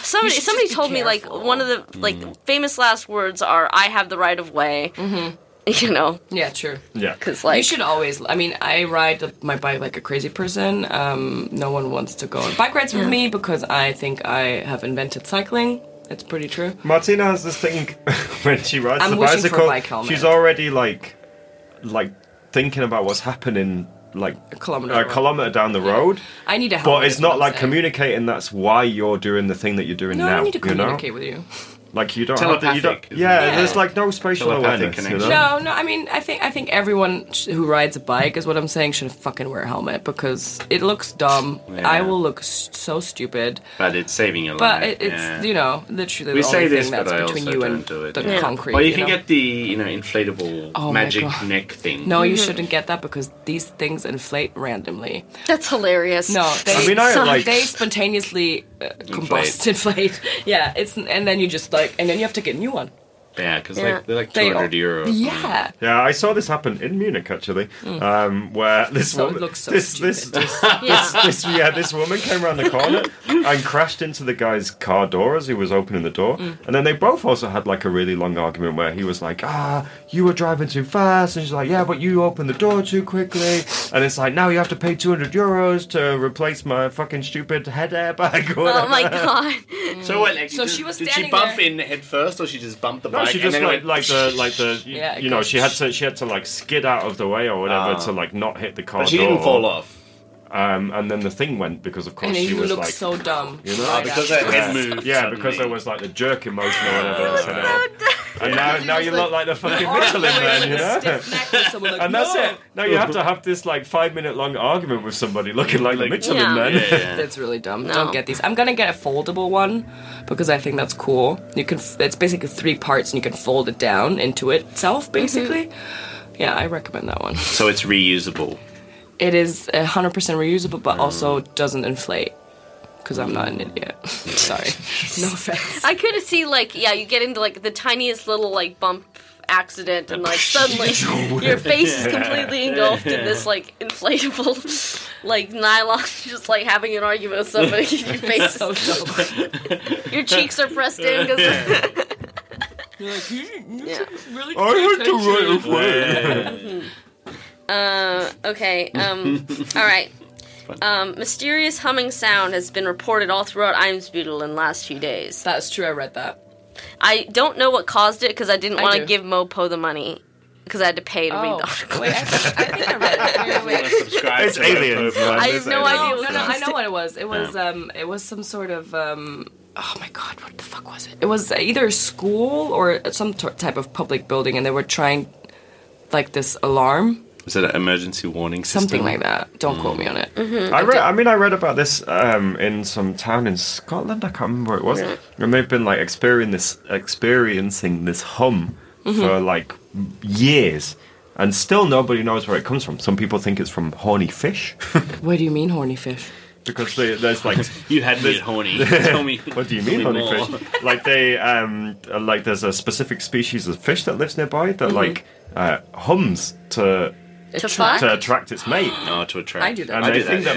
somebody should somebody just be told me like one of the like Mm-hmm. famous last words are "I have the right of way." Mhm. *laughs* You know, Yeah, true. Yeah. because like you should always. I mean, I ride the- my bike like a crazy person. Um, no one wants to go on bike rides with Yeah. me because I think I have invented cycling. It's pretty true. Martina has this thing *laughs* when she rides I'm the wishing for a bicycle. bike helmet. she's already like, like thinking about what's happening, like a kilometer, down the road. I need a helmet. But it's is not what like I'm saying. communicating. That's why you're doing the thing that you're doing No, now. I need to you know? communicate with you. Like you don't. Have, you Telepathic, don't isn't it? yeah, Yeah. There's like no spatial Telepathic awareness. You know? connection. No, no. I mean, I think I think everyone sh- who rides a bike is what I'm saying should fucking wear a helmet because it looks dumb. I Yeah. will look s- so stupid. But it's saving your life. But it, it's yeah. you know literally we the say only this, thing that's but I between also you don't and do it. the concrete. Well, you, can know? get the you know inflatable Oh my magic God. neck thing. No, you shouldn't get that because these things inflate randomly. that's hilarious. No, they I mean, *laughs* I so- like- they spontaneously uh, combust, *laughs* inflate. Yeah, it's and then you just like and then you have to get a new one. Yeah, because Yeah. like they're like They two hundred all- euro. Mm-hmm. Yeah. Yeah, I saw this happen in Munich actually, Mm. um, where this So it woman, looks so this, this, *laughs* this, this, this, yeah, this woman came around the *laughs* corner and crashed into the guy's car door as he was opening the door, Mm. and then they both also had like a really long argument where he was like, "Ah, you were driving too fast," and she's like, "Yeah, but you opened the door too quickly," and it's like, "Now you have to pay two hundred euros to replace my fucking stupid head airbag." or Oh my whatever." god. So what? Like, So did, she was Did she standing bump in head first, or she just bumped the No, bike? she and just then it like, went- like *laughs* the like the you, Yeah, it know goes- she had to she had to like skid out of the way or whatever Ah. to like not hit the car. But she didn't door. fall off. Um, and then the thing went because of course And she you was look like so dumb. Oh you know Ah, right after. yeah. Yeah, because there was like the jerk emotion or whatever. that's in Oh, it. and now now you look like the fucking Michelin man, you know. *laughs* and that's it. Now you have to have this like five minute long argument with somebody looking like the Michelin Yeah. man. Yeah, yeah. That's really dumb. Don't get these. I'm gonna get a foldable one because I think that's cool. You can. f- It's basically three parts, and you can fold it down into itself, basically. Yeah, I recommend that one. So it's reusable. Mm. It is 100% reusable, but also doesn't inflate. Because I'm not an idiot. *laughs* *laughs* Sorry. No offense. *laughs* I could see like yeah, you get into like the tiniest little like bump accident *laughs* and like suddenly your face is completely engulfed in this *laughs* like inflatable *laughs* like nylon *laughs* just like having an argument with somebody *laughs* your face *laughs* So is, *laughs* your cheeks are pressed in because *laughs* You're like, really I had to run Mm-hmm. Uh, okay. *laughs* Um, all right. Um, mysterious humming sound has been reported all throughout Eimsbüttel in the last few days. That's true. I read that. I don't know what caused it because I didn't I want do. Oh. to give Mopo the money because I had to pay to read the article. It's aliens. man, I it's have no aliens. idea. No, no, I know what it was. It was um, it was some sort of um, oh my god, what the fuck was it? It was either a school or some t- type of public building, and they were trying like this alarm, Is it an emergency warning system? something like that. Don't quote me on it. I read. I mean, I read about this um, in some town in Scotland. I can't remember where it was, Yeah. and they've been like experiencing this, experiencing this hum Mhm. for like years, and still nobody knows where it comes from. Some people think it's from horny fish What do you mean, horny fish? because they, there's like *laughs* you had me at *laughs* horny. Tell me. what do you mean tell me horny more. fish? Like they um like there's a specific species of fish that lives nearby that Mhm. like uh, hums to. To fuck? to attract its mate. *gasps* No, to attract. I do that. Mm-hmm. I And they do that, think that,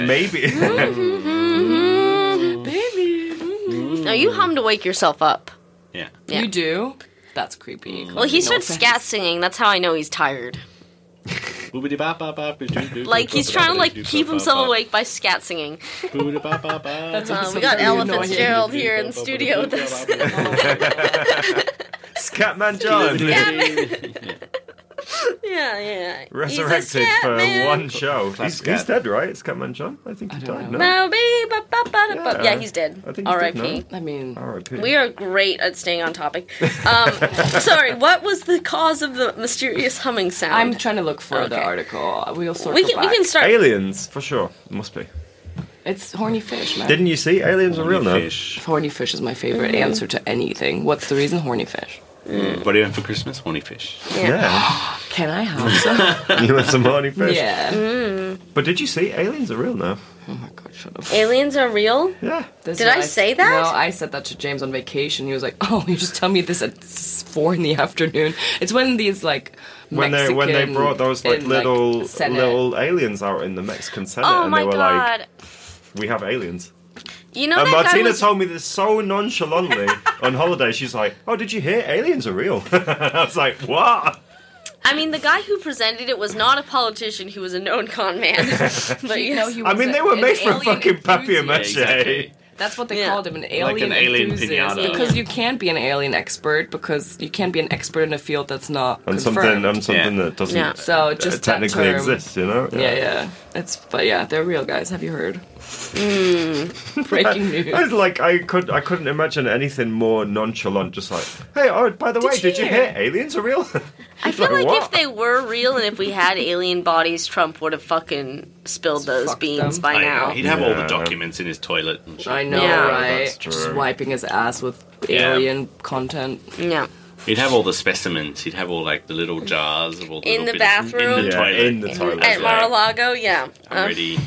yeah. maybe. No, you hum to wake yourself up. Yeah. Yeah. You do. That's creepy. Mm. Well, he No starts offense. scat singing. That's how I know he's tired. Like he's trying to like keep himself awake by scat singing. That's Uh, also we got very Ella annoying. Fitzgerald here in the studio with us. *laughs* Scatman John. *laughs* yeah, yeah. Resurrected for Scatman. one show. He's, he's dead, right? Scatman John? I think he died. No. Now be ba ba Yeah. yeah, he's dead. I think he's R.I.P. dead, no? I mean, R.I.P. We are great at staying on topic. *laughs* Um, sorry, what was the cause of the mysterious humming sound? I'm trying to look for the article. We'll circle We can- we back. can start- Aliens, for sure. Must be. It's horny fish, man. Didn't you see? Aliens are real now. Horny fish is my favorite Mm-hmm. Mhm. *laughs* answer to anything. What's the reason? Horny fish. What do you want for Christmas? Horny fish. *gasps* Mm. Yeah. Can I have some? you want some horny fish? Yeah. Mm. But did you see? Aliens are real now. *laughs* Aliens are real? Yeah. Did I say that? No, I said that to James on vacation. He was like, *laughs* "Oh, you just tell me this at s- four in the afternoon." It's when these like When they when they Mexican brought those like in, little Senate- little aliens out in the Mexican Senate, Oh and my they were god. like, "We have aliens." you know and that guy Uh, Martina was told me this *laughs* so nonchalantly on holiday. She's like, "Oh, did you hear? Aliens are real." *laughs* I was like, "What?" I mean, the guy who presented it was not a politician. He was a known con *laughs* man. but you know, I mean, they were made from fucking papier Yeah, mache. exactly. That's what they called him, an alien an alien enthusiast. pinata. Because you can't be an alien expert because you can't be an expert in a field that's not And something confirmed. and something that doesn't uh, Yeah. So just that technically term. exist, you know? Yeah. yeah, It's but yeah, they're real guys. Have you heard? I- Hmm. *laughs* *laughs* Breaking news. I was like, I could, I couldn't imagine anything more nonchalant. Just like, hey, oh, by the Did way, you did you hear? hear aliens are real? *laughs* I feel like Like what? if they were real and if we had alien bodies, Trump would have fucking spilled those beans by I know, now. He'd have all the documents in his toilet and shit. I know, Yeah. right? That's true. Just wiping his ass with Yeah. alien content. Yeah. He'd have all the specimens. He'd have all like the little jars of all the In little the bits in bathroom? the Yeah, toilet, in the toilet. At Mar-a-Lago, yeah. Um, Already.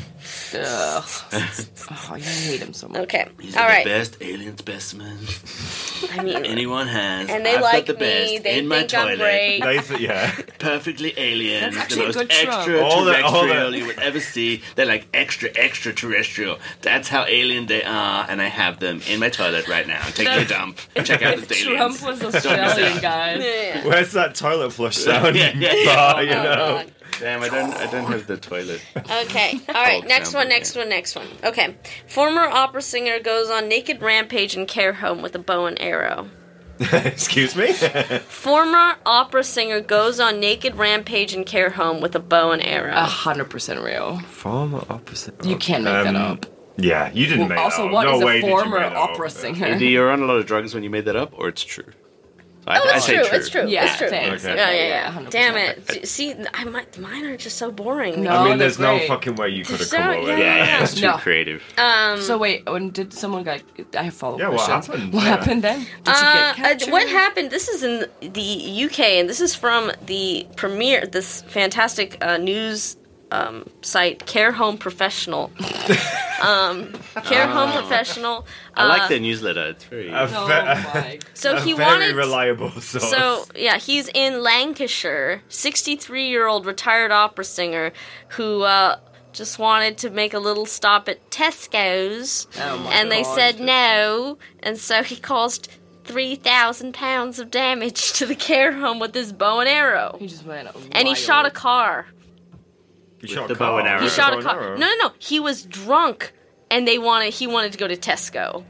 Ugh. oh, you hate him so much. Okay. These All are right. the best alien specimens I mean, anyone has. And they I've like got the me, Best they in my think I'm toilet. great. They yeah. *laughs* Perfectly alien. That's the actually a most good trope. extraterrestrial All that- all that- you would ever see. They're like extra extraterrestrial. That's how alien they are, and I have them in my toilet right now. Take your That's- dump. Check out the *laughs* aliens. Trump was Don't miss Australian, out. guys. Where's that toilet flush sound? Yeah, yeah, yeah. bar, you Oh, know? God. Damn, I don't, I don't have the toilet. *laughs* Okay. All right. Gold Next one. sample, Next one. Next one. Okay. Former opera singer goes on naked rampage in care home with a bow and arrow. *laughs* *laughs* Excuse me. Former opera singer goes on naked rampage in care home with a bow and arrow. A hundred percent real. Former opposite. You can't make that up. Um, Yeah, you Well, didn't make also, that up. what no is a way did you former make that opera up. singer? Andy, you're on a lot of drugs when you made that up, or it's true. I, Oh, I it's say true, it's true. Yeah, it's true. thanks. Okay. Yeah, Okay, yeah, yeah, yeah. Damn it. D- See, I might, mine are just so boring. No, I mean, they're there's no great. fucking way you could have So, come up with yeah, that. yeah, It's too No. creative. Um, So wait, when did someone got? I have follow up Yeah, what questions. happened? What Yeah. happened then? Did Uh, you uh, get captured? what happened? This is in the UK, and this is from the premiere, this fantastic uh, news um, site, Care Home *laughs* Professional. um, Care Home Oh. Professional. I like uh, their newsletter. It's very. Oh A *laughs* ve- So a he very wanted- reliable *laughs* source. So yeah, he's in Lancashire, 63-year-old retired opera singer who uh, just wanted to make a little stop at Tesco's, Oh my and they God. said no, and so he caused three thousand pounds of damage *laughs* to the care home with his bow and arrow, He just went. and he shot a car. he shot the a bow car. and arrow. He shot a car. No, no, no. He was drunk, and they wanted he wanted to go to Tesco,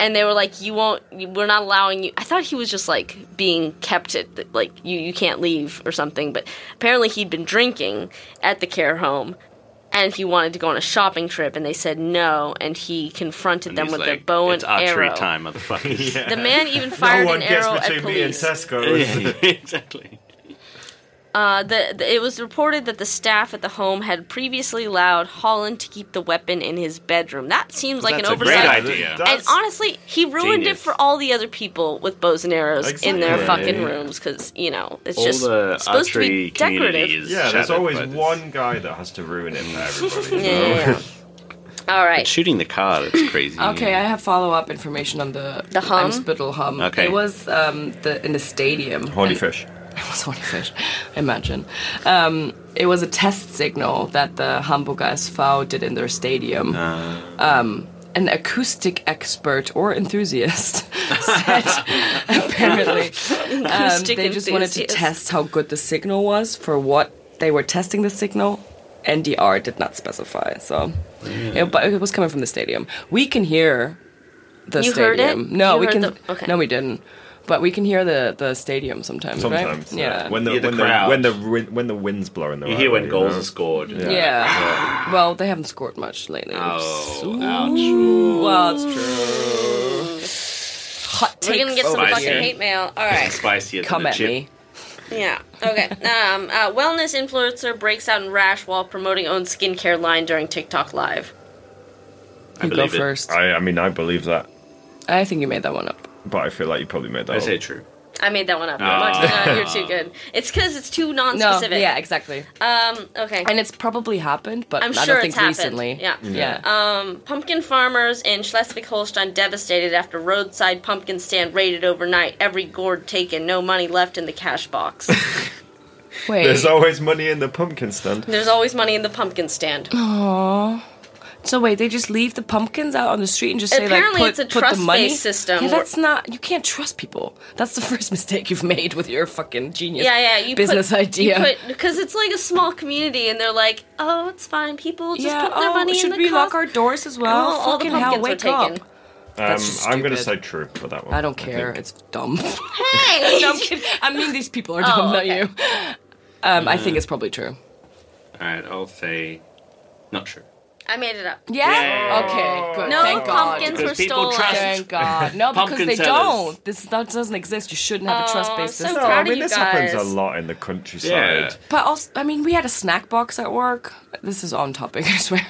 and they were like, "You won't. you- We're not allowing you." I thought he was just like being kept at the, like you you can't leave or something, but apparently he'd been drinking at the care home. And he wanted to go on a shopping trip, and they said no. And he confronted And them he's with their like, bow and it's archery arrow. time, *laughs* motherfuckers. The man even fired no one an gets arrow between at me and police. *laughs* Tesco's. Yeah, *laughs* exactly. Uh, the, the, it was reported that the staff at the home had previously allowed Holland to keep the weapon in his bedroom. That seems like That's an a great oversight. idea. And That's honestly, he ruined genius. it for all the other people with bows and arrows in their Exactly. fucking Yeah. rooms because you know it's All just the supposed to archery be community decorative. is Yeah, there's shattered always by this. one guy that has to *laughs* ruin it for everybody. you Yeah, know? yeah, *laughs* All right. But shooting the car, that's crazy. Okay, I have follow up information on the The hum? hospital hum. Okay. it was um, the in the stadium. *laughs* Horny fish. It was horny fish. Imagine. Um, it was a test signal that the Hamburger SV did in their stadium. Um, an acoustic expert or enthusiast *laughs* said, *laughs* apparently, um, Acoustic they just wanted to enthusiast. test how good the signal was for what they were testing the signal. NDR did not specify, so it, but it was coming from the stadium. We can hear the You heard stadium. it? No, You we heard can. the- okay. No, we didn't. But we can hear the, the stadium sometimes, Sometimes, right? yeah. When the yeah. when the, when the win- when the wind's blowing, You hear when goals are scored. Yeah. *sighs* Well, they haven't scored much lately. Oh, Well, it's true. Hot We're take. gonna get some over fucking here. hate mail. All right. Spicier Come than a at chip. me. Yeah. Okay. Um, uh, wellness influencer breaks out in rash while promoting own skincare line during TikTok live. You go believe it. first. I, I mean, I believe that, I think you made that one up. but I feel like you probably made that. I up. say true. I made that one up. Ah. Martina, you're too good. It's because it's too non-specific. No, yeah, exactly. Um. Okay. And it's probably happened, but I'm I sure don't think it's happened. recently. Yeah. Yeah. Um, pumpkin farmers in Schleswig-Holstein devastated after roadside pumpkin stand raided overnight. Every gourd taken, no money left in the cash *laughs* box. Wait. There's always money in the pumpkin stand. There's always money in the pumpkin stand. Aww. So wait, they just leave the pumpkins out on the street and just say Apparently like put, it's a put the trust-based money system. Yeah, that's not. You can't trust people. That's the *laughs* first mistake you've made with your fucking genius. Yeah, yeah. You business put, idea. because it's like a small community, and they're like, "Oh, it's fine. People just yeah. put their oh, money should in the we cost." lock our doors as well? Oh, all the Fucking hell, pumpkins wake were up. taken. Um, That's just I'm going to say stupid. true for that one. I don't care. it's *laughs* dumb. *laughs* Hey! No, I'm *laughs* kidding. I mean, these people are Oh, dumb, okay. not you. *laughs* Um, I Mm. think Yeah. it's probably true. Alright, I'll say not true. I made it up. Yeah? Yay. Okay, good. No Thank God. pumpkins were Oh. Because people stolen. trust- Thank God. No, because Pumpkin they sellers. don't. This that doesn't exist. You shouldn't have a Oh, trust based so system. No, proud I mean, this happens a lot in the countryside. But also, I mean, we had a snack box at work. This is on topic, *laughs* I swear.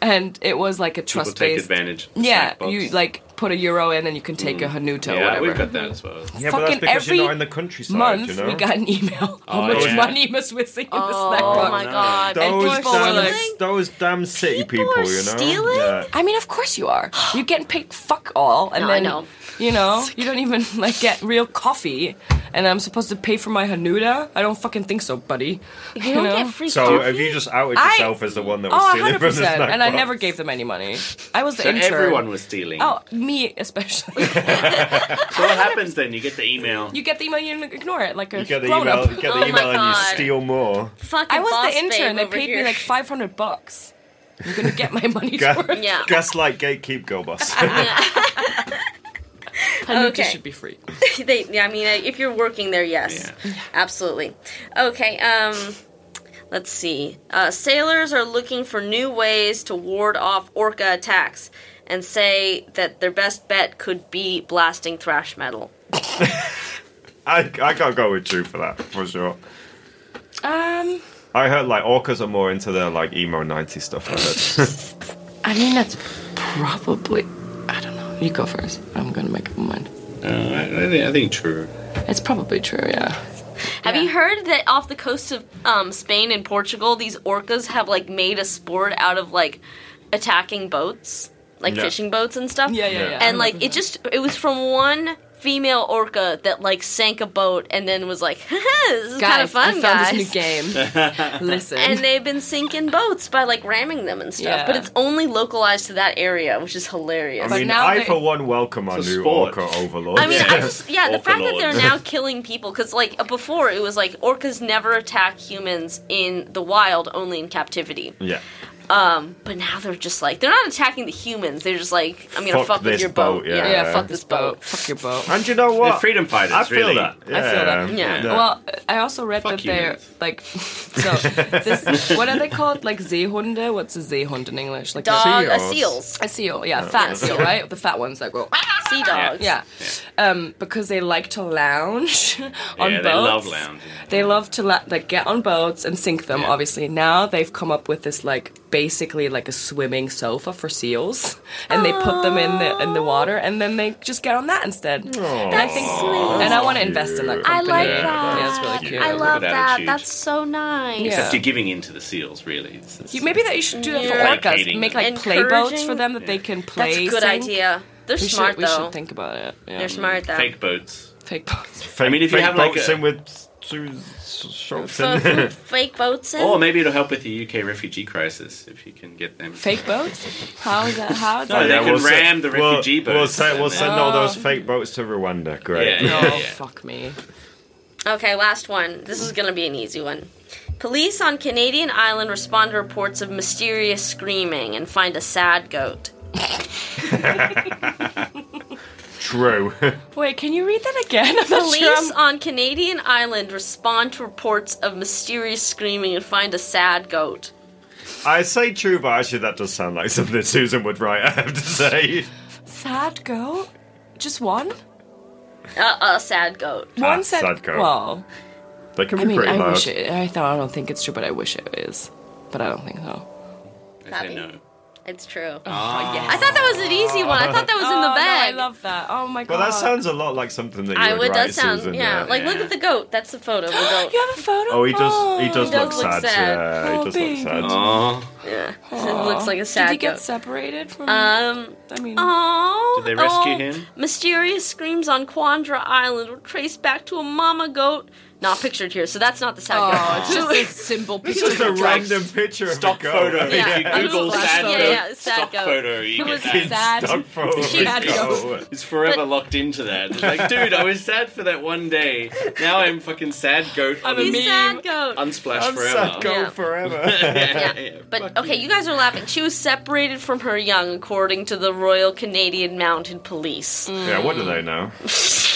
And it was like a People trust take based. advantage. of Yeah, snack box. you like put a euro in and you can take a hanuta or Yeah, whatever. we've got that as well. Yeah, but that's Fucking because every you're not in the countryside. month you know? we *laughs* got an email how Oh, much yeah. money was missing in the snack box. Oh my God! And Those people were damn, like, those damn city people, are you know. stealing? Yeah. *laughs* I mean, of course you are. You're getting paid fuck all, and No, I then know. you know you don't even *laughs* like get real coffee. And I'm supposed to pay for my Hanuda? I don't fucking think so, buddy. You don't get free So have you just outed I- yourself as the one that was Oh, stealing 100 from the snack percent. And I box? never gave them any money. I was the So intern. everyone was stealing. Oh, me especially. So what happens then? You get the email. You get the email, you ignore it like a You get the grown email, up. you Oh get the email, and you steal more. Fucking I was boss the babe intern. They over paid here. me like 500 bucks. You're gonna get my money's Ga- worth. Yeah. Gaslight gatekeep girl boss. *laughs* Hanuta Okay. should be free. *laughs* they, yeah, I mean, uh, if you're working there, yes, absolutely. Okay, um, let's see. Uh, sailors are looking for new ways to ward off orca attacks, and say that their best bet could be blasting thrash metal. I, I gotta go with true for that for sure. Um, I heard like orcas are more into their like emo 90s stuff. *laughs* I heard. I mean that's probably. I don't know. You go first. I'm gonna make up my mind. Uh, I, I think, I think true. It's probably true. Yeah. Have you heard that off the coast of um, Spain and Portugal, these orcas have like made a sport out of like attacking boats, like Yeah. fishing boats and stuff? Yeah, yeah, yeah. And like it just it was from one female orca that like sank a boat and then was like, *laughs* "This is kind of Guys, I fun, found guys." this new *laughs* game. Listen. And they've been sinking boats by like ramming them and stuff, Yeah. but it's only localized to that area, which is hilarious. I mean, I for one welcome our It's a new sport. orca overlord. I mean, I *laughs* just yeah, the fact that Orca they're lord. *laughs* *laughs* now killing people because like before it was like orcas never attack humans in the wild, only in captivity. yeah. Um, but now they're just like they're not attacking the humans. They're just like I'm gonna Fuck fuck, with this your boat. boat, yeah. yeah, fuck this boat. Fuck your boat. And you know what? They're freedom fighters, I feel really. that. I feel that. Yeah. Well, I also read that they're humans. *laughs* like, so this what are they called? Like Seehunde? What's a Seehund in English? Like Dog- a Seals. seals. A seal, yeah, Yeah. fat Yeah. seal, right? The fat ones that go. Sea dogs. Yeah, Um, because they like to lounge *laughs* on yeah, boats. they love lounging. They love to la- like get on boats and sink them. Obviously, now they've come up with this like basically like a swimming sofa for seals, and they put them in the in the water, and then they just get on that instead. and I That's think, sweet. and I want to invest in that. I Company. like Yeah, that. that's really cute. I Look love at that. attitude. That's so nice. Except you're giving in to the seals, really. It's- it's- You, maybe that you should do that Yeah. for orcas. Placating Make like them. play boats for Encouraging- them that they can play. That's a good sing. idea. They're We should- smart We though. should think about it. Yeah. They're smart though. Fake boats. Fake boats. I mean, if you Fake have like boats a, in with s- s- shorts So, *laughs* in. fake boats. In? or maybe it'll help with the UK refugee crisis if you can get them. *laughs* Fake boats? How is *laughs* that? How is No, they that? can ram the we'll- refugee we'll, boats, send, we'll then send they- all those Oh. fake boats to Rwanda. Great. Yeah, Oh, fuck me. Okay, last one. This is going to be an easy one. Police on Canadian island respond to reports of mysterious screaming and find a sad goat. *laughs* True. *laughs* Wait, can you read that *laughs* again? *laughs* I'm not Police sure I'm- on Canadian island respond to reports of mysterious screaming and find a sad goat. I say true, but actually that does sound like something *laughs* Susan would write. I have to say. Sad goat? Just one? Uh, a sad goat. One Ah, sad, sad goat. Well, They can be I mean, pretty I loud. wish it. I thought I don't think it's true, but I wish it is. But I don't think so. Pappy. It's true. Ah. yes. I thought that was an easy one. I thought that was in the Oh, no, bag. I love that. Oh my Well, that sounds a lot like something that you I would would write, does sound Susan. yeah. Like look at the goat. That's the photo of the goat. *gasps* you have a photo? Oh, he does. He does, He look, does look sad. sad. Yeah, Oh, he does look sad. baby. Yeah. It looks like a sad Did he get goat. separated from? Um, I mean, Aww, Did they rescue him? Mysterious screams on Quandra Island were traced back to a mama goat. Not pictured here, so that's not the sad goat. it's just *laughs* a simple It's just a random picture. Stock photo. If you Yeah, Google Google sad flash goat, photo. Yeah, yeah, *laughs* sad stock goat. photo, you Who get was that. sad? Stock photo Sad of goat. goat. It's forever locked into that. It's like, dude, I was sad for that one day. Now I'm fucking sad goat. I'm on a sad goat. Unsplash I'm forever. sad goat Yeah. forever. *laughs* yeah. But okay, you guys are laughing. She was separated from her young, according to the Royal Canadian Mounted Police. Mm. Yeah, what do they know? *laughs*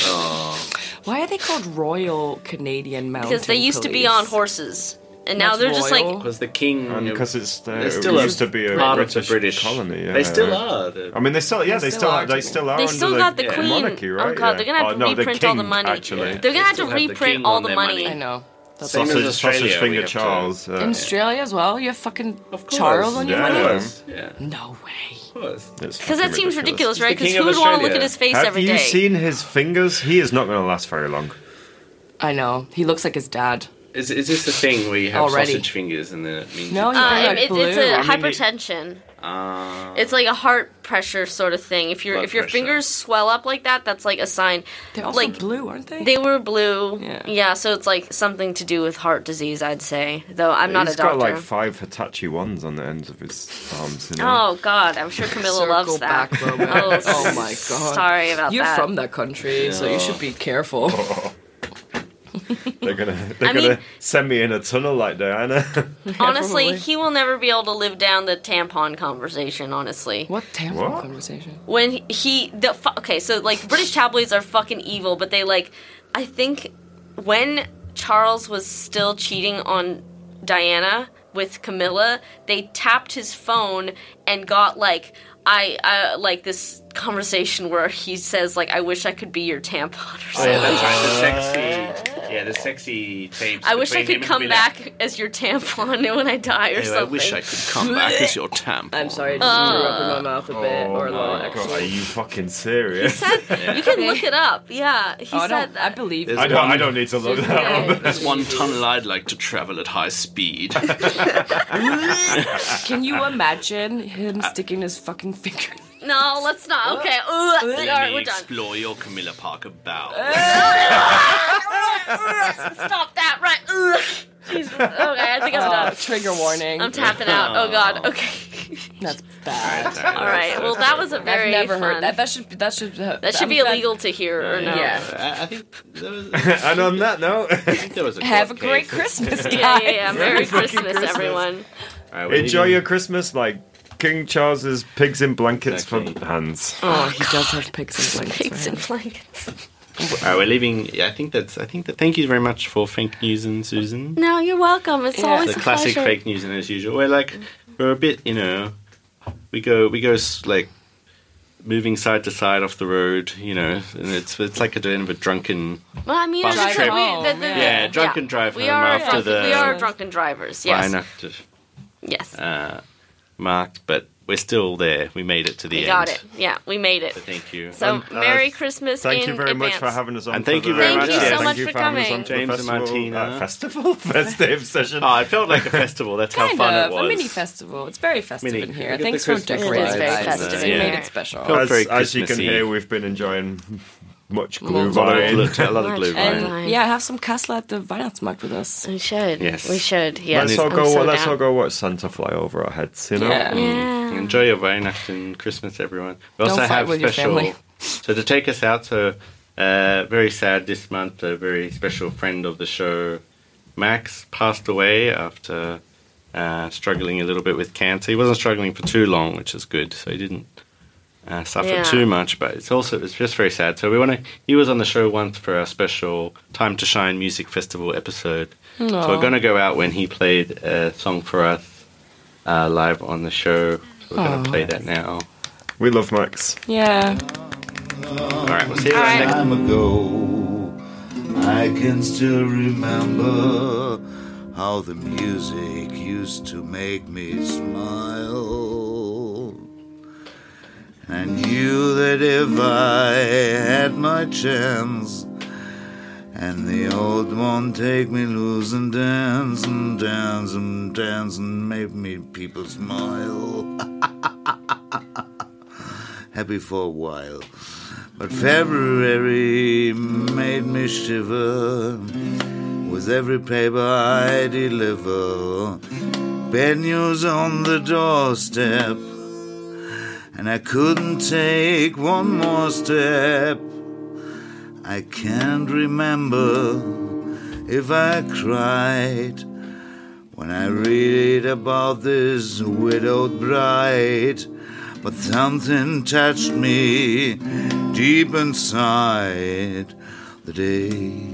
Why are they called Royal Canadian Mounted? Because they used to be on horses, and now That's they're just like royal. Because the king. And because it's uh, They're still it a used to be a part of the British, British- colony. Yeah. They still are, the- I mean, they still yeah, they, still are, they still are. They under still the got the yeah, queen. monarchy, right? Oh god, Yeah. they're gonna have Oh, no, to the reprint all the king, money. Actually, They're gonna have to still have the reprint king all on the their money. money. I know. That's Same as sausage, sausage Australia, we finger have to- Charles. uh, yeah. in Australia as well. You have fucking Charles on your Yeah. money. Yeah. No way. It's Because that fucking seems ridiculous, right? He's the Because king who of would want to look at Australia. his face Have every you day? seen his fingers? He is not going to last very long. I know. He looks like his dad. Is, is this the thing where you have Already. sausage fingers and then it means. No, it's- you- Uh, Yeah, it- blue. it's a I mean, it- hypertension. Ah. It's like a heart pressure sort of thing. If your Blood if your pressure. fingers swell up like that, that's like a sign. They're also like blue, aren't they? they were blue. Yeah. Yeah. so it's like something to do with heart disease, I'd say. Though I'm not He's a doctor. got like five Hitachi ones on the ends of his arms. *laughs* You *laughs* know? Oh God! I'm sure Camilla Circle loves that. back, Roman. oh, *laughs* oh my god. Sorry about You're that. from *laughs* that country, so Yeah. you should be careful. *laughs* *laughs* They're gonna they're I gonna mean- send me in a tunnel *laughs* like Diana. Honestly, he will never be able to live down the tampon conversation. Honestly, what tampon What? conversation? when he- he the fu- okay so like british tabloids are fucking evil but they like i think when charles was still cheating on diana with camilla they tapped his phone and got like i uh, like this conversation where he says like i wish i could be your tampon or Oh, something yeah, that's *laughs* right. The sexy. Yeah, the sexy tapes. i wish i between could him and come Camilla. back as your tampon *laughs* when i die or Anyway, something I wish I could come back as your Uh, tampon. *laughs* I'm sorry, I just threw up in my mouth a Oh God, are you fucking serious? you can look it up yeah he Oh, said I don't- that I believe There's I don't, one- I don't need to look that up. There's one tunnel I'd like to travel at high *laughs* speed. Can you imagine him sticking his fucking finger? no let's not okay Ugh. all Let right me we're done explore your Camilla Parker *laughs* bowels. Stop that right. Ugh. Jesus. Okay, I think I'm Uh, done. trigger warning. I'm tapping out. Oh god. Okay. That's bad. All right. Well, that was a very I've never fun. heard that. That should be- that should that That should be illegal to hear or no. *laughs* Yeah. I, *laughs* I think there was, *laughs* and on that note, there was a Have a court great case. Christmas, guys. *laughs* Yeah, yeah, yeah. Merry Merry fucking Christmas, Christmas. everyone. All right, we enjoy need- your Christmas like King Charles's pigs in blankets for hands. Oh, he does have pigs and blankets. Pigs right? and blankets. All right, Oh, we're leaving. Yeah, I think that's. I think that. Thank you very much for fake news and Susan. No, you're welcome. It's Yeah. always the a classic pleasure. fake news and as usual. We're like we're a bit, you know, we go we go s- like moving side to side off the road, you know, and it's it's like a kind of a drunken Well, I mean, Bus it's a trip. trip. We, the, the, yeah, drunken drive We home are after drunken, the we are drunken drivers. Yes. line after Yes. uh, marked, but we're still there. We made it to the we end. got it. Yeah, we made it. So thank you. So And, uh, Merry Christmas. Thank in you very much advance. for having us on. And for thank you the- very Thank much, you yeah. so much for having coming. us on for the James and festival, Martina. uh, *laughs* festival, festive session. Oh, it felt like *laughs* a festival. That's how Kind fun of a it was. mini festival. It's very festive Mini- in look here. at the Thanks for Christmas decorating. lights. It is very guys. festive You in made here. it special. Felt As, very as you can Christmassy. hear, we've been enjoying much glue lot of vine. glue- a lot of Much glue and- vine. Yeah, have some Kassler at the Weihnachtsmarkt with us. We should. Yes. We should. Yes. Let's all I'm go. so let's down. all go watch Santa fly over our heads. You know. Yeah. Yeah. Mm. Enjoy your Weihnachten, Christmas, everyone. We Don't also fight have with your special. family. *laughs* So to take us out, so uh, very sad this month. A very special friend of the show, Max, passed away after uh, struggling a little bit with cancer. He wasn't struggling for too long, which is good. So he didn't uh, suffered Yeah. too much, but it's also it's just very sad. So we want to. He was on the show once for our special Time to Shine Music Festival episode. So Aw. we're going to go out when he played a song for us uh, live on the show. So we're going Aw. to play that now. We love Max. Yeah. All right, we'll see you guys next time ago, I can still remember how the music used to make me smile. And knew that if I had my chance, and the old one take me loose and dance and dance and dance and make me people smile. *laughs* Happy for a while. But February made me shiver with every paper I deliver. Bad news on the doorstep, and I couldn't take one more step. I can't remember if I cried when I read about this widowed bride. But something touched me deep inside the day.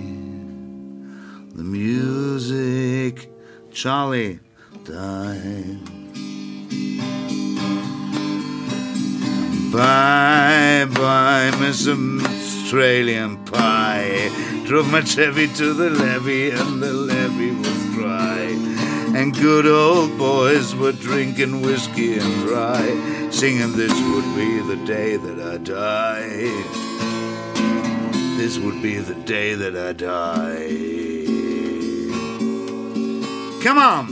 The music, Charlie, died. Bye bye, Miss Australian Pie. Drove my Chevy to the levee, and the levee was dry. And good old boys were drinking whiskey and rye, singing, This would be the day that I die. This would be the day that I die. Come on!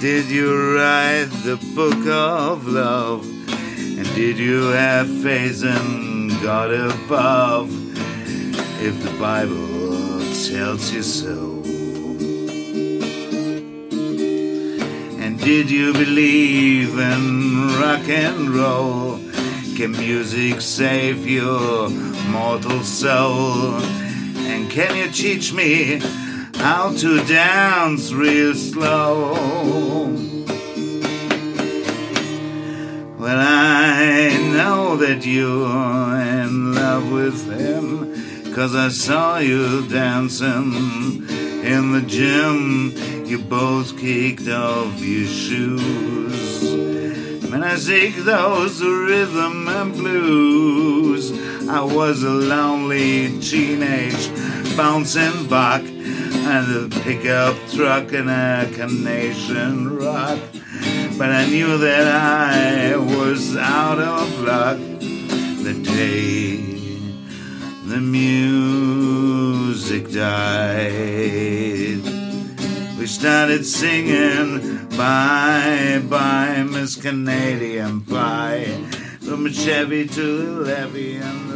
Did you write the book of love? And did you have faith in God above? If the Bible tells you so. And did you believe in rock and roll? Can music save your mortal soul? And can you teach me how to dance real slow? Well, I know that you're in love with him, cause I saw you dancing in the gym. You both kicked off your shoes. When I seek those rhythm and blues, I was a lonely teenage bouncing buck and a pickup truck and a carnation rock. But I knew that I was out of luck the day the music died. We started singing Bye Bye Miss Canadian Pie from a Chevy to the levee and